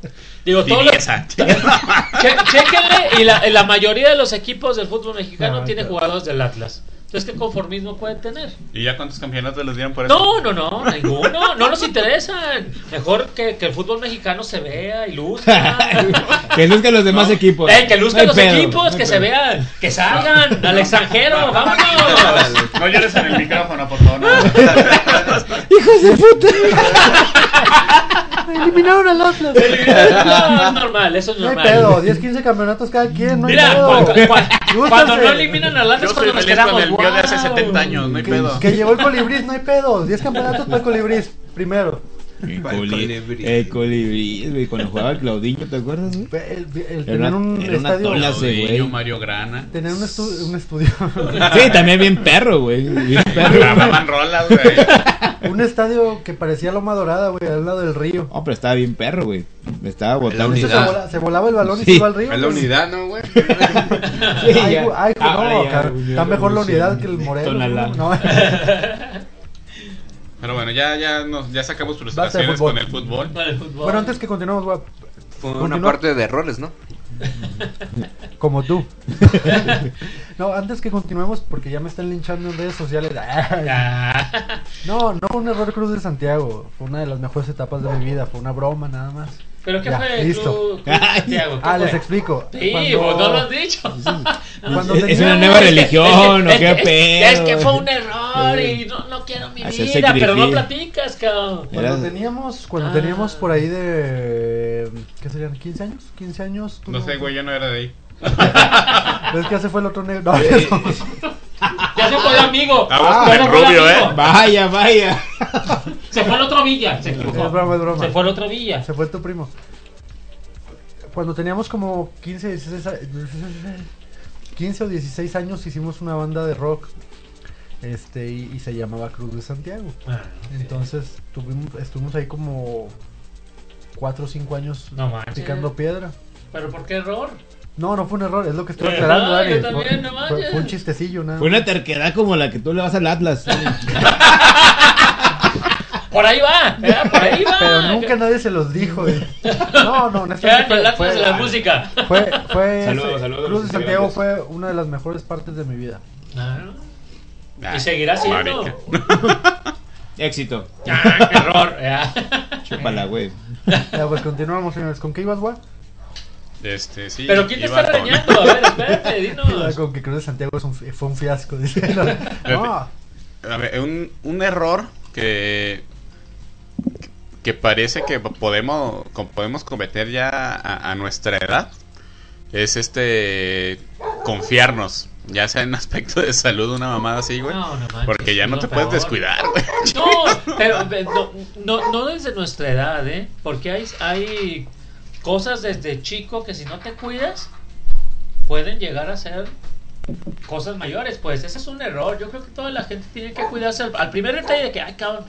S4: Digo, todo lo-
S2: Tibieza.
S4: Che- chéquenle, y la, la mayoría de los equipos del fútbol mexicano
S5: Ah,
S4: tiene
S5: claro.
S4: jugadores del Atlas. Entonces, ¿qué conformismo puede tener?
S2: ¿Y ya cuántos campeonatos les dieron por
S7: Pues
S2: eso?
S4: No, no, no, ninguno. No nos interesan. Mejor que, que el fútbol mexicano se vea y luzca.
S7: que luzcan los demás
S2: No.
S7: equipos.
S4: Eh, que luzcan
S7: No
S4: los
S7: hay pedo,
S4: equipos,
S7: no hay
S4: que se
S7: pedo.
S4: vean, que salgan al extranjero, vámonos.
S2: No llores en el micrófono, por favor. no.
S8: ¡Hijos de puta! Eliminaron al Atlas.
S4: No, es normal, eso es
S5: No hay
S4: normal.
S5: pedo, 10, 15 campeonatos cada quien, no hay
S4: Mira,
S5: pedo.
S4: cuando, cua-
S5: Gústense.
S4: cuando no eliminan al
S2: Yo
S4: Atlas,
S2: soy
S4: cuando nos
S2: feliz con
S4: quedamos.
S2: el mío de hace
S4: "Guau".
S2: 70 años, no hay pedo.
S5: Que llegó el colibrís, no hay pedo. 10 campeonatos para el colibrís, primero.
S7: El
S6: Para el
S7: colibrí.
S6: colibrí.
S7: El colibrí, güey. Cuando jugaba el Claudinho, ¿te acuerdas, güey?
S5: El, el tener
S7: una-
S5: un
S7: era una
S5: estadio.
S7: tola, güey.
S2: Niño Mario Grana.
S5: Tener un, estu- un estudio.
S7: Sí, también bien perro, güey. Bien perro.
S2: Grababan rolas, güey.
S5: un estadio que parecía loma dorada, güey, al lado del río.
S7: No, pero estaba bien perro, güey. Me estaba botando.
S5: Entonces se,
S6: unidad.
S5: vola- se volaba el balón y
S7: Sí.
S5: se iba al río.
S6: Es la
S5: güey.
S6: unidad, ¿no, güey?
S5: Ay,
S7: Sí, ya.
S5: güey, ay, güey,
S7: Ahora
S5: no,
S7: ya,
S5: cabrón,
S7: güey,
S5: Está
S7: ya
S5: mejor la
S7: revolución.
S5: unidad que el Morelos.
S7: Tonalá.
S5: güey, No,
S2: Pero bueno, ya, ya, nos, ya sacamos
S5: Basta de
S2: frustraciones
S5: fútbol.
S2: con el fútbol.
S4: Con el fútbol.
S5: Bueno, antes que continuemos, güey,
S6: Fue una
S5: Continúa.
S6: parte de errores, ¿no?
S5: como tú. no, antes que continuemos, porque ya me están linchando en redes sociales.
S4: Ah.
S5: No, no fue un error Cruz de Santiago. Fue una de las mejores etapas de mi vida. Fue una broma nada más.
S4: ¿Pero qué
S5: Ya,
S4: fue?
S5: listo.
S4: Club- Club Santiago? ¿Qué
S5: Ah, les
S4: fue?
S5: explico.
S4: Sí,
S5: Cuando-
S4: vos no lo has dicho.
S5: Cuando
S7: Es- es
S5: tenía-
S7: una nueva
S4: Es que-
S7: religión,
S4: es
S7: o qué
S4: que- Es,
S7: pedo.
S4: que fue un error y no, no quiero mi
S7: Hacer
S4: vida, pero no
S7: sacrificio.
S4: platicas, cabrón.
S5: Cuando
S7: Era-
S5: teníamos, cuando
S4: Ah.
S5: teníamos por ahí de... ¿Qué serían? ¿15 años? ¿15 años? tú
S2: No sé, güey, yo no era de ahí.
S5: Pero Es que hace fue el otro negro. No, eso-
S4: Ya se fue el amigo.
S2: Aguas
S4: Ya
S2: con
S4: se
S2: el
S4: fue
S2: Ah, rubio,
S4: Ah, pues, amigo.
S7: Vaya, vaya.
S4: Se fue al otro villa. Se equivocó.
S5: es broma, es broma.
S4: Se fue al otro villa.
S5: Se fue tu primo. Cuando teníamos como 15, 16, a- 15 o 16 años hicimos una banda de rock. Este, y, y se llamaba Cruz de Santiago.
S4: Ah,
S5: Entonces tuvimos, estuvimos ahí como 4 o 5 años
S4: No manches.
S5: picando piedra.
S4: ¿Pero por qué error?
S5: No, no fue un error, es lo que estoy
S4: Eh,
S5: aclarando,
S4: no,
S5: Dani.
S4: yo también, no
S5: fue,
S4: manches.
S5: fue un chistecillo, nada.
S7: Fue
S5: más.
S7: una terquedad como la que tú le vas al Atlas.
S4: Por ahí va. ¿verdad? Por ahí va.
S5: Pero nunca nadie se los dijo. eh. No, no,
S4: Quedan
S5: honestamente
S4: con el
S5: fue-
S4: Atlas de la música.
S5: Fue, fue
S7: Saludos,
S5: ese-
S7: saludos a
S5: Cruz
S7: los
S5: de Santiago
S7: integrantes.
S5: fue una de las mejores partes de mi vida.
S4: Ah,
S2: Ah,
S4: Y seguirá siendo.
S2: marica.
S7: Éxito.
S4: Ah, error. ¿verdad?
S7: Chúpala, güey.
S5: Ya, pues continuamos, señores. ¿Con qué ibas, güey?
S2: Este, sí.
S4: Pero ¿quién te
S2: iba
S4: está
S2: con-
S4: regañando? A ver, espérate,
S5: Ah,
S4: dinos.
S5: Con que Cruz de Santiago es un fi- fue un fiasco. dice. No, no,
S2: A ver, un, un error que que parece que podemos co- podemos cometer ya a, a nuestra edad es este confiarnos ya sea en aspecto de salud una mamada así güey
S4: No, no manches,
S2: porque ya
S4: es
S2: no
S4: lo
S2: te puedes
S4: peor.
S2: descuidar güey
S4: No, pero eh, no, no, no desde nuestra edad, ¿eh? Porque hay, hay cosas desde chico que si no te cuidas, pueden llegar a ser cosas mayores. Pues ese es un error. Yo creo que toda la gente tiene que cuidarse al, al primer detalle de que, ay, cabrón,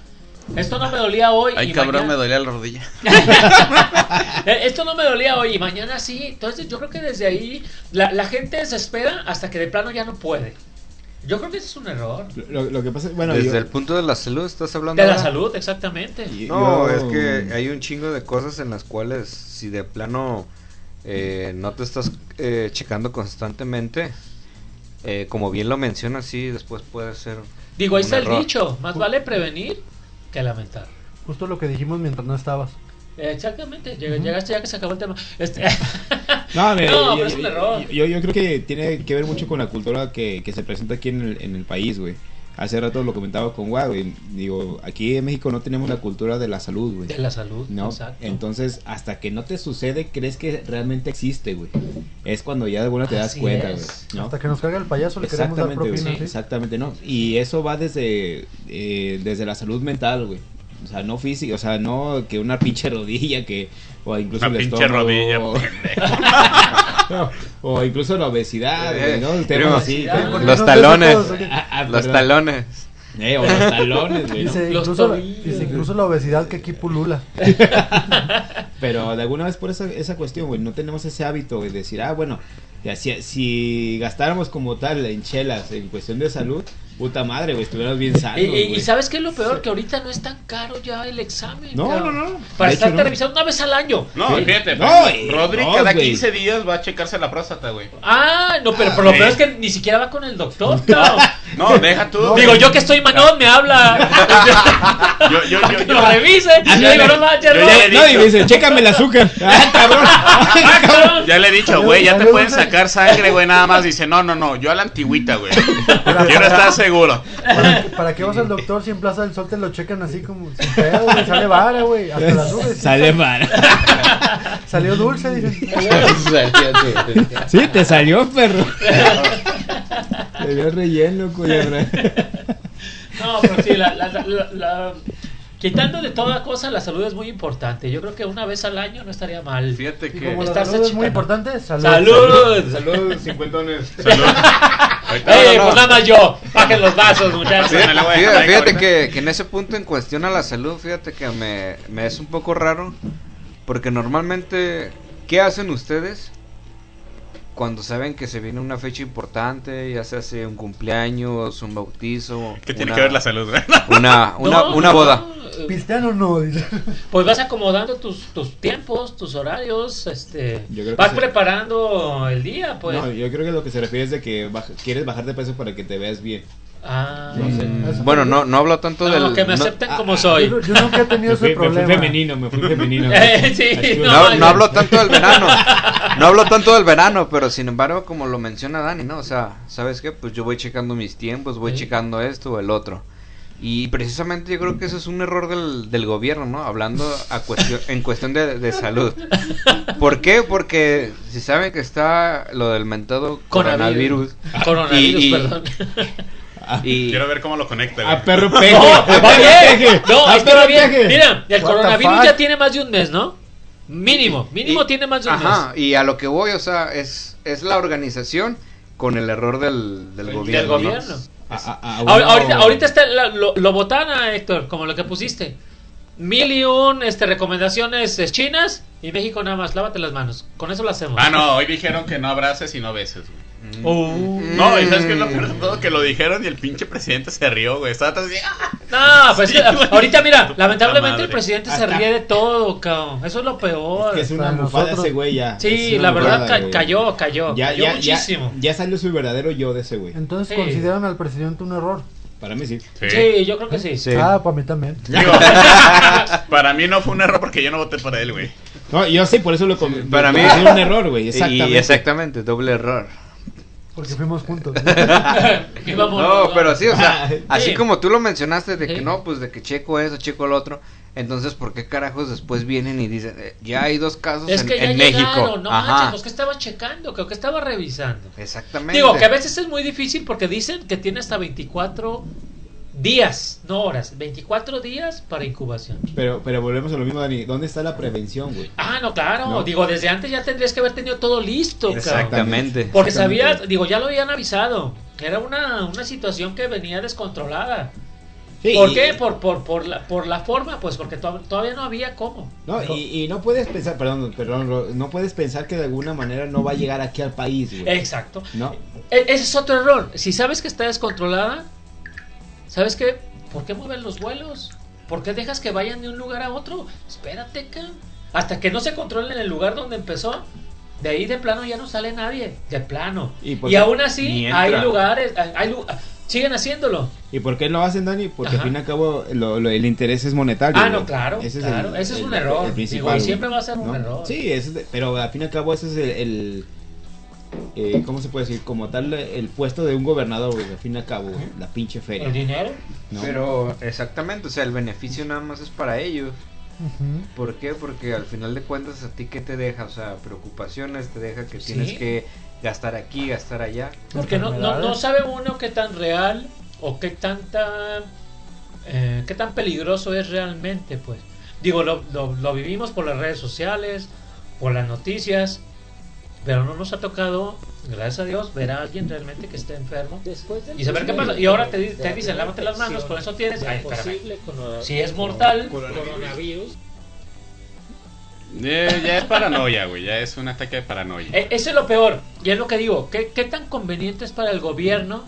S4: esto no me dolía hoy.
S2: ay
S4: y
S2: cabrón me
S4: mañana-
S2: dolía la rodilla
S4: eh, Esto no me dolía hoy y mañana sí. Entonces yo creo que desde ahí la, la gente desespera hasta que de plano ya no puede. Yo creo que ese es un error.
S7: Lo, lo que pasa bueno,
S6: Desde
S7: yo-
S6: el punto de la salud, ¿estás hablando?
S4: De la
S6: ahora?
S4: salud, exactamente.
S7: yo-
S6: No,
S7: yo-
S6: es que hay un chingo de cosas en las cuales si de plano eh, no te estás eh, checando constantemente, eh, como bien lo mencionas, sí, después puede ser...
S4: Digo, ahí
S6: un
S4: está el
S6: error.
S4: dicho, más vale prevenir que lamentar.
S5: justo lo que dijimos mientras no estabas.
S4: Eh, Exactamente, lleg- llegaste ya que se acabó el tema. Este...
S7: No, mira,
S4: No,
S7: yo,
S4: pero es un
S7: yo-
S4: error.
S7: yo- yo creo que tiene que ver mucho con la cultura que, que se presenta aquí en el, en el país, güey. Hace rato lo comentaba con Guau, güey. Digo, aquí en México no tenemos la cultura de la salud, güey.
S4: De la salud,
S7: No,
S4: exacto.
S7: entonces hasta que no te sucede, crees que realmente existe, güey. Es cuando ya de alguna te das
S4: Así
S7: cuenta, güey.
S4: es.
S7: ¿no?
S5: Hasta que nos caiga el payaso le queremos dar
S7: Exactamente, güey,
S5: propina.
S7: sí,
S5: ¿sí?
S7: exactamente, no. Y eso va desde, eh, desde la salud mental, güey. O sea, no física, o sea, no que una pinche rodilla que, o incluso
S2: Una
S7: el
S2: pinche
S7: estómago,
S2: rodilla,
S7: o-
S2: pendejo.
S7: No, o incluso la obesidad,
S6: Eh,
S7: ¿no? El
S6: pero-
S7: tema así.
S4: Pero
S5: ¿por qué
S6: Los
S5: no
S6: talones.
S5: todos? Oye,
S7: Ah, ah,
S6: Los
S7: perdón.
S6: talones.
S7: Eh, o los talones, güey. ¿no?
S5: Dice,
S4: Los
S5: incluso, la-
S4: tobillos.
S5: dice, incluso la obesidad que aquí pulula.
S7: Pero de alguna vez por esa, esa cuestión, güey, no tenemos ese hábito, güey, de decir, ah, bueno, ya si, si gastáramos como tal en chelas, en cuestión de salud, puta madre, güey, estuvieras bien
S4: Y,
S7: sanos,
S4: y- y
S7: güey.
S4: sabes qué es lo peor? Que ahorita no es tan caro ya el examen.
S7: No,
S4: cabrón.
S7: no, no.
S4: Para
S7: De
S4: estarte
S7: hecho, no.
S4: revisando una vez al año.
S2: No,
S7: Sí.
S2: fíjate,
S7: No,
S2: Rodríguez
S7: y-
S2: Rodri
S7: no,
S2: cada
S7: güey.
S2: 15 días va a checarse la próstata, güey.
S4: Ah, no, pero por lo
S2: Ah,
S4: peor
S2: sí.
S4: es que ni siquiera va con el doctor. cabrón.
S2: No, deja tú.
S4: Digo, yo que estoy manón, me habla.
S2: Yo, yo,
S4: para
S2: yo,
S4: que
S2: yo-
S4: lo revise.
S7: Ah,
S4: Y yo
S7: ya
S4: digo,
S7: le-
S4: no manches,
S2: yo
S4: no.
S2: ya le
S7: No, y me dice, chécame el azúcar. Ah, cabrón.
S4: Ah, cabrón.
S2: Ya le he dicho, güey, ya te pueden sacar sangre, güey, nada más. Dice, no, no, no, yo a la antigüita, güey. Quiero estar seguro.
S5: ¿Para, para qué vas al doctor si en Plaza del Sol te lo checan así como sin pedo, güey? Sale vara, güey. Hasta las nubes.
S7: Sale mal.
S5: Salió dulce, dicen.
S7: Sí, te salió, perro. Te dio relleno, cuya
S4: No, pero sí, la, la- la- la- quitando de toda cosa, la salud es muy importante. Yo creo que una vez al año no estaría mal.
S2: Fíjate
S5: Y
S2: que.
S5: como la
S4: Estás
S5: salud es muy
S4: achicando.
S5: importante, salud.
S4: ¡Salud! ¡Salud!
S6: Saludos, cincuentones.
S2: Ahorita-
S4: ¡Ey,
S6: No, no, no.
S4: pues nada más yo! ¡Bajen los vasos, muchachos!
S2: Sí. la voy a dejar
S6: Fíjate,
S2: ahí,
S6: fíjate
S2: ahorita.
S6: que, que en ese punto en cuestión a la salud, fíjate que me, me es un poco raro. Porque normalmente, ¿qué hacen ustedes cuando saben que se viene una fecha importante? Ya se hace un cumpleaños, un bautizo.
S2: ¿Qué tiene
S6: una-
S2: que ver la salud, güey?
S6: Una, una,
S4: No,
S6: una
S4: no,
S6: boda.
S4: eh,
S5: ¿Pistean o no? Dice.
S4: Pues vas acomodando tus, tus tiempos, tus horarios, este,
S7: Yo creo que
S4: vas
S7: sí.
S4: preparando el día, pues.
S7: No, yo creo que lo que se refiere es de que baja- quieres bajar de peso para que te veas bien.
S4: ah,
S7: No sé.
S6: Mm, Bueno, no, no hablo tanto
S4: No,
S6: del.
S4: que me
S6: no-
S4: acepten
S7: ah,
S4: como soy.
S5: Yo, yo nunca he tenido
S7: Me fui, me
S5: ese
S7: fui
S5: problema.
S7: femenino, me fui femenino.
S4: Eh, sí,
S7: Ayuda.
S6: No,
S4: No,
S6: no
S4: yo-
S6: hablo tanto del verano. No hablo tanto del verano, pero sin embargo, como lo menciona Dani, ¿no? O sea, ¿sabes qué? Pues yo voy checando mis tiempos, voy
S4: Sí.
S6: checando esto o el otro. Y precisamente yo creo que eso es un error del, del gobierno, ¿no? Hablando a cuestión, en cuestión de, de salud. ¿Por qué? Porque si saben que está lo del mentado coronavirus.
S4: Coronavirus. Coronavirus,
S6: Y- y-
S4: perdón. Ah,
S6: Y,
S2: Quiero ver cómo lo conecta, güey.
S7: A perro peje.
S4: No,
S7: a
S4: va bien. No,
S7: a
S4: es que va
S7: perro
S4: bien.
S7: peje.
S4: Mira, el
S5: What the
S4: coronavirus
S5: fuck?
S4: ya tiene más de un mes, ¿no? Mínimo, mínimo
S6: Y-
S4: tiene más de un
S6: ajá,
S4: mes.
S6: y a lo que voy, o sea, es, es la organización con el error del, del gobierno.
S4: Del
S6: ¿no?
S4: gobierno.
S7: A- a- a-
S4: Ahor-
S7: wow.
S4: Ahorita, ahorita está la- lo, lo botana, Héctor, como lo que pusiste. Mil y un este, recomendaciones eh, chinas y México nada más. Lávate las manos. Con eso lo hacemos.
S2: Ah, no, hoy dijeron que no abraces y no beses, güey.
S4: Uh,
S2: No, y sabes que lo peor de todo que lo dijeron y el pinche presidente se rió, güey. Estaba todo así, ¡ah!
S4: no, pues
S2: Sí,
S4: eh,
S2: güey.
S4: ahorita mira,
S2: Tu
S4: lamentablemente el
S2: puta madre.
S4: presidente se
S7: Hasta-
S4: ríe de todo, cabrón. Eso es lo peor.
S7: Que es una
S5: Para
S7: mufada
S5: nosotros-
S7: ese güey ya. Es
S4: Sí,
S7: una
S4: la verdad
S7: mufada,
S4: ca-
S7: güey.
S4: cayó, cayó.
S7: Ya,
S4: cayó
S7: ya,
S4: muchísimo.
S7: Ya, ya salió su verdadero yo de ese güey.
S5: Entonces
S4: Sí.
S5: consideran al presidente un error.
S7: Para mí sí.
S2: Sí.
S4: Sí, yo creo que sí.
S6: Sí.
S5: Ah, para mí también.
S2: Digo, para mí no fue un error porque yo no voté por él, güey.
S7: No, yo sí, por eso lo com-
S6: Para
S7: lo
S6: mí-
S7: considero un error, güey.
S6: Exactamente.
S7: Exactamente.
S6: Y exactamente, doble error.
S5: Porque fuimos juntos.
S4: Íbamos-
S6: No, pero sí, o sea, así
S4: Sí.
S6: como tú lo mencionaste de que
S4: Sí.
S6: no, pues de que checo eso, checo el otro, entonces ¿por qué carajos después vienen y dicen, eh, ya hay dos casos
S4: Es
S6: en,
S4: que ya
S6: en
S4: llegaron,
S6: México?
S4: no
S6: Ajá.
S4: manches, los que estaba checando, que que estaba revisando.
S6: Exactamente.
S4: Digo, que a veces es muy difícil porque dicen que tiene hasta 24 días, no horas, 24 días para incubación.
S7: Pero, pero volvemos a lo mismo, Dani. ¿Dónde está la prevención, güey?
S4: Ah, no, claro,
S7: No.
S4: digo, desde antes ya tendrías que haber tenido todo listo, cabrón.
S6: Exactamente.
S4: Porque
S7: Exactamente.
S4: sabías, digo, ya lo habían avisado. Era una, una situación que venía descontrolada.
S7: Sí,
S4: ¿Por
S7: y-
S4: qué? Por, por, por, la, por la forma, pues porque to- todavía no había cómo.
S7: No, y, y no puedes pensar, perdón, perdón, Ro- no puedes pensar que de alguna manera no va a llegar aquí al país, güey.
S4: Exacto.
S7: No,
S4: E- ese es otro error. Si sabes que está descontrolada, ¿sabes qué? ¿Por qué mueven los vuelos? ¿Por qué dejas que vayan de un lugar a otro? Espérate, cabrón. Hasta que no se controle en el lugar donde empezó. De ahí de plano ya no sale nadie. De plano.
S7: Y
S4: Y,
S7: porque
S4: aún
S6: ni
S4: así
S6: entra.
S4: hay lugares. hay- hay lu- siguen haciéndolo.
S7: ¿Y por qué lo hacen, Dani? Porque
S4: Ajá.
S7: al fin y al cabo lo- lo- el interés es monetario.
S4: Ah,
S7: güey.
S4: no, claro, claro. Ese es un error.
S7: principal,
S4: Digo, y
S7: güey.
S4: siempre va a ser un error.
S7: Sí, ese es de- pero al fin y al cabo ese es el... el, eh, ¿Cómo se puede decir? Como tal, el puesto de un gobernador, güey, al fin y al cabo, güey, la pinche
S4: El
S7: feria.
S4: dinero.
S7: ¿no?
S6: Pero exactamente, o sea, el beneficio nada más es para ellos.
S5: Ujú.
S6: ¿Por qué? Porque al final de cuentas a ti qué te deja, o sea, preocupaciones, te deja que
S4: Sí.
S6: tienes que gastar aquí, gastar allá.
S4: Porque no, no, no sabe uno qué tan real o qué tanta eh, qué tan peligroso es realmente, pues. Digo, lo, lo- lo vivimos por las redes sociales, por las noticias, Pero no nos ha tocado, gracias a Dios, ver a alguien realmente que esté enfermo.
S9: Después del
S4: Y saber qué
S9: primer
S4: pasa. Y ahora te,
S9: de
S4: di-
S9: la
S4: te dicen,
S9: primera
S4: lávate las manos, por eso tienes.
S9: infección
S4: Ay,
S9: del
S4: espérame.
S9: posible corona-
S4: Si es mortal,
S9: Coronavirus.
S2: Eh, ya es paranoia, güey. Ya es un ataque de paranoia.
S5: Eh.
S4: E- Eso es lo peor, y es lo que digo, ¿qué, qué tan conveniente es para el gobierno,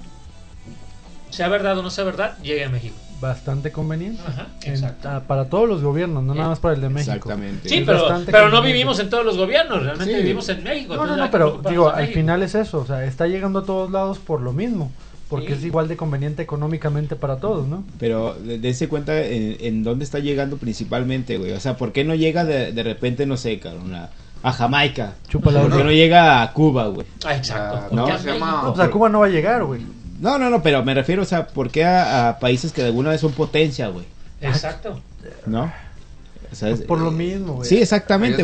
S4: sea verdad o no sea verdad, llegue a México?
S5: Bastante conveniente.
S4: Ajá,
S5: En- ah, para todos los gobiernos, no nada más para el de México.
S7: Exactamente.
S4: Sí,
S5: es
S4: pero,
S5: bastante
S4: pero no
S5: conveniente.
S4: vivimos en todos los gobiernos, realmente
S7: Sí.
S4: vivimos en México.
S5: No,
S4: entonces
S5: no,
S4: hay
S5: no,
S4: que
S5: pero
S4: preocuparnos
S5: digo,
S4: en
S5: al
S4: México.
S5: final es eso, o sea, está llegando a todos lados por lo mismo, porque
S4: Sí.
S5: es igual de conveniente económicamente para todos, ¿no?
S7: Pero de- dése cuenta en, en dónde está llegando principalmente, güey. O sea, ¿por qué no llega de, de repente, no sé, cabrón, a, a Jamaica?
S4: Pues
S5: Chúpala.
S7: ¿Por qué no llega a Cuba, güey?
S4: Ah, exacto.
S6: Ah,
S4: porque
S7: ¿no?
S4: a
S6: Se llama-
S4: México-
S5: No, pues a Cuba no va a llegar, güey.
S7: No, no, no, pero me refiero, o sea, ¿por qué a, a países que de alguna vez son potencia, güey?
S4: Exacto.
S7: ¿No? O sea, es- eh,
S5: Por lo mismo, güey.
S7: Sí, exactamente,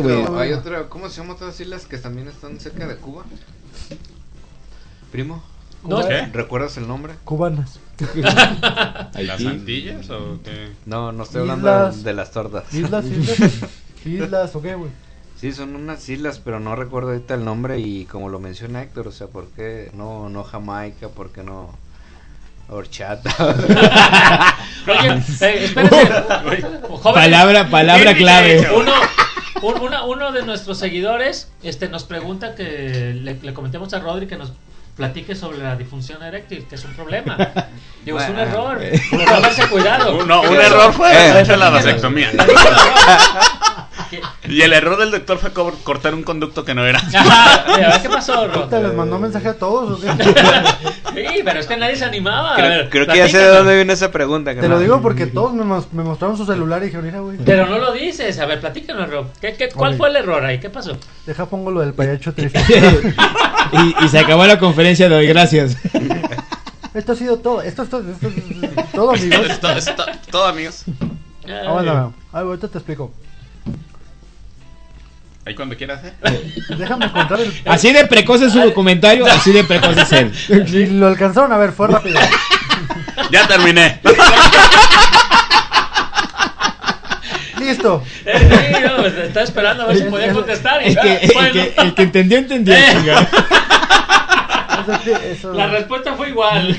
S10: Hay
S7: güey.
S10: otro- Hay otra, ¿cómo se llaman otras islas que también están cerca de Cuba? Primo,
S4: No,
S7: ¿Eh?
S2: ¿Qué?
S10: ¿recuerdas el nombre?
S5: Cubanas.
S2: ¿Las
S7: Haití.
S2: Antillas o qué?
S6: No, no estoy
S5: Islas.
S6: hablando de las tortas.
S5: Islas, islas. islas, ok, güey.
S6: Sí, son unas islas, pero no recuerdo ahorita el nombre y como lo menciona Héctor, o sea, ¿por qué no, no Jamaica? ¿Por qué no horchata?
S4: Oye, eh, espérense. Jóvenes,
S7: Palabra, palabra
S2: Bien
S7: clave.
S2: dicho.
S4: Uno, un- una- uno de nuestros seguidores este, nos pregunta que le, le comentemos a Rodri que nos platique sobre la disfunción eréctil, que es un problema. Digo, es un
S6: Bueno,
S4: error. No haberse cuidado.
S2: Un- No, un
S4: Eso-
S2: error fue
S6: Eh.
S2: hecho la vasectomía.
S4: que-
S2: Y el error del doctor fue co- cortar un conducto que no era.
S4: Ajá, mira, ¿Qué pasó,
S5: Puta,
S4: Rodri?
S5: les mandó mensaje a todos, ¿o qué?
S4: Sí, pero es que nadie se animaba. A
S6: creo
S4: ver,
S6: creo que ya sé de
S4: platícanos.
S6: dónde viene esa pregunta.
S5: Te
S6: carnal.
S5: lo digo porque todos me, mos- me mostraron su celular y dije, mira, güey.
S4: Pero no lo dices. A ver, platícanos, Rob. ¿Qué, qué, cuál
S5: Ok.
S4: fue el error ahí? ¿Qué pasó?
S5: Deja pongo lo del payacho triste.
S7: y, y se acabó la conferencia de hoy, gracias.
S5: Esto ha sido todo. Esto es todo, esto es todo, amigos. Ah,
S2: Esto- esto- todo, amigos.
S7: Ah,
S5: Ahora, ay, ahorita te explico.
S2: Ahí cuando quieras, ¿eh?
S5: Déjame contar el.
S7: Así de precoz es su comentario, así de precoz es él.
S5: Si lo alcanzaron a ver, fue rápido.
S2: Ya terminé.
S5: Listo.
S4: Eh, sí, no, pues, estaba esperando a ver si podía contestar. Y,
S7: El que,
S4: ah,
S7: el
S4: bueno.
S7: que- el que entendió, entendió.
S4: Eh.
S7: chinga.
S5: Eso sí, eso-
S4: La respuesta fue igual.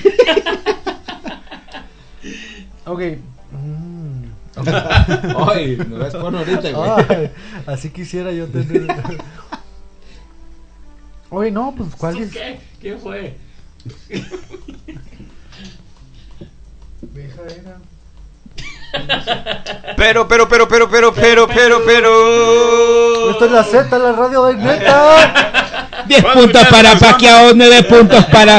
S5: Ok. Mm.
S7: Ay, no ves porno ahorita,
S5: Ay, así quisiera yo tener. Oye, no, pues, ¿cuál es?
S4: ¿Qué? ¿Quién fue?
S5: Vieja era.
S6: Pero, pero, pero, pero, pero, pero, pero, pero.
S5: Esto es la Z, la radio de neta.
S7: 10 puntos para Pacquiao, 9 puntos para.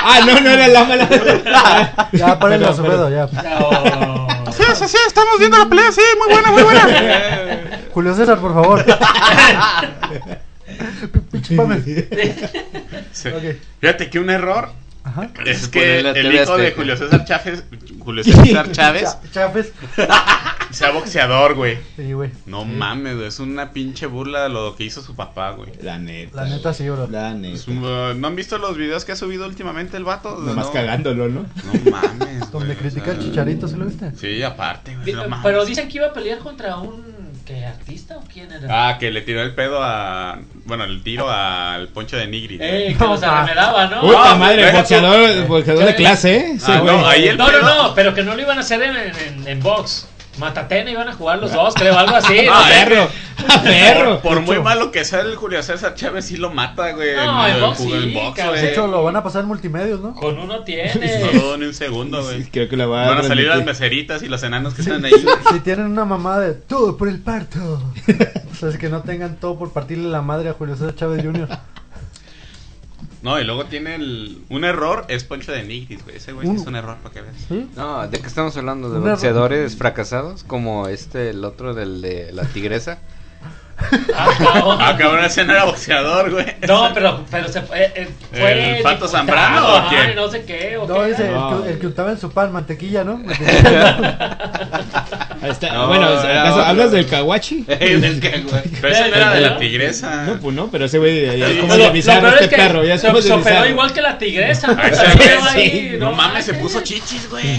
S7: Ah, no, no era la mala.
S5: Ya, paren
S7: Perdón,
S5: los pedo, ya.
S4: No.
S10: sí, estamos viendo la pelea, sí, muy buena, muy buena.
S5: Julio César, por favor. Pinches mames.
S2: Sí.
S5: Ok.
S2: Fíjate que un error
S5: Ajá.
S2: es que
S6: Ponerle a
S2: el
S6: TV
S2: hijo de
S6: Azteca.
S2: Julio César Chávez, Julio César Chávez
S5: Cha- Chafes.
S2: sea boxeador, güey.
S5: Sí, güey.
S2: No mames, güey, es una pinche burla de lo que hizo su papá, güey.
S7: La neta.
S5: La neta sí, bro.
S7: La neta.
S2: Es un- ¿No han visto los videos que ha subido últimamente el vato?
S7: Nomás
S2: no,
S7: cagándolo, ¿no?
S2: No mames.
S5: Donde
S2: güey, o
S5: critica al
S2: sea,
S5: chicharito, ¿sí lo viste?
S2: Sí, aparte, güey.
S4: Di-
S2: no mames.
S4: Pero dicen que iba a pelear contra un. ¿Qué artista o quién era?
S2: Ah, que le tiró el pedo a. Bueno, el tiro al poncho de Nigri. güey.
S4: Eh, que los arremedaba, ¿no? Ah,
S7: Puta
S2: No,
S7: madre,
S2: pero-
S7: boxeador, boxeador de clase, ¿eh? Ese
S2: Ah,
S7: güey.
S2: no, ahí el
S4: no, no,
S2: pedo-
S4: no, pero que no lo iban a hacer en, en, en box. Matatena iban a jugar los dos, creo, algo así.
S2: Ah,
S4: no,
S2: eh.
S7: perro. A perro.
S2: Por, por muy malo que sea el Julio César Chávez, sí lo mata, güey.
S4: No, en box
S2: jugó en
S4: sí,
S2: box,
S4: cabrón. Eh.
S2: güey.
S5: De hecho, lo van a pasar en multimedios, ¿no?
S4: Con uno
S2: No
S4: tiene.
S2: dudó ni un segundo, güey.
S7: Sí, Creo que la va
S2: Van a salir las
S7: transmitir.
S2: meseritas y los enanos que están ahí.
S5: Si tienen una mamá de todo por el parto. O sea, es que no tengan todo por partirle la madre a Julio César Chávez Jr.
S2: No, y luego tiene el... un error, es Poncho de Nigris, güey. Ese güey sí es un error para que veas.
S5: Uh. ¿Sí?
S6: No, ¿de qué estamos hablando? ¿De
S5: Una-
S6: boxeadores fracasados? Como este, el otro del de la tigresa.
S4: Ah, cabrón.
S2: Ah, cabrón, ese no era boxeador, güey.
S4: No, pero, pero se fue. eh, fue
S2: ¿El Pato
S4: diputado,
S2: Zambrano o
S4: ajá,
S2: quién?
S4: No sé qué. O
S5: No,
S4: qué
S5: ese,
S4: era.
S5: el, que, el que untaba en su pan, mantequilla, ¿no? Mantequilla.
S7: Ahí está.
S6: No,
S7: bueno,
S6: era
S7: ¿acaso
S6: otro.
S7: ¿hablas del kawachi?
S6: Del que, güey.
S2: Pero ese no era de la
S7: No,
S2: tigresa.
S7: pues no, pero ese güey ya- ya es como
S4: Ah. Lo- lo
S7: deslizar a
S4: peor
S7: este
S4: es que
S7: perro. Ya es
S4: se,
S7: como
S4: se operó
S7: deslizar.
S4: igual que la tigresa. ¿no?
S2: Ah, ese
S4: Pero
S2: güey,
S4: ahí,
S7: sí.
S2: No mames, se puso chichis, güey.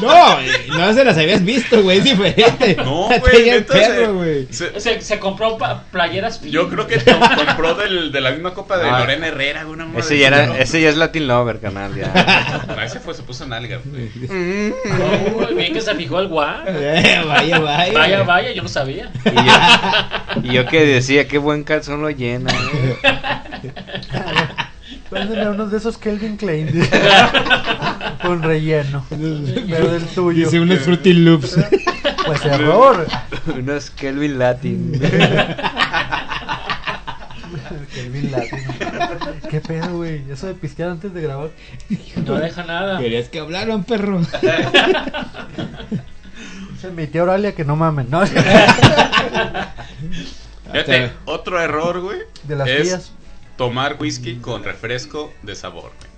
S7: No, eh, no se las habías visto, güey, es diferente.
S2: No,
S7: Está
S2: güey,
S7: bien
S2: neta, se-
S7: perro, güey.
S2: se-
S4: Ese se, se compró pa- playeras.
S2: Yo creo que to- compró del, de la misma copa de
S6: Ah.
S2: Lorena Herrera, güey. una mamá
S6: Ese
S2: de
S6: ya,
S2: esas,
S6: era,
S2: ¿no?
S6: ese ya es Latin Lover, canal. Ya.
S2: No, ese fue, se puso nalga, güey.
S4: Oh, muy bien que se fijó el guan.
S7: Eh, vaya, vaya.
S4: Vaya, vaya, yo no sabía.
S6: Y yo, y yo que decía, qué buen calzón lo llena. eh.
S5: Pásenme unos de esos Kelvin Klein. Con relleno. Pero del tuyo.
S7: Hice unos Fruity Loops.
S5: Pues error.
S6: Unos Kelvin Latin.
S5: Kelvin Latino. ¿Qué pedo, güey? Eso de pistear antes de grabar.
S4: No deja nada.
S7: Querías que hablaran, perro.
S5: Se mi tía Oralia que no mamen, ¿no?
S2: Fíjate, otro error, güey.
S5: De las
S2: es
S5: tías.
S2: tomar whisky con refresco de sabor. güey.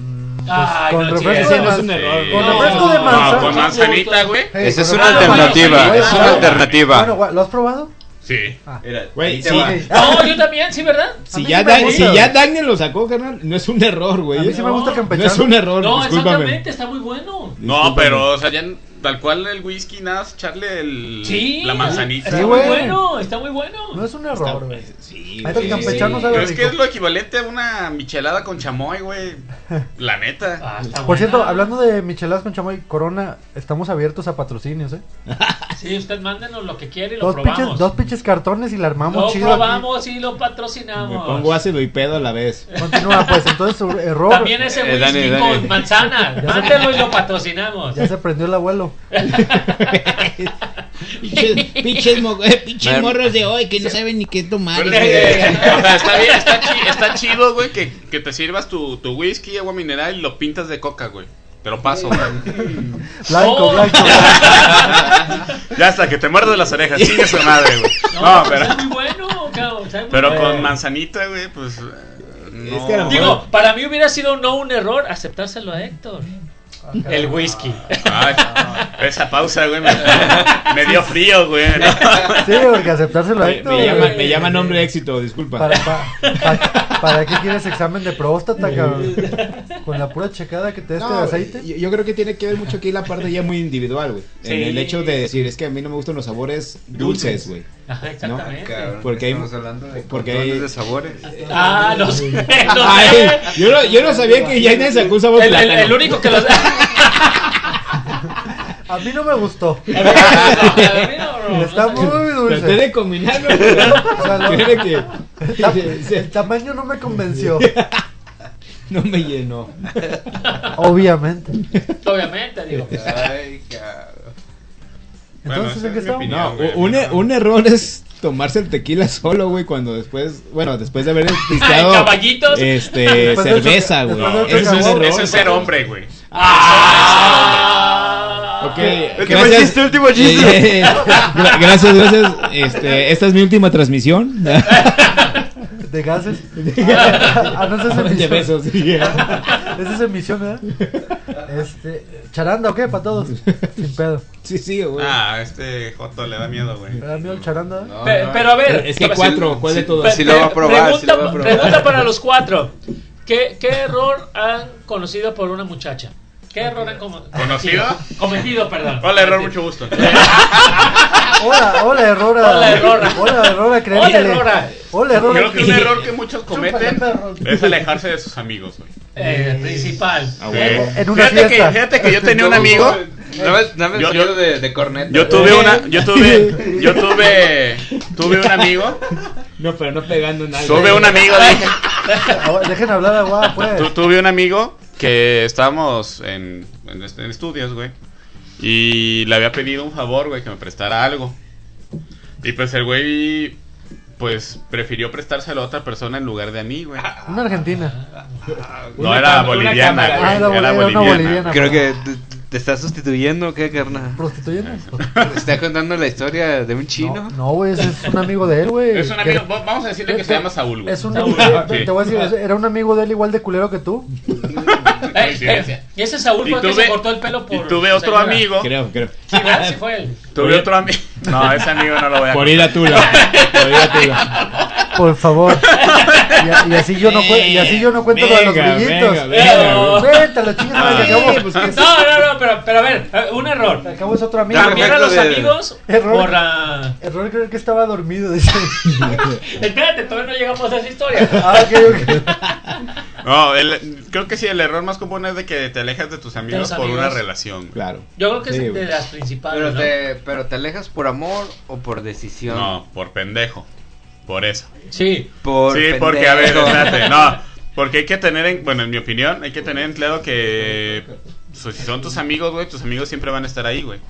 S5: Mm, pues,
S4: Ay,
S5: con
S4: no,
S5: refresco
S4: sí,
S5: de
S4: eso es
S5: manzana.
S4: un
S2: error,
S5: Con
S2: güey.
S5: refresco de
S4: No,
S5: manzana.
S2: No, con manzanita, güey.
S5: Hey,
S6: Esa es
S5: con
S6: una
S5: refresco de
S6: alternativa.
S5: manzana.
S6: Es una
S5: Bueno,
S6: alternativa.
S5: güey, ¿lo has probado?
S2: Sí.
S5: Ah.
S2: Era-
S7: Güey,
S2: ahí te
S7: sí.
S2: va.
S5: Ok.
S4: No, yo también, sí, ¿verdad?
S5: A
S7: Si
S5: mí
S7: ya,
S5: sí me
S7: Dan-
S5: gusta,
S7: si
S5: güey.
S7: ya Daniel lo sacó, carnal, no es un error,
S5: A
S7: güey.
S5: mí sí me
S4: No,
S5: gusta que
S7: No es un error,
S4: No,
S7: discúlpame.
S4: exactamente, está muy bueno.
S2: No,
S7: Discúlpame.
S2: pero, o sea, ya tal cual el whisky, nada, más echarle el,
S4: Sí,
S2: la manzanita.
S4: Está
S5: Sí,
S4: muy
S5: güey.
S4: bueno, está muy bueno.
S5: No es un error, güey.
S7: Sí,
S5: Ahí está
S4: sí,
S5: el campechano
S4: sí.
S5: sabe
S2: ¿Crees
S5: rico.
S2: que es lo equivalente a una michelada con chamoy, güey? La neta.
S4: Ah, está
S5: Por cierto,
S4: buena.
S5: hablando de micheladas con chamoy, Corona, estamos abiertos a patrocinios, ¿eh?
S4: Sí, usted mándenos lo que quiere y lo
S5: Dos
S4: probamos.
S5: pinches, dos pinches cartones y la armamos
S4: lo
S5: chido. aquí.
S4: probamos y lo
S7: Me
S4: patrocinamos.
S7: pongo ácido y pedo a la vez.
S5: Continúa, pues, entonces su error.
S4: También ese
S6: Eh,
S4: whisky
S6: Dani, Dani.
S4: con manzana. Mándelo y lo patrocinamos.
S5: Ya se prendió el abuelo.
S9: Pinches, pinches mo- eh, pinches
S6: Man.
S9: morros de hoy que no saben ni qué tomar.
S2: Pero,
S9: hijo de-
S2: eh, o sea, está bien, está, chi- está chido, güey, que, que te sirvas tu, tu whisky, agua mineral y lo pintas de coca, güey. Te lo paso, güey.
S5: Blanco,
S4: Oh.
S5: blanco.
S2: Ya hasta que te muerdes las orejas, sigue su madre, güey.
S4: No,
S2: No,
S4: pero
S2: pero,
S4: está muy bueno, cabrón. está muy
S2: pero
S4: bueno.
S2: con manzanita, güey, pues. eh, No.
S7: Es que a lo mejor-
S4: Digo, para mí hubiera sido no un error aceptárselo a Héctor. El whisky.
S2: Ay, esa pausa, güey, me, me dio frío, güey. ¿no?
S5: Sí, porque aceptárselo a
S7: Me,
S5: Héctor,
S7: me llama,
S5: güey.
S7: me llama nombre éxito, disculpa.
S5: Para, pa- pa- ¿Para qué quieres examen de próstata, cabrón? Con la pura checada que te des de
S7: No,
S5: este aceite.
S7: Yo, yo creo que tiene que ver mucho aquí la parte ya muy individual, güey.
S4: Sí.
S7: En el hecho de decir, es que a mí no me gustan los sabores dulces, güey.
S4: Ajá, exactamente.
S10: Cabrón,
S7: Porque hay-
S10: Estamos hablando de.
S7: Porque
S6: Tonos
S7: hay...
S6: de sabores.
S4: Ah, no sé. no sé.
S7: Ay, yo, no, yo no sabía que ya nadie sacó un sabor
S4: el, el-
S7: plátano.
S4: el único que los.
S5: A mí no me gustó. Está
S4: Está
S5: muy
S7: Traté
S5: dulce.
S7: de combinarlo, pero
S5: O sea, lo-
S7: créeme que se-
S5: El
S7: se-
S5: tamaño no me convenció,
S7: no me llenó.
S5: obviamente.
S4: Obviamente, digo.
S10: Ay, cabrón.
S2: Bueno,
S5: Entonces,
S2: esa
S5: ¿en qué
S2: es mi
S5: estamos?
S2: opinión.
S7: No,
S2: güey,
S7: u- un,
S2: no.
S7: un error es tomarse el tequila solo, güey, cuando después, bueno, después de haber pisteado
S4: caballitos.
S7: este
S5: Después de ocho-
S7: cerveza, güey.
S5: después
S7: Eso
S5: de ocho
S7: es un
S5: caguamas.
S7: error.
S2: Eso es ser hombre, güey.
S4: Ah.
S7: Ok,
S6: Último chiste, último chiste.
S7: Eh, gra- gracias, gracias. Este, esta es mi última transmisión.
S5: ¿De gases? Ah, no, esa es
S7: De
S5: emisión.
S7: besos.
S5: Esa es emisión, ¿verdad? Este, ¿Charanda o qué? Para todos. Sin pedo.
S7: Sí, sí, güey.
S2: Ah, este Joto le da miedo, güey.
S7: Ah,
S5: ¿Era mío el charanda?
S10: No,
S4: Pe-
S10: no,
S4: Pero a ver.
S7: Es que hay cuatro, ¿cuál de
S4: Pe-
S7: todos?
S6: Sí lo va a
S4: pe-
S6: probar,
S4: pregunta,
S6: sí lo va a probar.
S4: pregunta para los cuatro. ¿Qué, qué error han conocido por una muchacha? ¿Qué error han como-
S2: ¿Conocido?
S4: Cometido, perdón.
S2: Hola, error, mucho gusto.
S5: Hola, hola, errora.
S4: Hola, errora.
S5: Hola, errora, créeme.
S4: Hola, errora.
S5: Hola, errora.
S2: Creo que un error que muchos cometen
S5: Chúpale, perro.
S2: es alejarse de sus amigos, güey.
S4: Eh, principal.
S2: Ah,
S7: Ah,
S5: huevo. Ah, En una
S2: fíjate, que,
S5: fiesta.
S2: fíjate que yo tenía un amigo.
S6: Dame, dame el
S2: Yo-
S6: sonido
S2: yo-
S6: de, de corneta.
S2: Yo tuve una. Yo tuve. Yo tuve. Tuve un amigo.
S7: No, pero no pegando nada.
S2: Tuve un amigo, dije.
S5: Ahora, Oh, Dejen hablar a Guau,
S2: Tu-
S5: pues.
S2: tuve un amigo que estábamos en, en est- en estudios, güey. Y le había pedido un favor, güey, que me prestara algo. Y pues el güey, pues prefirió prestárselo a otra persona en lugar de a mí, güey.
S5: Una argentina.
S2: No,
S7: Una
S2: era
S7: cámara, una
S2: boliviana,
S7: cámara.
S5: Ah,
S2: güey. Era
S5: era boliviana, una
S2: boliviana.
S5: boliviana.
S6: Creo que te, te estás sustituyendo, o ¿qué, carnal?
S5: ¿Prostituyendo?
S6: ¿Está contando la historia de un chino?
S5: No, no, güey, ese es un amigo de él, güey.
S2: Es un amigo,
S5: Que-
S2: va- vamos a decirle que se llama Saúl, güey.
S5: Es un,
S2: Saúl,
S5: te,
S2: sí.
S5: te voy a decir, es- era un amigo de él igual de culero que tú.
S4: Eh, eh, y ese Saúl
S2: Y
S4: fue el que
S2: tuve-
S4: se cortó el pelo por.
S2: Y tuve otro
S4: señora.
S2: amigo.
S7: Creo, creo.
S4: Sí, ¿verdad? Sí fue él.
S2: Tuve otro amigo. No, ese amigo no lo voy a
S7: Por ir a Tula. Por ir a Tula.
S5: Por favor. y, y así yo no cue- y así yo no cuento lo de
S7: Venga,
S5: los brillitos.
S7: venga, venga.
S5: Vete a la chingada,
S2: Ah,
S7: Ay.
S5: ya acabó, pues, ¿qué es?
S4: No, no, no, pero, pero a ver, eh, un error.
S5: Acabó es otro amigo.
S4: Cambiar a los
S6: de-
S4: amigos
S5: Error.
S4: por la...
S5: Error creo que estaba dormido. dice.
S4: Espérate, todavía no llegamos a esa historia.
S5: ah, ok, ok.
S2: No, el- creo que sí, el error más común es de que te alejas de tus amigos, por
S4: amigos.
S2: una relación. güey.
S7: Claro.
S4: Yo creo que
S7: Sí,
S4: es de
S7: güey.
S4: las principales,
S10: Pero
S4: ¿no?
S10: te, pero te alejas por amor o por decisión.
S2: No, por pendejo. Por eso.
S4: Sí.
S6: Por
S2: sí, porque a ver,
S6: pendejo.
S2: espérate, no, porque hay que tener, en, bueno, en mi opinión, hay que tener en claro que so- si son tus amigos, güey, tus amigos siempre van a estar ahí, güey.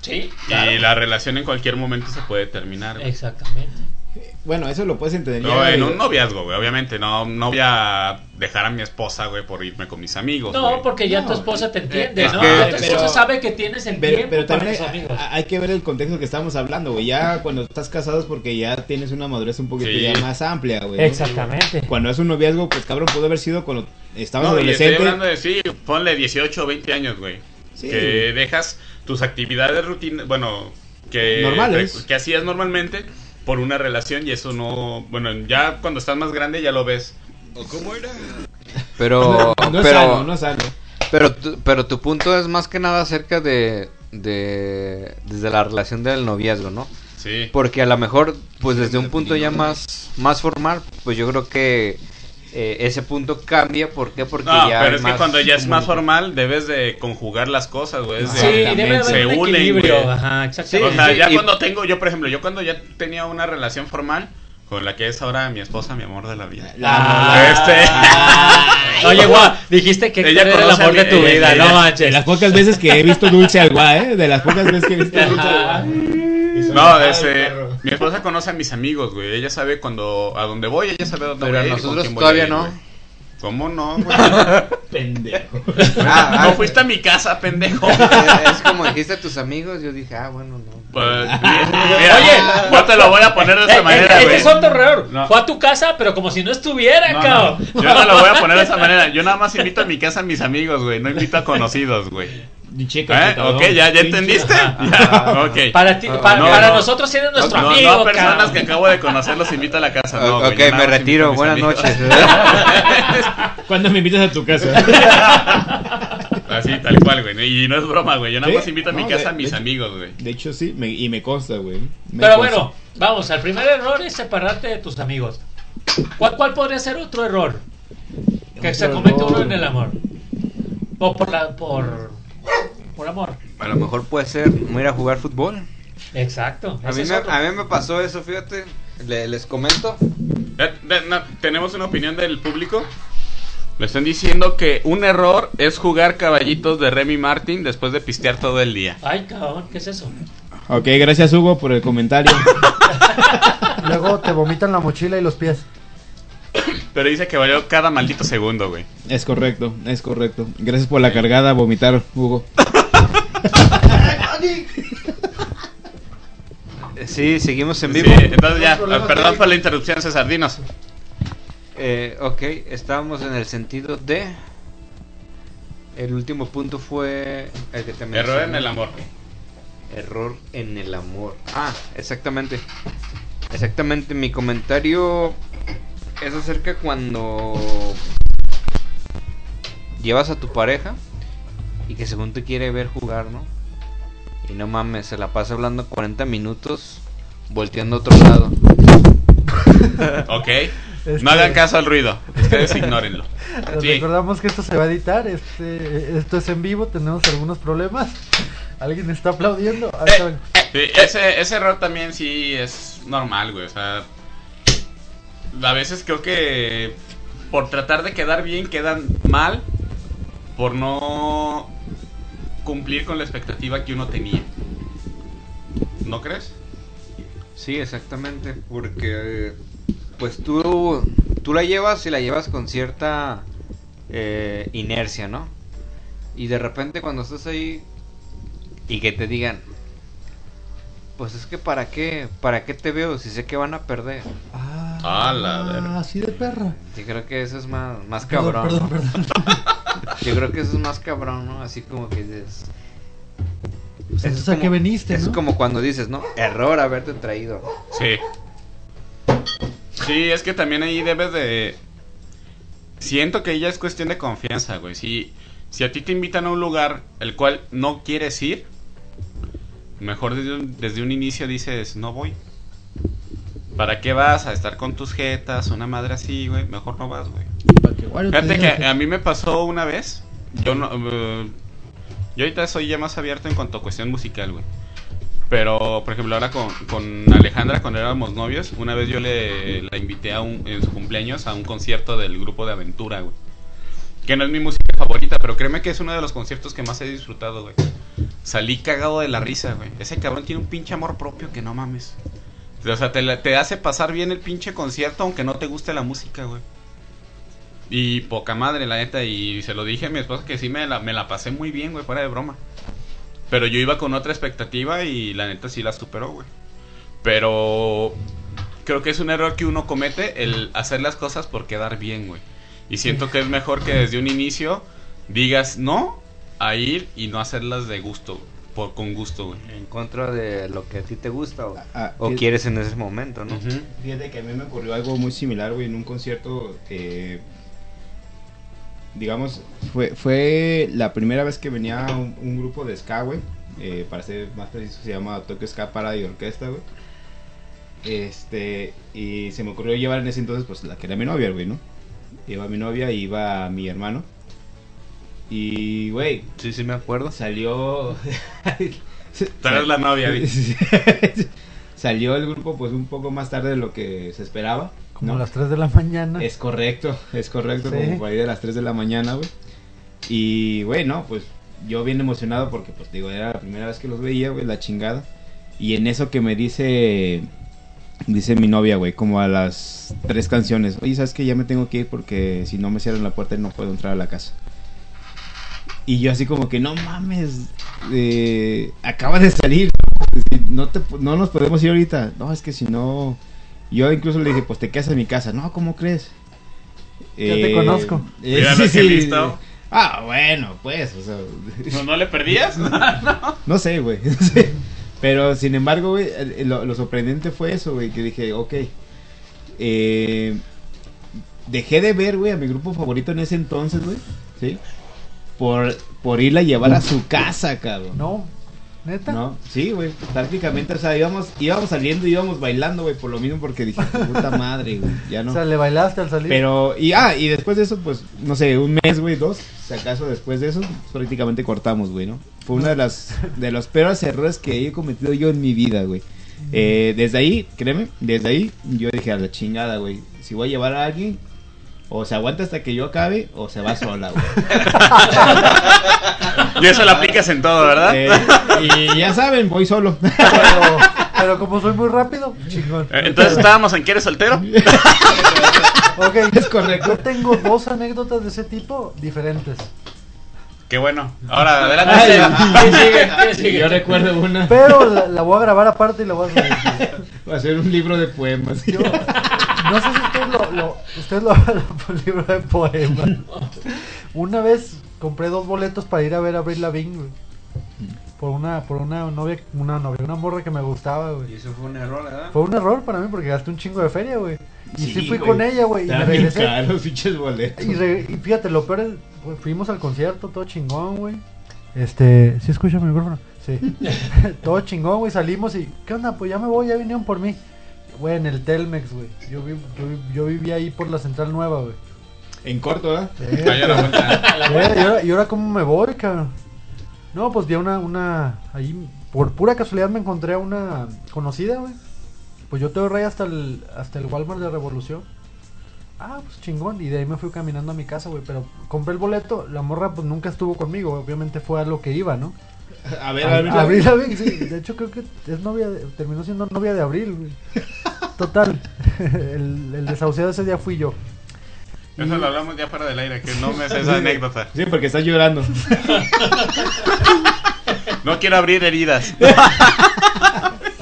S4: Sí, claro.
S2: Y la relación en cualquier momento se puede terminar. güey.
S4: Exactamente.
S7: Bueno, eso lo puedes entender.
S2: No,
S7: ya,
S2: en
S7: eh,
S2: un noviazgo, güey, obviamente, no, no voy a dejar a mi esposa, güey, por irme con mis amigos.
S4: No,
S2: güey.
S4: porque ya
S7: No,
S4: tu esposa
S2: eh,
S4: te entiende,
S6: es
S4: ¿no?
S6: que-
S4: tu esposa
S7: pero-
S4: sabe que tienes el
S7: Pero,
S4: tiempo
S7: pero
S4: para
S7: también
S2: ah,
S4: tus
S7: hay,
S4: amigos.
S7: hay que ver el contexto que estamos hablando, güey. Ya cuando estás casado es porque ya tienes una madurez un poquito
S2: Sí.
S7: ya más amplia, güey. ¿no?
S4: Exactamente.
S7: Cuando es un noviazgo, pues cabrón, pudo haber sido cuando estabas
S2: No, y estoy
S7: adolescente.
S2: hablando de sí, ponle 18 o 20 años, güey.
S7: Sí.
S2: Que dejas tus actividades rutina, bueno, que
S7: Normales.
S2: que hacías normalmente por una relación y eso no, bueno, ya cuando estás más grande ya lo ves. ¿O cómo era?
S6: Pero,
S7: No es
S6: pero,
S7: sano, no es sano.
S6: pero, tu, pero tu punto es más que nada acerca de, de desde la relación del noviazgo, ¿no?
S2: Sí.
S6: Porque a lo mejor, pues desde un punto ya más, más formal, pues yo creo que eh, ese punto cambia. ¿Por qué? Porque
S2: No,
S6: ya. hay
S2: pero es que
S6: más
S2: cuando ya es más
S6: comunicación.
S2: formal debes de conjugar las cosas, güey. es de-
S4: Sí, debe
S7: Exactamente.
S4: haber
S2: Se
S4: un
S2: unen,
S4: equilibrio.
S2: güey.
S4: Ajá,
S2: o
S4: exactamente.
S2: sea,
S6: sí,
S2: ya
S6: y-
S2: cuando tengo, yo por ejemplo, yo cuando ya tenía una relación formal con la que es ahora mi esposa, mi amor de la vida. Este.
S4: Ah. Oye, guau, dijiste que
S2: Ella
S4: Héctor era el
S2: conoce a
S4: amor
S2: mi-
S4: de tu
S2: ella-
S4: vida,
S2: ella-
S4: no
S7: De
S4: manches.
S7: las pocas veces que he visto dulce al guá, ¿eh? De las pocas veces que he visto dulce al
S4: Ajá.
S7: guá.
S2: No, ese, mi esposa conoce a mis amigos, güey. Ella sabe cuando a dónde voy, ella sabe a dónde
S6: Pero
S2: voy.
S6: a
S2: ir y con
S6: nosotros
S2: quién voy
S6: todavía
S2: ir,
S6: no.
S2: güey. ¿Cómo no, güey? no
S7: Pendejo.
S6: Ah, ah,
S2: fuiste a mi casa, pendejo.
S10: Eh, Es como dijiste a tus amigos, yo dije, ah, bueno, no.
S2: Pues, mira,
S4: Oye.
S2: no te lo voy a poner de
S4: Eh,
S2: esa
S4: eh,
S2: manera,
S4: este
S2: güey.
S4: es otro error.
S2: No.
S4: Fue a tu casa, pero como si no estuviera,
S2: No, no,
S4: cabrón.
S2: yo no lo voy a poner de esa manera. Yo nada más invito a mi casa a mis amigos, güey. No invito a conocidos, güey. ¿Eh? Ok, ya, ya entendiste. Ya, ok.
S4: Para, ti,
S6: Ah,
S4: para,
S2: no,
S4: para
S2: no.
S4: nosotros eres nuestro
S2: no,
S4: amigo,
S2: no a personas
S4: cabrón.
S2: que acabo de conocer los invito a la casa. No,
S6: o-
S2: güey,
S6: ok,
S2: yo nada
S6: me
S2: más invito a
S6: retiro.
S2: mis
S6: Buenas
S2: amigos.
S6: noches.
S7: ¿Cuándo me invitas a tu casa?
S2: Así, tal cual, güey. Y no es broma, güey. Yo nada
S7: Sí,
S2: más invito a mi
S7: no,
S2: casa
S7: de-
S2: a mis
S7: de-
S2: amigos, güey.
S7: De hecho, sí, me- y me consta, güey. Me
S4: Pero
S7: consta.
S4: bueno, vamos, al primer error es separarte de tus amigos. ¿Cuál, cuál podría ser otro error? Que se
S7: Otro
S4: comete uno
S7: error.
S4: en el amor. O por la, por, por amor.
S6: A lo mejor puede ser no ir a jugar fútbol.
S4: Exacto.
S10: A
S4: ese
S10: mí,
S4: es
S10: me,
S4: otro.
S10: a mí me pasó eso, fíjate. Le- les comento.
S2: Eh, de- no, Tenemos una opinión del público. Le están diciendo que un error es jugar caballitos de Remy Martin después de pistear todo el día.
S4: Ay, cabrón, ¿qué es eso?
S7: Ok, gracias, Hugo, por el comentario.
S5: Luego te vomitan la mochila y los pies.
S2: Pero dice que valió cada maldito segundo, güey.
S7: es correcto, es correcto. Gracias por la cargada, vomitar, Hugo.
S6: Eh, Sí, seguimos en
S2: Sí,
S6: vivo.
S2: entonces ya, perdón por la interrupción, César Dinos.
S6: Eh, ok, estábamos en el sentido de. El último punto fue el que te mencioné.
S2: Error en el amor.
S6: Error en el amor. Ah, exactamente. Exactamente, mi comentario es acerca cuando llevas a tu pareja y que según te quiere ver jugar, ¿no? Y no mames, se la pasa hablando 40 minutos volteando a otro lado.
S2: Ok.
S5: Este-
S2: No hagan caso al ruido. Ustedes ignórenlo.
S5: Les
S2: Sí.
S5: Recordamos que esto se va a editar. Este, esto es en vivo. Tenemos algunos problemas. Alguien está aplaudiendo.
S2: Eh.
S5: Ah, cabrón.
S2: Sí, ese, ese error también sí es normal, güey. O sea, a veces creo que por tratar de quedar bien quedan mal por no cumplir con la expectativa que uno tenía. ¿No crees?
S6: Sí, exactamente, porque pues tú, tú la llevas y la llevas con cierta eh, inercia, ¿no? Y de repente cuando estás ahí y que te digan, pues es que para qué, para qué te veo si sé que van a perder.
S5: Ah,
S2: A la verga.
S5: así de perra.
S6: Yo creo que eso es más, más
S5: Perdón,
S6: cabrón.
S5: Perdón, perdón.
S6: Yo creo que eso es más cabrón, ¿no? Así como que dices...
S5: Pues,
S6: eso
S5: entonces, ¿a qué veniste,
S6: Es
S5: no?
S6: como cuando dices, ¿no? Error haberte traído.
S2: Sí. Sí, es que también ahí debes de... Siento que ya es cuestión de confianza, güey. Si, si a ti te invitan a un lugar el cual no quieres ir, mejor desde un, desde un inicio dices, no voy. ¿Para qué vas a estar con tus jetas, una madre así, güey? Mejor no vas, güey. Fíjate que a mí me pasó una vez. Yo no. eh, yo ahorita soy ya más abierto en cuanto a cuestión musical, güey. Pero, por ejemplo, ahora con, con Alejandra, cuando éramos novios, una vez yo le la invité a un, en su cumpleaños a un concierto del grupo de Aventura, güey. Que no es mi música favorita, pero créeme que es uno de los conciertos que más he disfrutado, güey. Salí cagado de la risa, güey. Ese cabrón tiene un pinche amor propio que no mames. O sea, te, la- te hace pasar bien el pinche concierto aunque no te guste la música, güey. Y poca madre, la neta. Y se lo dije a mi esposa que sí me la, me la pasé muy bien, güey, fuera de broma. Pero yo iba con otra expectativa y la neta sí la superó, güey. Pero creo que es un error que uno comete el hacer las cosas por quedar bien, güey. Y siento que es mejor que desde un inicio digas no a ir y no hacerlas de gusto, por con gusto, güey.
S6: En contra de lo que a ti te gusta o,
S7: Ah,
S6: o
S7: sí.
S6: quieres en ese momento, ¿no?
S2: Ujú.
S7: Fíjate que a mí me ocurrió algo muy similar, güey, en un concierto. eh, digamos, fue, fue la primera vez que venía un, un grupo de ska, güey. eh, para ser más preciso, se llama Tokyo Ska Parade Orquesta, güey. Este, y se me ocurrió llevar en ese entonces, pues, la que era mi novia, güey, ¿no? Iba mi novia y iba mi hermano. Y, güey,
S6: Sí, sí, me acuerdo.
S7: salió.
S2: Tú eres la novia, güey.
S7: Salió el grupo pues un poco más tarde de lo que se esperaba.
S5: Como
S7: ¿no?
S5: a las 3 de la mañana.
S7: Es correcto, es correcto,
S5: Sí.
S7: como por ahí de las 3 de la mañana, güey. Y, güey, no, pues yo bien emocionado porque, pues, digo, era la primera vez que los veía, güey, la chingada. Y en eso que me dice, dice mi novia, güey, como a las tres canciones, oye, ¿sabes que Ya me tengo que ir porque si no me cierran la puerta no puedo entrar a la casa. Y yo así como que, no mames, eh, acabas de salir, es decir, no, te, po- no nos podemos ir ahorita. No, es que si no... Yo incluso le dije, pues te quedas en mi casa. No, ¿cómo crees?
S5: Ya te conozco.
S7: eh,
S2: Mira lo
S7: sí,
S2: que
S7: sí.
S2: listo.
S7: Ah, bueno, pues, o sea,
S2: ¿No, no le perdías?
S7: no sé, güey. no sé. Pero sin embargo, güey, eh, lo, lo sorprendente fue eso, güey, que dije, ok. eh, dejé de ver, güey, a mi grupo favorito en ese entonces, güey, ¿sí? Por, por irla a llevar a su casa, cabrón.
S5: No, neta.
S7: No, sí, güey, prácticamente, o sea, íbamos, íbamos saliendo, íbamos bailando, güey, por lo mismo porque dije, puta madre, güey, ya no.
S5: O sea, le bailaste al salir.
S7: Pero, y ah, y después de eso, pues, no sé, un mes, güey, dos, si acaso después de eso, prácticamente cortamos, güey, ¿no? Fue uno de las, de los peores errores que he cometido yo en mi vida, güey. Eh, desde ahí, créeme, desde ahí, yo dije a la chingada, güey, si voy a llevar a alguien, o se aguanta hasta que yo acabe, o se va sola, güey.
S2: Y eso lo aplicas en todo, ¿verdad?
S7: Eh, y ya saben, voy solo.
S5: Pero, pero como soy muy rápido, chingón.
S2: Eh, Entonces estábamos en que eres soltero.
S5: Ok,
S7: Es correcto.
S5: Yo tengo dos anécdotas de ese tipo diferentes.
S2: Qué bueno. Ahora, adelante.
S4: Ay,
S2: Seba.
S4: Ah, ¿quién sigue? ¿Quién sigue? Yo recuerdo una.
S5: Pero la, la voy a grabar aparte y la voy a subir.
S7: Va a ser un libro de poemas.
S5: Yo- no sé si ustedes lo, lo- ustedes lo hablan por libro de poemas. Una vez compré dos boletos para ir a ver a Avril Lavigne, güey. Por una, por una novia, una novia, una morra que me gustaba,
S10: Y
S5: güey.
S10: eso fue un error, ¿verdad?
S5: Fue un error para mí porque gasté un chingo de feria, güey. Y sí,
S7: Sí,
S5: fui
S7: güey.
S5: con ella, güey. Y me
S7: Están bien
S5: regresé.
S7: caros, pinches boletos.
S5: Y, re- y fíjate, lo peor es, pues, fuimos al concierto, todo chingón, güey. Este, ¿sí escucha mi micrófono? Sí. todo chingón, güey, salimos y, ¿qué onda? Pues ya me voy, ya vinieron por mí. Güey, en el Telmex, güey. Yo, vi- yo, vi- yo vivía ahí por la Central Nueva, güey.
S7: En corto, ¿eh?
S5: Eh,
S2: Vaya la vuelta.
S5: güey, ¿Y ahora, y ahora cómo me voy, cabrón? No, pues vi a una, una, ahí, por pura casualidad me encontré a una conocida, güey. Pues yo te ahorré hasta el, hasta el Walmart de Revolución. Ah, pues chingón. Y de ahí me fui caminando a mi casa, güey. Pero compré el boleto. La morra, pues nunca estuvo conmigo. güey, Obviamente fue a lo que iba, ¿no?
S7: A ver,
S5: A-
S7: a ver.
S5: Abril Lavigne, sí. De hecho, creo que es novia de- terminó siendo novia de Abril, güey. Total. El, el desahuciado ese día fui yo.
S2: Eso lo hablamos ya fuera del aire, que no me sé esa anécdota.
S7: Sí, porque estás llorando.
S2: No quiero abrir heridas.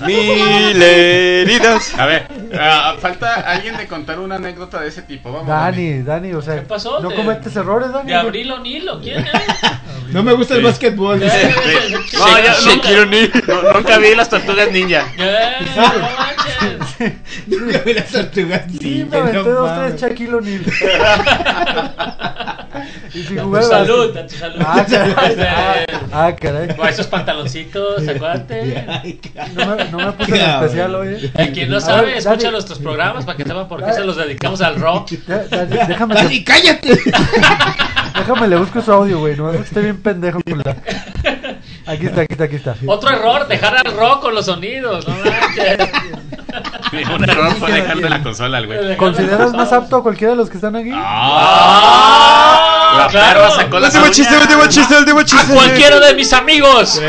S6: Mil heridas.
S2: A ver, ah, falta alguien de contar una anécdota de ese tipo. Vamos.
S5: Dani, Dani, o sea.
S4: ¿Qué pasó?
S5: No
S4: ¿De-
S5: cometes errores, Dani.
S4: ¿De Abril O'Neill o quién era?
S7: No me gusta el
S2: Sí.
S7: básquetbol.
S4: Eh,
S2: Sí. No, yo nunca, no- nunca vi las tortugas ninja.
S4: Eh, no manches.
S7: Nunca vi las tortugas
S5: Sí,
S7: ninja,
S5: me aventé
S7: no
S5: dos,
S7: mames.
S5: tres Shaquille O'Neal. y si
S4: A tu
S5: jugué básquet.
S4: Pues salud, Pues a tu salud.
S5: Ah, caray.
S4: Este,
S5: Ah, ah, caray.
S4: o esos pantaloncitos, acuérdate.
S7: Ay, cabrón.
S5: No me, no me puse en
S7: Cabrón.
S5: especial hoy. eh.
S4: El quien no
S5: A
S4: sabe,
S5: ver,
S4: escucha
S5: Dani.
S4: nuestros programas para que sepan por qué se los dedicamos al rock.
S5: Ya, Dani, déjame,
S9: Dani, cállate.
S5: déjame, le busco su audio, güey. No, esté bien pendejo. con la- Aquí está, aquí está, aquí está.
S4: Otro error, dejar al rock con los sonidos, no manches.
S2: Un error fue dejarlo en la consola al güey.
S5: ¿Consideras más apto a cualquiera de los que están aquí?
S4: Ah,
S2: ¡Ah! La
S4: Claro.
S2: perra sacó la
S10: Último chiste,
S2: uña.
S10: último chiste, último
S4: A
S10: chiste.
S4: cualquiera de mis amigos. Sí.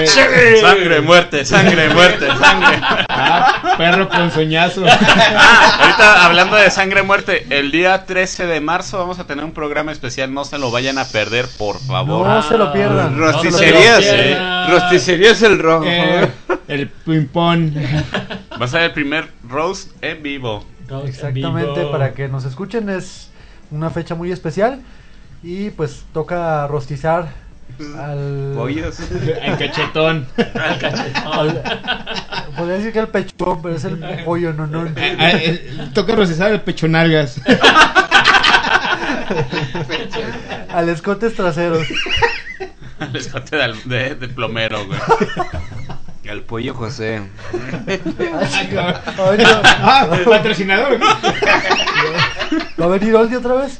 S2: Sangre, muerte, sangre, muerte, sangre.
S7: Ah, perro con soñazo.
S2: Ah, ahorita hablando de sangre muerte, el día 13 de marzo vamos a tener un programa especial, no se lo vayan a perder, por favor.
S5: No se lo pierdan.
S4: No se lo
S6: Rosticerías.
S2: eh.
S4: pierdan.
S6: Rosticerías el rojo.
S7: Eh, el ping-pong.
S2: Va a ser el primer roast en vivo.
S4: Rock en
S5: Exactamente,
S4: vivo.
S5: para que nos escuchen es una fecha muy especial y pues toca rostizar al...
S2: Pollos.
S7: El cachetón.
S5: al- podría decir que el pechón, pero es el pollo, no, no.
S7: Ah, ah, el- Toca procesar el pechonalgas.
S5: Al escotes traseros.
S2: El escote del, de- del plomero, güey.
S6: El pollo José.
S5: Ay, no.
S7: Ah, patrocinador.
S5: ¿Va a venir Oldi otra vez?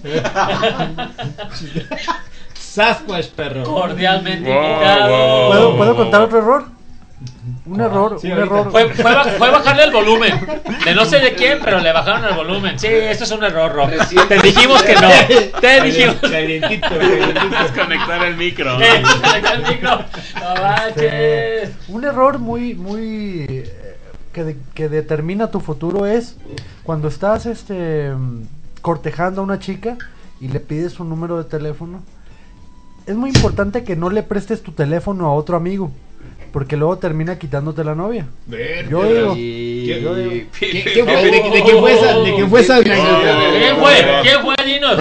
S7: Sasquatch, perro.
S4: Cordialmente
S2: Wow,
S4: invitado.
S5: ¿Puedo, ¿puedo contar otro error? Un error,
S7: Sí,
S5: un
S7: ahorita.
S5: error.
S4: Fue, fue, ba- fue bajarle el volumen. De no sé de quién, pero le bajaron el volumen. Sí, esto es un error, Rock. Te dijimos que no. Te dijimos.
S7: Calientito, calientito.
S2: Desconectar el micro.
S4: Eh, se me cayó el micro. No manches.
S5: Este, un error muy, muy eh, que, de- que determina tu futuro es cuando estás este mm, cortejando a una chica y le pides un número de teléfono. Es muy importante que no le prestes tu teléfono a otro amigo, porque luego termina quitándote la novia. Yo digo, yo digo,
S9: ¿Qué, qué fue?
S7: ¿De, de quién fue esa? ¿De quién fue esa?
S4: ¿Quién fue? ¿Quién fue, Dinos?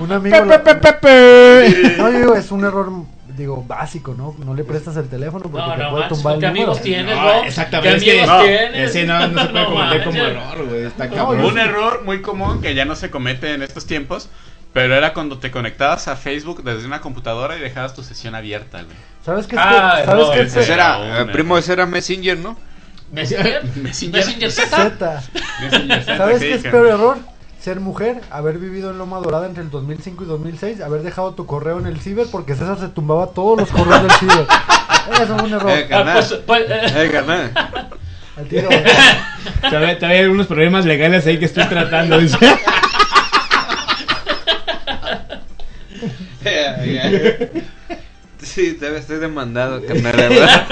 S5: un amigo. lo- No, yo digo, es un error digo básico, ¿no? No le prestas el teléfono porque
S4: No,
S5: te
S4: no
S5: puede
S4: manches.
S5: tumbar el
S4: ¿Qué
S5: número.
S4: amigos tienes,
S7: No,
S4: Rock?
S7: exactamente, es
S4: Ah, ¿Qué
S7: que
S4: amigos
S7: no,
S4: tienes?
S7: Ese no, no se puede cometer como
S4: manches.
S7: error, güey. Está
S2: Un
S7: cabrón.
S2: error muy común que ya no se comete en estos tiempos, pero era cuando te conectabas a Facebook desde una computadora y dejabas tu sesión abierta, güey.
S5: ¿Sabes qué? Es
S4: Ah,
S5: que- ¿Sabes
S4: error,
S5: qué?
S4: ese
S5: es
S6: Ese era,
S2: Una.
S6: eh, primo, ese era Messenger, ¿no?
S4: ¿Messenger?
S2: Messenger.
S4: ¿Messenger Z?
S5: Z.
S2: Messenger Center,
S5: ¿Sabes
S2: sí,
S5: qué es
S2: que-
S5: peor error? Ser mujer, haber vivido en Loma Dorada entre el 2005 y 2006, haber dejado tu correo en el ciber porque César se tumbaba todos los correos del ciber. Eso es un error.
S6: Eh,
S4: Ah,
S6: carnal.
S4: pues, pues, eh,
S6: Eh, carnal.
S5: Al tiro.
S7: Todavía, todavía hay unos problemas legales ahí que estoy tratando. dice.
S6: Sí, te estoy demandado, carnal, ¿verdad?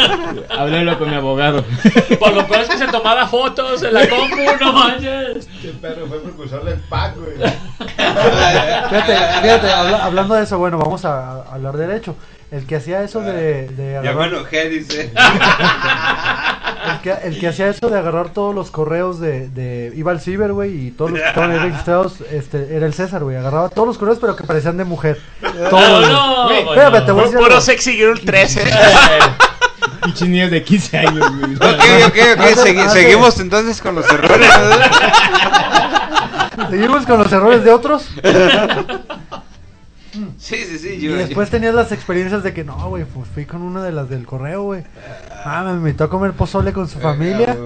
S7: Háblalo con mi abogado.
S4: Por lo peor es que se tomaba fotos en la compu, no manches.
S11: Este perro fue precursor del pack, güey.
S5: Fíjate, fíjate, habla- hablando de eso, bueno, vamos a, a hablar derecho. El que hacía eso de, de
S6: Ya me
S5: agarrar,
S6: enojé, dice.
S5: el que, el que hacía eso de agarrar todos los correos de, de iba al ciber, güey, y todos los que estaban ahí registrados, este, era el César, güey, agarraba todos los correos pero que parecían de mujer. Todos.
S4: no,
S5: güey.
S4: no.
S5: Espérame, te voy
S2: Fue
S5: a decir
S2: puro
S5: algo.
S2: Sexy Girl 13.
S7: Pinche niños de 15 años, güey.
S6: Ok, ok, ok.
S5: Hazle-
S6: segui-
S5: hazle.
S6: seguimos entonces con los errores. ¿verdad?
S5: Seguimos con los errores de otros.
S6: Sí, sí, sí.
S5: Y
S6: Yo,
S5: después tenías las experiencias de que no, güey, pues fui con una de las del correo, güey. Ah, me invitó a comer pozole con su
S6: Ah,
S5: familia.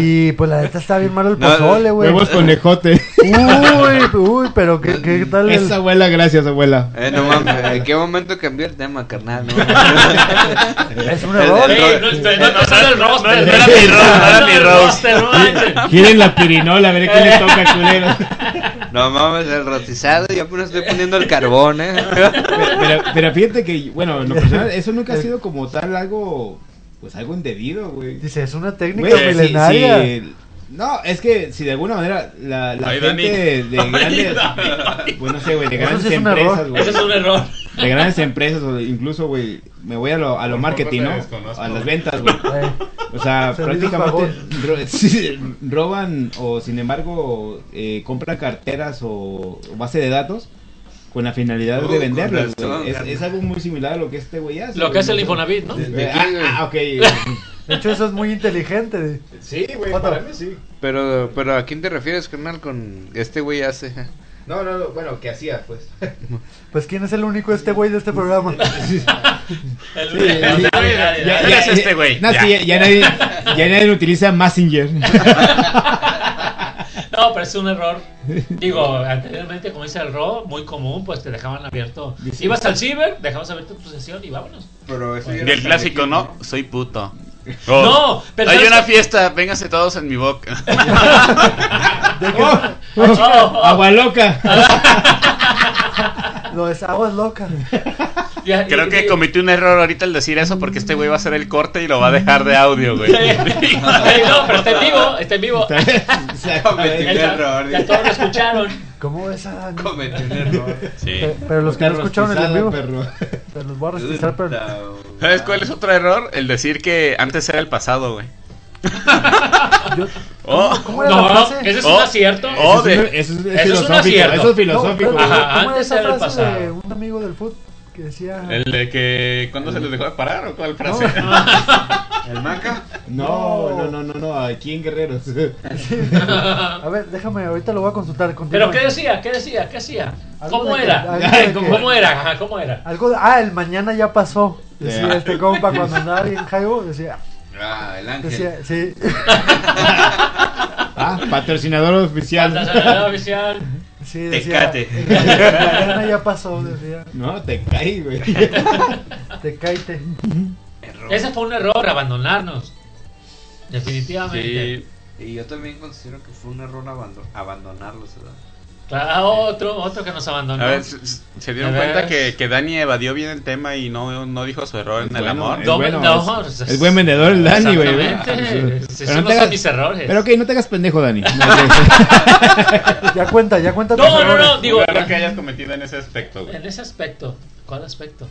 S5: Y pues la neta está bien malo el
S6: No,
S5: pozole, güey.
S7: Huevos con ejote.
S5: Uy, uy, pero qué, qué tal el-
S7: Esa abuela, gracias, abuela.
S6: Eh, no mames, ¿en qué momento cambió el tema, carnal? No mames.
S5: Es un
S6: el-
S5: error.
S6: el-
S4: Ey, no, no, no, no era el roster,
S2: no era mi roster, no era mi
S4: roster, no manches.
S7: Quieren la pirinola, a ver qué le toca, culero.
S6: No mames, el rotizado. Ya apenas estoy poniendo el carbón, ¿eh?
S7: Pero, pero fíjate que, bueno, en lo personal, eso nunca ha sido como tal algo, pues algo indebido, güey.
S5: Dice, es una técnica
S7: Güey, sí,
S5: milenaria.
S7: sí. No, es que si de alguna manera la, la
S2: Ay, Dani.
S7: gente de
S2: Ay,
S7: grandes,
S2: Dani.
S7: pues no sé, güey, de grandes
S5: sí es un
S7: empresas,
S5: error.
S7: güey.
S4: Ese es un error.
S7: de grandes empresas, o incluso, güey, me voy a lo, a lo
S2: Por poco
S7: marketing,
S2: te
S7: ¿no?
S2: desconozco.
S7: A las ventas, güey.
S5: Eh,
S7: O sea,
S5: Servicios
S7: prácticamente
S5: vagón.
S7: ro- sí, roban o, sin embargo, eh, compran carteras o, o base de datos con la finalidad
S6: Uh,
S7: de
S6: con
S7: venderlas,
S6: razón,
S7: güey. Es, es algo muy similar a lo que este güey hace.
S4: Lo que
S7: güey.
S4: es el Infonavit, ¿no?
S7: Eh, ah, ah, ok.
S5: De hecho, eso es muy inteligente.
S11: Sí, güey,
S5: Joto.
S11: para mí sí.
S6: Pero, pero ¿a quién te refieres, carnal? Con este güey hace.
S11: No, no, no, bueno, que hacía, pues.
S5: Pues, ¿quién es el único este güey de este programa?
S4: El
S5: Sí,
S4: único.
S5: sí,
S4: Ya,
S5: sí.
S4: ya,
S5: Ya,
S4: ya.
S5: es este güey,
S7: No,
S5: ya.
S7: sí, ya, ya nadie, ya nadie lo utiliza Messenger.
S4: No, pero es un error. Digo, anteriormente, como dice el Ro, muy común, pues te dejaban abierto. Ibas al ciber, dejabas abierto tu sesión y vámonos.
S6: Pero eso
S2: Y el clásico, ¿no? Soy puto.
S4: No, pero
S2: Hay
S4: ¿sabes
S2: una
S4: qué?
S2: fiesta, vénganse todos en mi boca.
S7: Oh, Agua loca.
S5: Lo de agua es loca.
S2: Creo que cometí un error ahorita al decir eso porque este güey va a hacer el corte y lo va a dejar de audio, güey.
S4: Ey, no, pero está en vivo, está en vivo.
S2: Cometí un error.
S4: Ya todos lo escucharon.
S5: ¿Cómo es a.?
S10: Cometí un error.
S2: Sí.
S5: Pe- Pero los que no escucharon el en vivo. Te los voy a restizar, pero.
S2: ¿Sabes cuál es otro error? El decir que antes era el pasado, güey. Oh.
S5: ¿Cómo era la frase?
S4: ese es
S2: Oh,
S4: un acierto.
S2: oh, de-
S7: Eso es,
S4: Eso es un
S7: filosófico.
S4: acierto.
S7: Eso es
S5: No,
S7: filosófico.
S5: pero-
S7: güey.
S4: Ajá.
S5: ¿Cómo era
S4: antes
S5: esa
S4: era el
S5: frase de
S4: pasado.
S5: un amigo del fútbol que decía.
S2: El de que. ¿Cuándo se les dejó de parar o cuál frase?
S10: ¿El maca?
S7: No, no, no, no, no. Aquí en Guerreros.
S5: A ver, déjame, ahorita lo voy a consultar.
S4: Pero
S5: continúa.
S4: ¿qué decía? ¿Qué decía? ¿Qué hacía?
S5: Algo
S4: ¿Cómo
S5: de
S4: era?
S5: que- algo de
S4: ¿Cómo,
S5: que-
S4: cómo era? Ajá, ¿Cómo era?
S5: Algo de- ah, el mañana ya pasó. Decía
S7: Yeah.
S5: este compa cuando andaba bien jaibo. Decía,
S10: Ah, el ángel.
S5: decía, sí.
S7: Ah, patrocinador
S4: La
S7: oficial.
S4: sanidad oficial.
S5: Sí, decía.
S2: Tecate.
S5: El mañana ya pasó, decía.
S7: No, te caí, güey.
S5: Te caíte.
S4: Ese fue un error, abandonarnos. Definitivamente.
S2: Sí.
S10: Y yo también considero que fue un error abando- abandonarlos, ¿verdad?
S4: Claro, ah, otro, otro que nos abandonó.
S2: A ver, ¿se, se dieron
S4: ¿De
S2: cuenta
S4: veras?
S2: que, que Dani evadió bien el tema y no, no dijo su error en el
S7: Bueno,
S2: amor?
S7: es
S4: No,
S7: bueno,
S4: no,
S7: es,
S4: es-
S7: es buen vendedor el Dani, güey.
S4: Exactamente.
S7: Ah, sí.
S4: Esos no son mis errores.
S7: Pero ok, no te hagas pendejo, Dani.
S5: Ya cuenta, ya cuenta. tus
S4: No, no,
S5: errores.
S4: no, digo.
S2: Un error que hayas cometido en ese aspecto, güey.
S4: En ese aspecto. ¿Cuál aspecto?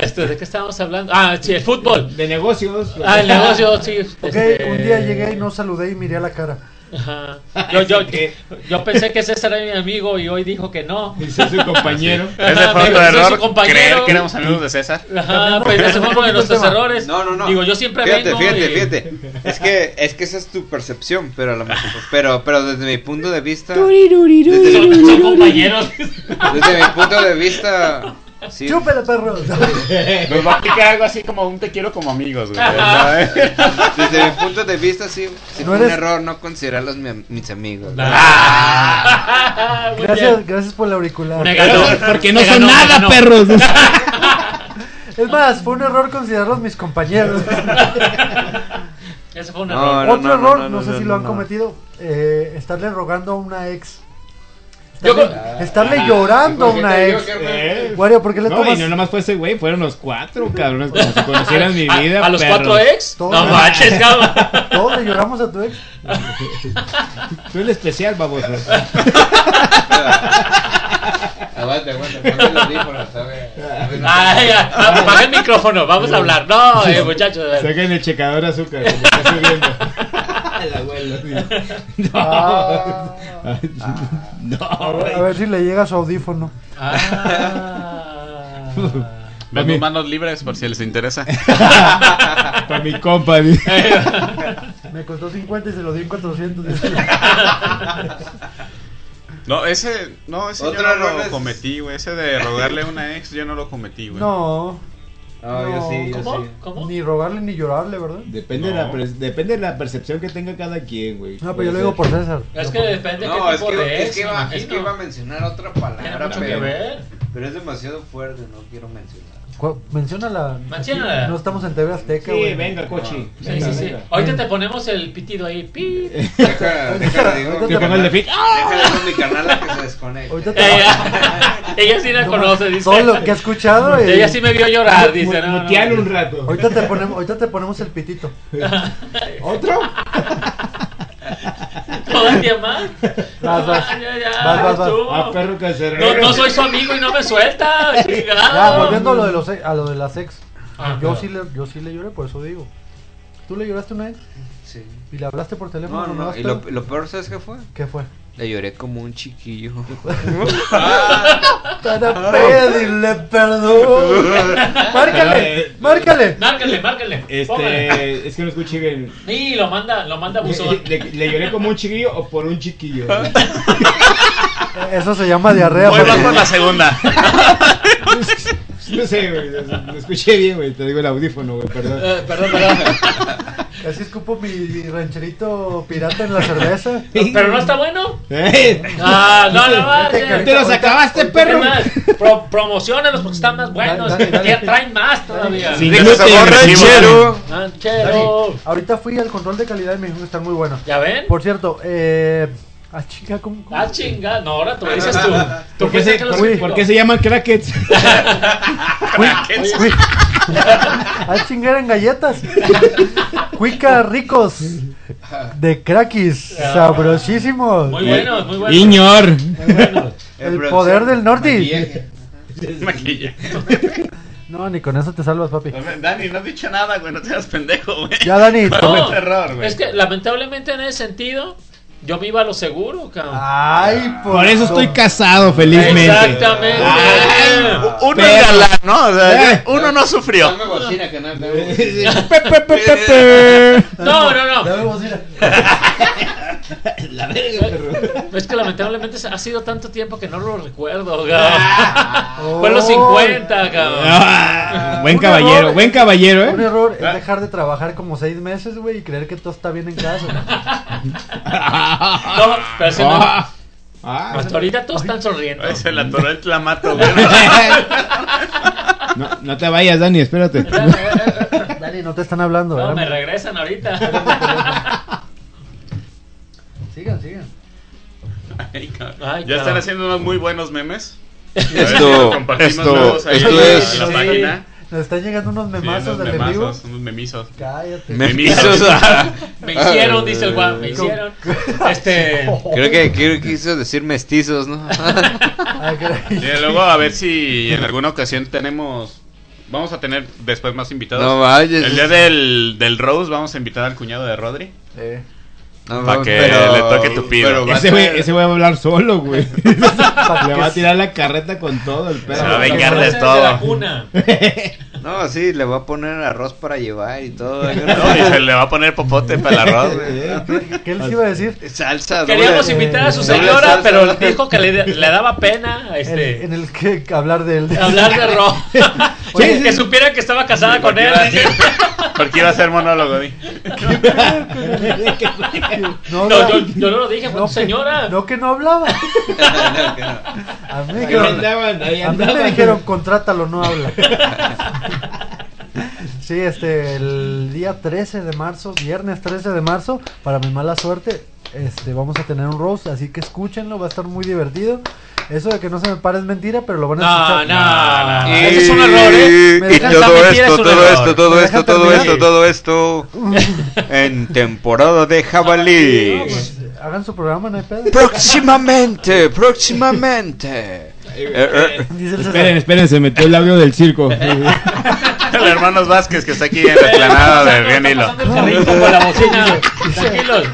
S4: Este, ¿De qué estábamos hablando? Ah, sí, el fútbol.
S7: De negocios.
S4: Ah, el negocio, sí.
S5: Ok,
S4: este-
S5: un día llegué y no saludé y miré a la cara.
S4: Ajá. Yo, yo, yo pensé que César era mi amigo y hoy dijo que no.
S7: Ese es su compañero.
S2: Ese fue
S4: Ajá,
S2: otro
S4: soy su
S2: error,
S4: compañero.
S2: creer que éramos amigos de César.
S4: Ajá, pues ese fue uno de nuestros errores.
S10: No, no, no.
S4: Pues, Digo, yo siempre
S6: fíjate,
S4: vengo.
S6: Fíjate,
S4: y-
S6: fíjate. Es que, es que esa es tu percepción, pero a lo mejor. Pero, pero desde mi punto de vista.
S4: Son,
S6: Desde,
S4: son compañeros.
S6: desde mi punto de vista. Sí.
S5: ¡Chúpele, perro!
S2: Nos va a picar algo así como un te quiero como amigos, güey. eh.
S6: Desde mi punto de vista, sí. sí
S5: No
S6: fue un
S5: eres-
S6: error no considerarlos mi- mis amigos. Ah,
S4: Muy
S5: Gracias,
S4: bien.
S5: gracias por el auricular.
S4: Me ganó.
S7: Porque no
S4: Me
S7: son
S4: ganó, me
S7: nada,
S4: ganó.
S7: perros.
S5: Es más, fue un error considerarlos mis compañeros.
S4: Ese fue un
S6: No,
S4: error.
S5: Otro
S6: no,
S5: error,
S6: no,
S5: no,
S6: no,
S5: sé
S6: no,
S5: si
S6: no,
S5: lo han
S6: no.
S5: cometido, eh, estarle rogando a una ex.
S4: Yo
S5: Estarle, estarle
S7: Ah,
S5: llorando a una ex. Wario, ¿por qué le
S7: Eh, no,
S5: tomas?
S7: y no nomás fue ese güey, fueron los cuatro, cabrones, como si conocieran mi
S4: ¿A-
S7: vida.
S4: Ah, ¿A, los
S7: perros.
S4: cuatro eh? ex?
S5: Todos.
S4: No manches, cabrón.
S5: Todos le lloramos a tu ex.
S7: Tú el especial, baboso.
S10: Aguanta, aguanta. ponme el audífono, ¿sabe?
S4: Ay, Ah, ya, no, apaga el micrófono, vamos a hablar. No, eh, muchachos. a ver.
S7: Saquen el checador de azúcar. que me está subiendo. El abuelo, sí. Ah, No.
S5: Ah. A
S7: No,
S5: ver,
S7: güey.
S5: a ver si le llega su audífono.
S4: Ah.
S2: Vengo
S7: Mami.
S2: manos libres por si les interesa.
S7: Para mi compa. dice.
S5: Me costó 50 y se lo di en 400.
S2: No, ese, no, ese yo
S10: Otro
S2: no
S10: error
S2: lo
S10: es-
S2: cometí, güey. Ese de rogarle a una ex, yo no lo cometí, güey.
S5: No,
S10: No, yo sí, yo
S4: ¿Cómo?
S10: sí.
S4: ¿Cómo?
S5: ni rogarle ni llorarle, ¿verdad?
S7: Depende, de la per- depende de la percepción que tenga cada quien, güey. Puede
S5: No, pero Ah, pues yo lo digo
S7: ser.
S5: por César.
S4: Es
S5: No,
S4: que
S5: por-
S4: depende
S10: No,
S4: qué
S10: es
S4: tipo de
S10: que,
S4: ex.
S10: es, que iba,
S4: me
S10: es que
S4: imagino.
S10: iba a mencionar otra
S4: Tiene
S10: palabra,
S4: mucho que
S10: pero,
S4: ver.
S10: pero es demasiado fuerte, no quiero mencionar.
S5: Cu- Menciónala.
S4: Menciónala.
S5: Aquí No estamos en TV Azteca,
S7: Sí,
S5: güey.
S7: venga, cochi.
S4: Sí, sí, sí. Ahorita te ponemos el pitido ahí. pi.
S10: Déjale, déjale, digo,
S5: Ahorita
S7: Te pongo el de fit.
S10: déjale, digo a mi canal a que se desconecte.
S5: Ahorita te-
S4: Ella, ella sí la
S5: No,
S4: conoce, dice.
S5: Todo lo que he escuchado. eh,
S4: Ella sí me vio llorar, dice. No, no,
S7: Mutealo
S4: no.
S7: un rato.
S5: ahorita, te ponemos, ahorita te ponemos el pitito.
S7: ¿Otro?
S4: ¿Todavía más?
S5: Vas, vas.
S4: Ah, ya, ya,
S5: Vas, vas, vas.
S4: estuvo.
S7: A Ah, perro
S4: No,
S7: cancerbero.
S4: no soy su amigo y no me suelta.
S5: Ya,
S4: Chingado.
S5: volviendo a lo de, los, ex- a lo de las ex.
S4: Ah,
S5: yo,
S4: claro.
S5: sí le, yo sí le lloré, por eso digo. ¿Tú le lloraste una ex?
S10: Sí.
S5: ¿Y le hablaste por
S6: No,
S5: teléfono?
S6: no,
S5: nomás,
S6: no. Y
S5: pero-
S6: lo, lo peor, ¿sabes qué fue?
S5: ¿Qué fue?
S6: Le lloré como un chiquillo.
S5: Para pedirle perdón. Márcale, márcale.
S4: Márcale, márcale. Póngale.
S7: Este, es que no escuché bien.
S4: Y lo manda, lo manda buzón.
S7: Le, le- le lloré como un chiquillo o por un chiquillo.
S5: Eso se llama diarrea.
S7: Voy
S5: porque-
S7: bajo la
S2: segunda.
S7: No sé, güey. Lo escuché bien, güey. Te digo el audífono, güey. Perdón.
S4: Eh, perdón, perdón.
S5: Casi escupo mi rancherito pirata en la cerveza.
S4: Pero no está bueno.
S7: Eh.
S4: Ah, no, no, no.
S5: Te-
S4: no.
S5: te los acabaste,
S4: Ahorita-
S5: perro.
S4: Es más, pro- promocionalos porque están más buenos.
S5: Dale, dale,
S4: Ya
S5: dale.
S4: traen más todavía.
S6: Sin Rico gluten, sabor recibo. ranchero.
S4: Ranchero.
S5: Dani, ahorita fui al control de calidad y me dijo que están muy buenos.
S4: ¿Ya ven?
S5: Por cierto, eh. Ah, chica, ¿cómo? cómo?
S4: Ah, chinga. No, ahora tú
S5: ah,
S4: dices tú. ¿Tú
S7: ¿Por qué,
S4: piensas
S7: se,
S4: que los-
S7: por- por qué se llaman crackets?
S5: Uy. Ah, chingar en galletas. Cuica ricos. De crackis. Sabrosísimos.
S4: Muy bueno, muy bueno.
S9: Iñor.
S5: El poder del norte.
S11: Maquillaje.
S5: No, ni con eso te salvas, papi.
S2: Dani, no has dicho nada, güey. No te hagas pendejo, güey.
S5: Ya, Dani,
S2: Para
S5: tome-
S2: un error, güey.
S4: Es que lamentablemente en ese sentido, yo me iba a lo seguro, cabrón.
S5: Ah, Ay, por,
S9: Por eso estoy casado, felizmente.
S4: Exactamente.
S2: Uno
S9: Pero-
S2: es galán, ¿no? O sea,
S9: Eh.
S2: uno no sufrió.
S11: Dame bocina, canal. dame bocina.
S9: Pe, pe, pe, pe, pe.
S4: No, no, no.
S5: Dame bocina.
S9: La verga,
S4: Es que lamentablemente ha sido tanto tiempo que no lo recuerdo, cabrón. Fue en los 50, cabrón.
S9: Ah, buen
S5: Un
S9: caballero,
S5: error.
S9: buen caballero,
S5: Un
S9: eh.
S5: error es dejar de trabajar como seis meses, güey, y creer que todo está bien en casa.
S4: No, pero sí, no.
S9: Ah.
S7: Ah,
S4: Hasta ahorita todos están sonriendo.
S2: Ay, se la atoró el clamato, güey.
S7: no, no te vayas, Dani, espérate.
S5: Dani, no te están hablando,
S4: No,
S5: ¿verdad?
S4: me regresan ahorita.
S5: Sigan, sigan.
S2: Ay, cabrón.
S4: Ay,
S2: ya están
S4: cabrón.
S2: haciendo unos muy buenos memes.
S6: Esto, esto,
S2: nuevos ahí en
S6: esto
S2: la-
S6: es.
S2: en la página.
S5: Nos están llegando unos
S2: Sí,
S5: memazos
S2: unos
S5: del en vivo.
S2: memazos, unos memizos.
S5: Cállate.
S6: Memizos.
S4: Me hicieron, dice el guapo, me hicieron. Este.
S6: Creo que creo que quiso decir mestizos, ¿no?
S5: Ay, Ah, caray.
S2: Y luego a ver si en alguna ocasión tenemos. Vamos a tener después más invitados.
S6: No vayas.
S2: El día del, del Rose vamos a invitar al cuñado de Rodri.
S5: Eh,
S6: No,
S2: Pa' que le toque tu pido.
S6: pero va a
S7: Ese güey,
S6: ser-
S7: ese güey va a hablar solo, güey.
S5: para
S7: Le
S5: que
S7: va a tirar la carreta con todo el
S2: Se va a
S7: perro.
S2: vengar de
S4: Desde
S2: todo.
S4: la cuna.
S6: No, sí, le va a poner arroz para llevar y todo. yo no-
S2: No, y se le va a poner popote para el arroz. güey.
S5: ¿Qué, qué les iba a decir?
S6: Salsa. doble-
S4: Queríamos invitar a su
S6: doble
S4: señora,
S6: salsa.
S4: pero dijo que le, le daba pena
S5: En,
S4: este,
S5: en el que hablar de él.
S4: hablar de Ro.
S5: Oye,
S4: que supiera que estaba casada con
S2: Porque iba a
S4: él.
S2: ser- Porque iba a ser monólogo, di.
S5: No,
S4: No,
S5: habla-
S4: yo, yo no lo dije, fue
S5: no
S4: tu señora.
S5: Que, no que no hablaba.
S6: No, que no.
S5: A mí, me
S7: Ahí
S5: dijeron-
S7: andaban, ahí
S5: a mí
S7: andaban.
S5: me dijeron, contrátalo, no habla. Sí, este, el día 13 de marzo, viernes 13 de marzo, para mi mala suerte, este, vamos a tener un roast, así que escúchenlo, va a estar muy divertido. Eso de que no se me pare es mentira, pero lo van a
S4: No, no,
S5: escuchar.
S4: no. no.
S6: Y-
S4: Ese es un error, ¿eh?
S5: Me
S6: Y
S5: dejan
S6: todo
S4: mentir, es
S6: esto,
S4: un
S6: todo
S4: error.
S6: esto, todo
S5: Me
S6: esto,
S5: dejan
S6: todo esto, todo
S5: terminar.
S6: esto. En temporada de
S4: No,
S6: jabalí.
S4: pues,
S5: Hagan su programa, no hay pedo.
S6: Próximamente, próximamente. Eh, eh,
S5: Dice el César.
S7: Esperen, esperen, se metió el labio del circo.
S2: El hermano Vázquez que está aquí en la planada de Río Nilo.
S4: pasando el carrito con la bocina. Tranquilos.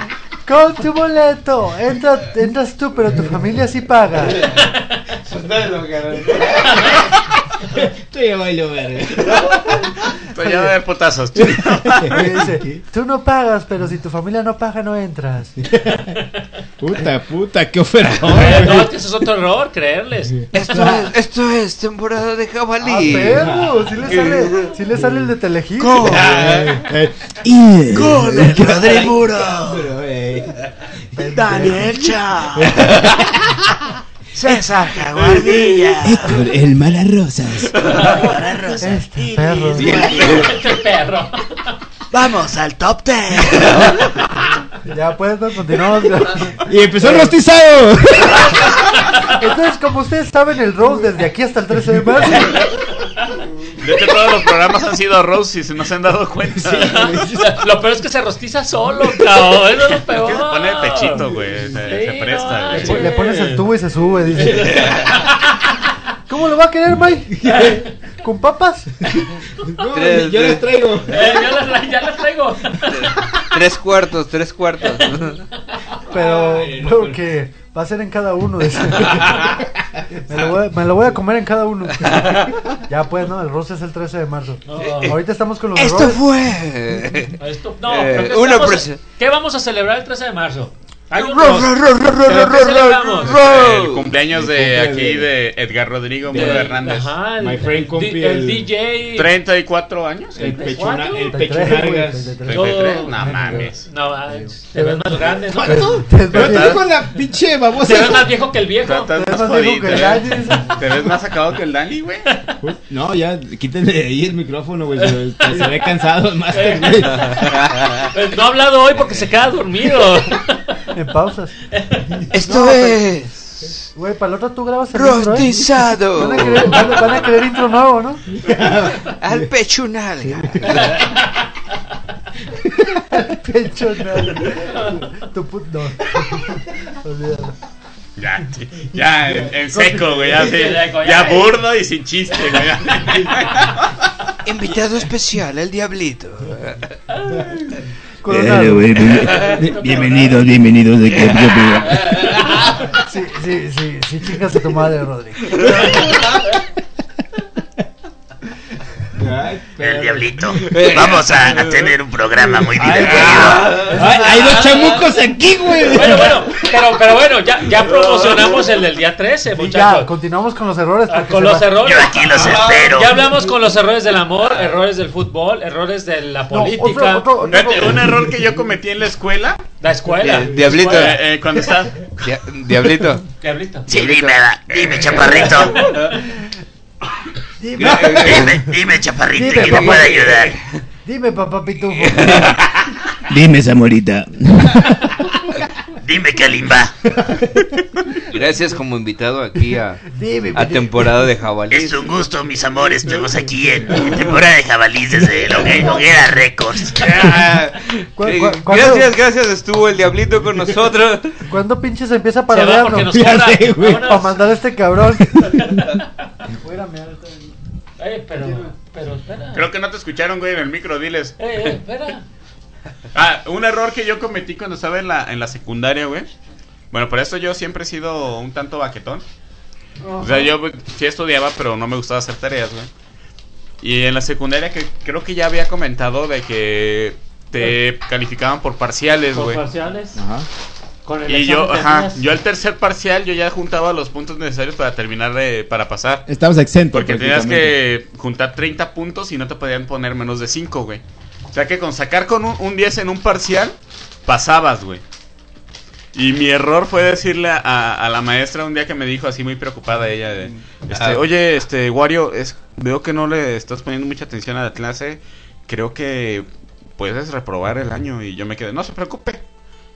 S5: Con tu boleto, entra- entras tú, pero tu familia sí paga.
S11: Suéltalo, carnal.
S9: Tú ya bailo, verga.
S2: Estoy ya de putazos.
S5: Y dice, tú no pagas, pero si tu familia no paga, no entras.
S7: Puta, puta, qué ofertón.
S4: Eh, No, es que eso es otro error, creerles.
S6: Esto es, esto es temporada de
S5: Ah,
S6: jabalí.
S5: perro, si le sale, sí le sale el de Telehit.
S6: Con-
S7: Eh,
S6: Con el padre Muro, Daniel Chao, César Jaguardilla.
S9: Héctor, el mala rosas.
S5: Este perro.
S4: Este perro.
S6: Vamos al top 10.
S5: Ya pues, no, continuamos.
S7: Y empezó el rostizado.
S5: Entonces, como ustedes saben, el Rose desde aquí hasta el 13 de marzo.
S2: De hecho, todos los programas han sido Rose, y si no se han dado cuenta.
S4: Lo peor es que se rostiza solo, cabrón. Eso es lo
S2: Es que
S4: peor.
S2: se pone de pechito, güey. Se,
S4: Sí,
S2: se presta,
S4: no,
S2: güey.
S4: sí.
S5: Le pones el tubo y se sube, dice. ¿Cómo lo va a querer, Mike? ¿Con papas?
S7: No, yo les traigo.
S4: Eh, ya las tra- ya las traigo.
S6: Tres cuartos, tres cuartos.
S5: Pero, porque Va a ser en cada uno. decía. me, lo voy a, me lo voy a comer en cada uno. ya pues, no, el roce es el 13 de marzo. Ahorita estamos con los
S6: Esto
S5: errores.
S6: fue.
S4: Esto- no,
S6: Eh,
S4: creo que
S6: una
S4: estamos-
S6: presi-
S4: ¿Qué vamos a celebrar el 13 de marzo? Hay un
S6: Ro,
S4: dos.
S6: ro, ro, ro, ro,
S4: ¿Pero
S6: ro,
S4: qué
S6: ro,
S4: celebramos?
S6: ro, ro.
S2: El cumpleaños de aquí de Edgar Rodrigo Muro
S4: De-
S2: Hernández.
S4: Eh, ajá, el-
S2: My friend
S4: el,
S2: compi,
S4: di- el
S2: el-
S4: DJ.
S2: 34 años.
S4: El pechona- el
S5: 33, pechonargas. güey, 33.
S2: 33, no mames.
S4: No, ay, te ves más grande, ¿no?
S7: Pero te dijo la pinche babosa.
S4: Te ves más viejo que el viejo.
S2: Estás más
S5: más
S2: jodido,
S5: viejo que el
S2: ¿eh?
S5: Dani,
S2: Te ves más sacado que el Dani, güey.
S7: Pues, No, ya, quítenle de ahí el micrófono, güey. Se, se ve cansado el máster, güey.
S4: Pues No ha hablado hoy porque se queda dormido.
S5: En pausas.
S6: Esto es.
S5: Güey, para el otro tú grabas el intro, ¿eh?
S6: Rostizado.
S5: Van a querer- van a- van a querer intro nuevo, ¿no?
S6: Al pechonalga.
S5: Pechonal. Tu put- no. Olvídalo.
S2: Ya, sí, ya en, en seco, güey. Ya, sí,
S4: seco, ya.
S2: ya burdo y sin chiste, güey.
S6: Invitado especial, el diablito.
S5: Coronado.
S9: bienvenidos, bienvenidos de
S5: Sí, sí, sí, sí, chingas a tu madre, Rodrigo.
S7: Ay,
S12: El diablito. Vamos a, a tener un programa muy divertido.
S7: Ay, hay dos chamucos aquí, güey.
S4: Bueno, bueno, pero, pero bueno, ya, ya promocionamos el del día 13,
S5: Y ya,
S4: muchachos.
S5: continuamos con los errores.
S4: Ah,
S5: porque
S4: Con
S5: se
S4: los
S5: va-
S4: errores. Ah,
S12: Yo aquí los espero.
S4: Ya hablamos con los errores del amor, errores del fútbol, errores de la
S5: No, otro,
S4: política,
S5: otro, otro,
S2: Fíjate, un error que yo cometí en la escuela.
S4: la escuela.
S6: Eh, diablito.
S4: La escuela.
S2: eh, eh, cuando estaba.
S6: Dia- diablito.
S4: Diablito.
S12: Sí, dime, va, dime, eh. chaparrito.
S5: Dime,
S12: Dime, dime, chaparrito,
S5: Dime,
S12: que te
S5: papá.
S12: puedo ayudar.
S5: dime, papá Pitufo.
S9: Dime, Zamorita.
S12: Dime, Kalimba.
S6: Gracias como invitado aquí a,
S5: Dime,
S6: a temporada de jabalí.
S12: Es un gusto, mis amores. Estamos aquí en, en temporada de jabalí desde lo que Hoguera Records.
S5: ¿Cu-
S6: Eh,
S5: cu- cuándo-
S6: Gracias, gracias, estuvo el diablito con nosotros.
S5: ¿Cuándo pinches empieza a
S4: Se va porque
S5: parodiarnos?
S4: nos cobra.
S7: Ya sé, güey.
S5: Para
S4: Vámonos.
S5: mandar a este cabrón.
S4: Eh, pero, pero espera.
S2: Creo que no te escucharon, güey, en el micro, diles.
S4: Eh, eh, espera.
S2: Ah, un error que yo cometí cuando estaba en la, en la secundaria, güey. Bueno, por eso yo siempre he sido un tanto baquetón. O sea, yo pues, sí estudiaba, pero no me gustaba hacer tareas, güey. Y en la secundaria que creo que ya había comentado de que te calificaban por parciales,
S4: Por
S2: güey.
S4: parciales.
S7: Ajá.
S4: Con el
S2: Y
S4: examen
S2: yo, ajá,
S4: terminas.
S2: yo al tercer parcial yo ya juntaba los puntos necesarios para terminar de, para pasar.
S7: Estabas exento.
S2: Porque tenías
S7: prácticamente.
S2: que juntar 30 puntos y no te podían poner menos de 5, güey. O sea que con sacar con un, un 10 en un parcial, pasabas, güey. Y mi error fue decirle a, a- a la maestra un día que me dijo así muy preocupada ella de, este,
S6: Ah.
S2: oye, este, Wario, es, veo que no le estás poniendo mucha atención a la clase, creo que puedes reprobar el año y yo me quedé, no se preocupe,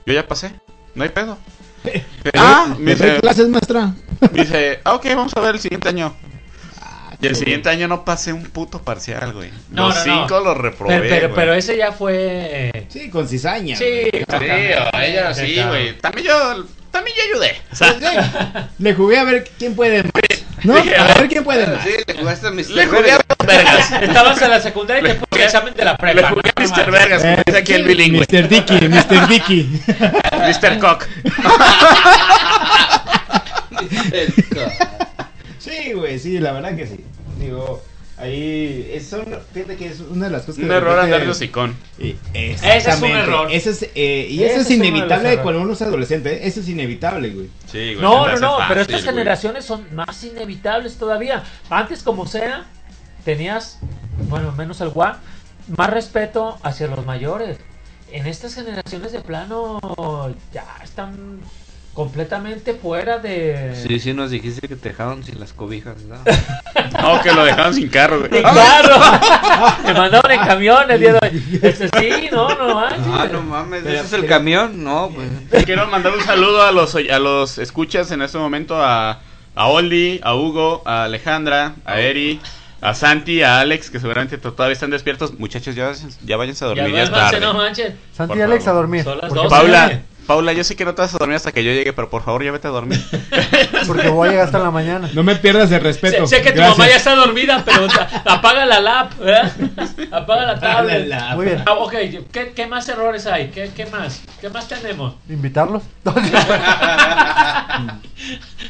S2: yo ya pasé, no hay pedo. ah, me
S7: ¿Me trae
S2: dice,
S7: clases, maestra?
S2: Dice, ah, ok, vamos a ver el siguiente año. Y el siguiente año no pasé un puto parcial, güey.
S4: No, no,
S2: los
S4: no.
S2: cinco los reprobé.
S4: Pero, pero,
S2: güey.
S4: pero ese ya fue.
S7: Sí, con cizaña.
S4: Sí,
S2: Sí, a ella sí, güey. También yo, también yo ayudé. O sea,
S7: Le jugué a ver quién puede más. ¿No?
S2: Sí, a
S7: A ver quién puede más.
S6: Sí, le jugaste a Mr.
S2: le jugué a
S6: Verga.
S2: los vergas.
S4: Estabas en la secundaria y te fue el examen de la
S2: Le
S4: prepa.
S2: jugué a
S4: no
S2: Mr.
S4: mames.
S2: Vergas, como dice aquí el bilingüe.
S7: Mr. Dicky, Mr. Dicky.
S2: Mr. Cock.
S7: Sí, güey, sí, la verdad que sí. Digo, ahí. es- son- fíjate que es una de las cosas que.
S2: Un
S7: de
S2: error
S7: repente-
S2: andar de hocicón.
S7: Y- eh,
S4: Ese es un error.
S7: Ese es, eh, y
S4: Ese
S7: eso
S4: es
S7: es
S4: uno de los
S7: inevitable
S4: errores.
S7: cuando uno es adolescente. ¿eh? Eso es inevitable, güey.
S2: Sí,
S4: No,
S2: güey. se me
S4: no,
S2: hace
S4: no, pero
S2: fácil,
S4: estas
S2: güey.
S4: generaciones son más inevitables todavía. Antes, como sea, tenías, bueno, menos el guá, más respeto hacia los mayores. En estas generaciones de plano ya están completamente fuera de...
S6: Sí, sí, nos dijiste que te dejaron sin las cobijas. ¿no?
S2: No, que lo dejaron sin carro, güey. Ah,
S4: Sí, claro. Me mandaron en camión el día de hoy. Este, sí, no, no manches.
S6: Ah, no mames, ¿ese es el camión? No, pues.
S2: Quiero mandar un saludo a los oy- a los escuchas en este momento a a Oli, a Hugo, a Alejandra, a Eri, a Santi, a Alex que seguramente to- todavía están despiertos. Muchachos, ya ya váyanse a
S4: Ya
S2: dormir, ya es
S4: duérmanse,
S2: tarde.
S4: no manches.
S5: Santi
S2: Por
S5: y Alex a
S2: favor.
S5: dormir.
S4: Son las
S5: porque-
S4: doce.
S2: Paula, Paula, yo sé que no te vas a dormir hasta que yo llegue, pero por favor, ya vete a dormir.
S5: Porque voy a llegar hasta la mañana.
S7: No me pierdas el
S4: Sé,
S7: respeto.
S4: sé que tu
S7: Gracias.
S4: mamá ya está dormida, pero o sea, apaga la lap, ¿verdad? Apaga la tablet.
S7: Álala.
S5: Muy bien.
S4: Ah, ok, ¿Qué, qué más errores hay? ¿Qué, qué más? ¿Qué más tenemos?
S5: ¿Invitarlos?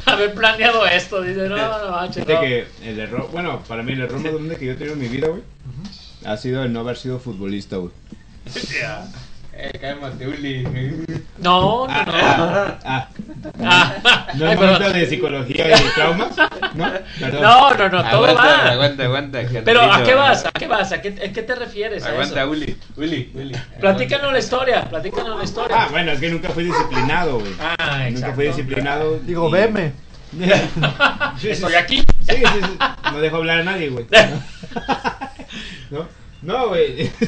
S4: haber planeado esto. Dice, no, no, manches,
S7: Fíjate
S4: no.
S7: que el error, bueno, para mí el error más grande que yo he tenido en mi vida, güey, ha sido el no haber sido futbolista, güey.
S11: Eh, cálmate, Uli.
S4: No, no, no.
S7: Ah, ah,
S4: Ah.
S7: ah. ¿No
S4: Ay,
S7: es
S4: perdón.
S7: momento de psicología y de traumas? ¿No? Perdón.
S4: No, no, no, todo
S11: Aguanta,
S4: va.
S11: aguanta, aguanta, Carlito.
S4: Pero ¿a qué vas? ¿A qué vas? ¿A qué, a qué te refieres? a
S11: Aguanta,
S4: eso?
S11: Uli. Uli, Uli.
S4: Platícanos la historia, platícanos la historia.
S7: Ah, bueno, es que nunca fui disciplinado, güey.
S4: Ah,
S7: Nunca
S4: exacto.
S7: fui disciplinado.
S5: Digo,
S7: y-
S5: veme.
S4: Estoy aquí.
S7: Sí, sí, sí. No dejo hablar a nadie, güey. ¿No? No, güey.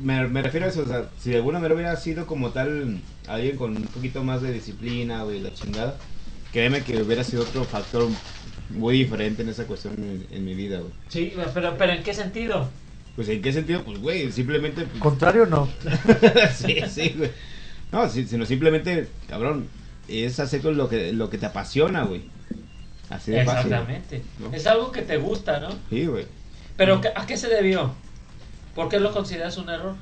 S7: Me, me refiero a eso, o sea, si de alguna manera hubiera sido como tal alguien con un poquito más de disciplina, güey, la chingada, créeme que hubiera sido otro factor muy diferente en esa cuestión en, en mi vida, güey.
S4: Sí, pero, pero ¿en qué sentido?
S7: Pues en qué sentido, pues, güey, simplemente... pues,
S5: ¿Contrario o no?
S7: sí, sí, güey. No, si- sino simplemente, cabrón, es hacer con lo que, lo que te apasiona, güey. Así de fácil.
S4: Exactamente.
S7: ¿no?
S4: Es algo que te gusta, ¿no?
S7: Sí, güey.
S4: Pero ¿a qué se debió? ¿Por qué lo consideras un error?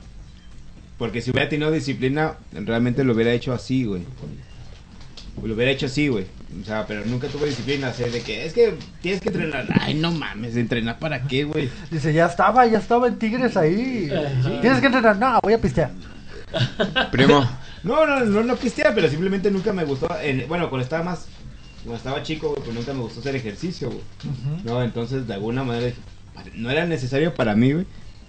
S7: Porque si hubiera tenido disciplina, realmente lo hubiera hecho así, güey. Lo hubiera hecho así, güey. O sea, pero nunca tuve disciplina. así de que es que tienes que entrenar. Ay, no mames, ¿entrenar para qué, güey?
S5: Dice, ya estaba, ya estaba en Tigres ahí.
S4: Ajá.
S5: Tienes que entrenar. No, voy a pistear.
S6: Primo,
S7: No, no, no, no pisteaba, pero simplemente nunca me gustó. en- bueno, cuando estaba más. Cuando estaba chico, güey, pues nunca me gustó hacer ejercicio, güey. No, entonces de alguna manera dije, "Para- no era necesario para mí, güey,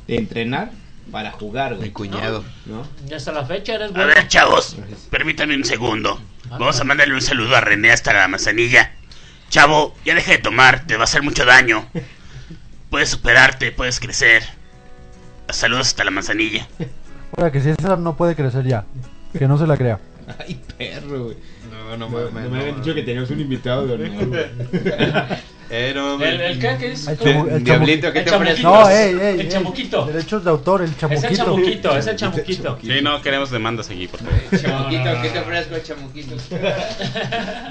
S7: entrenar para jugar, güey.
S6: mi pues, cuñado.
S7: ¿No?
S4: Y hasta la fecha eres
S12: A
S4: bueno.
S12: ver, chavos, permítanme un segundo. Vamos a mandarle un saludo a René hasta la manzanilla. Chavo, ya deja de tomar, te va a hacer mucho daño. Puedes superarte, puedes crecer. Saludos hasta la manzanilla.
S5: Ahora que si esa no puede crecer ya. Que no se la crea.
S7: Ay, perro, güey.
S2: No, no
S7: No,
S2: mames.
S7: no
S2: no
S7: me habían
S2: mames.
S7: dicho que teníamos un invitado de honor, güey.
S2: Eh, no mames.
S4: ¿El, el qué? ¿Qué es?
S5: El
S4: ¿Cómo?
S5: chamu- el
S2: Diablito, ¿qué
S4: El
S2: te ofrece?
S4: chamuquito.
S5: No, ey,
S4: El
S5: ey. ey.
S4: chamuquito.
S5: Derechos de autor, el
S4: Es
S5: chamuquito.
S4: el chamuquito, es el chamuquito.
S2: Sí, no, queremos demandas aquí, por favor.
S11: Chamuquito, ¿qué te ofrezco, chamuquito?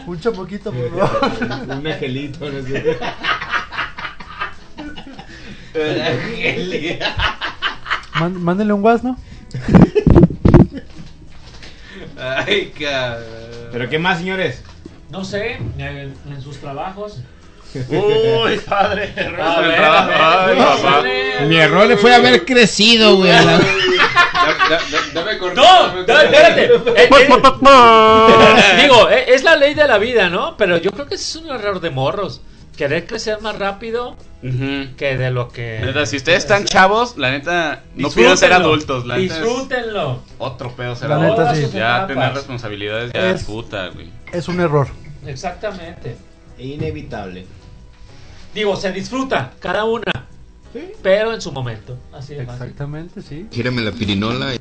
S5: Un chamuquito, por favor.
S7: un angelito, no sé.
S5: Mán- Mándenle un guas, ¿no?
S11: Ay, cabrón.
S7: Pero qué más, señores.
S4: No sé, en, en sus trabajos.
S2: Uy, padre.
S4: A ver, a ver,
S2: Ay,
S4: no,
S2: papá.
S4: sale.
S9: Mi error le fue haber crecido, güey.
S11: Dame corrido.
S4: No, no, espérate. Eh,
S2: Pues,
S4: eh, digo, eh, es la ley de la vida, ¿no? Pero yo creo que ese es un error de morros. Querer crecer más rápido
S2: Ujú.
S4: que de lo que.
S2: Neta, si ustedes están chavos, la neta, no
S4: Disfrútenlo,
S2: pudieron ser adultos. La neta es
S4: Disfrútenlo.
S2: otro pedo ser
S5: La
S2: adultos.
S5: neta, sí.
S2: Ya
S4: Etapas.
S2: tener responsabilidades ya
S5: Es-
S2: es puta, güey.
S5: Es un error.
S4: Exactamente.
S7: Inevitable.
S4: Digo, se disfruta cada una. Pero en su momento. Así de fácil.
S5: Exactamente, sí.
S6: Gírame la pirinola.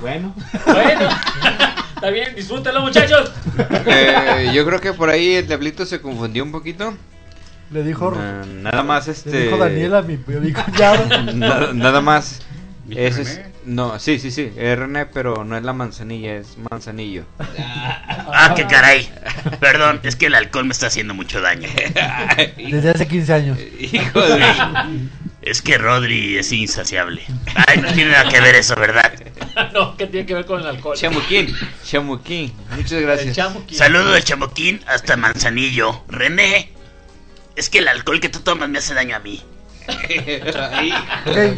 S7: Bueno.
S4: Bueno, está bien, disfrútenlo, muchachos.
S6: Eh, yo creo que por ahí el diablito se confundió un poquito.
S5: Le dijo,
S6: Na- nada más este.
S5: le dijo Daniela, mi, mi cuñado.
S6: Nada, nada más.
S2: ¿Dije
S6: Ese es,
S2: René?
S6: no, sí, sí, sí, es René, pero no es la manzanilla, es manzanillo.
S12: Ah, qué caray. Perdón, es que el alcohol me está haciendo mucho daño.
S5: Desde hace 15 años.
S6: Hijo de...
S12: Es que Rodri es insaciable. Ay, no tiene nada que ver eso, ¿verdad?
S4: no, ¿qué tiene que ver con el alcohol?
S6: Chamuquín, Chamuquín, muchas
S4: El
S6: gracias.
S4: chamuquín.
S12: Saludo de Chamoquín hasta Manzanillo. René, es que el alcohol que tú tomas me hace daño a mí.
S5: Ok,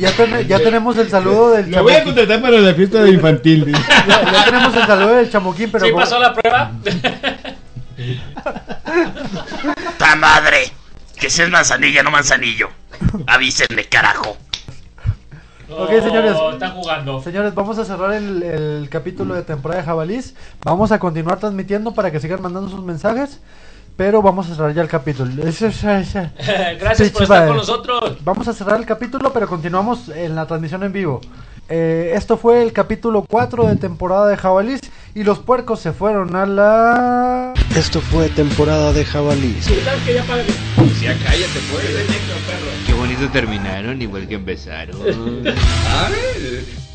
S5: ya, ten- ya tenemos el saludo del
S7: Lo voy a
S5: chamuquín.
S7: contratar para la fiesta de infantil. dice.
S5: Ya, ya tenemos el saludo del chamuquín, pero
S4: ¿Sí
S5: por-
S4: pasó la prueba?
S12: ¡Ta madre! Que si es manzanilla, no manzanillo. Avísenme, carajo.
S5: Ok, señores.
S4: No, Oh, Están jugando.
S5: Señores, vamos a cerrar el, el capítulo de temporada de Jabalís. Vamos a continuar transmitiendo para que sigan mandando sus mensajes. Pero vamos a cerrar ya el capítulo.
S4: Gracias por
S5: Sí,
S4: estar
S5: sí,
S4: con
S5: padre.
S4: nosotros.
S5: Vamos a cerrar el capítulo, pero continuamos en la transmisión en vivo. Eh, esto fue el capítulo 4 de temporada de Jabalís. Y los puercos se fueron a la.
S1: Esto fue temporada de jabalís.
S6: Qué bonito terminaron, igual que empezaron.
S2: Ay,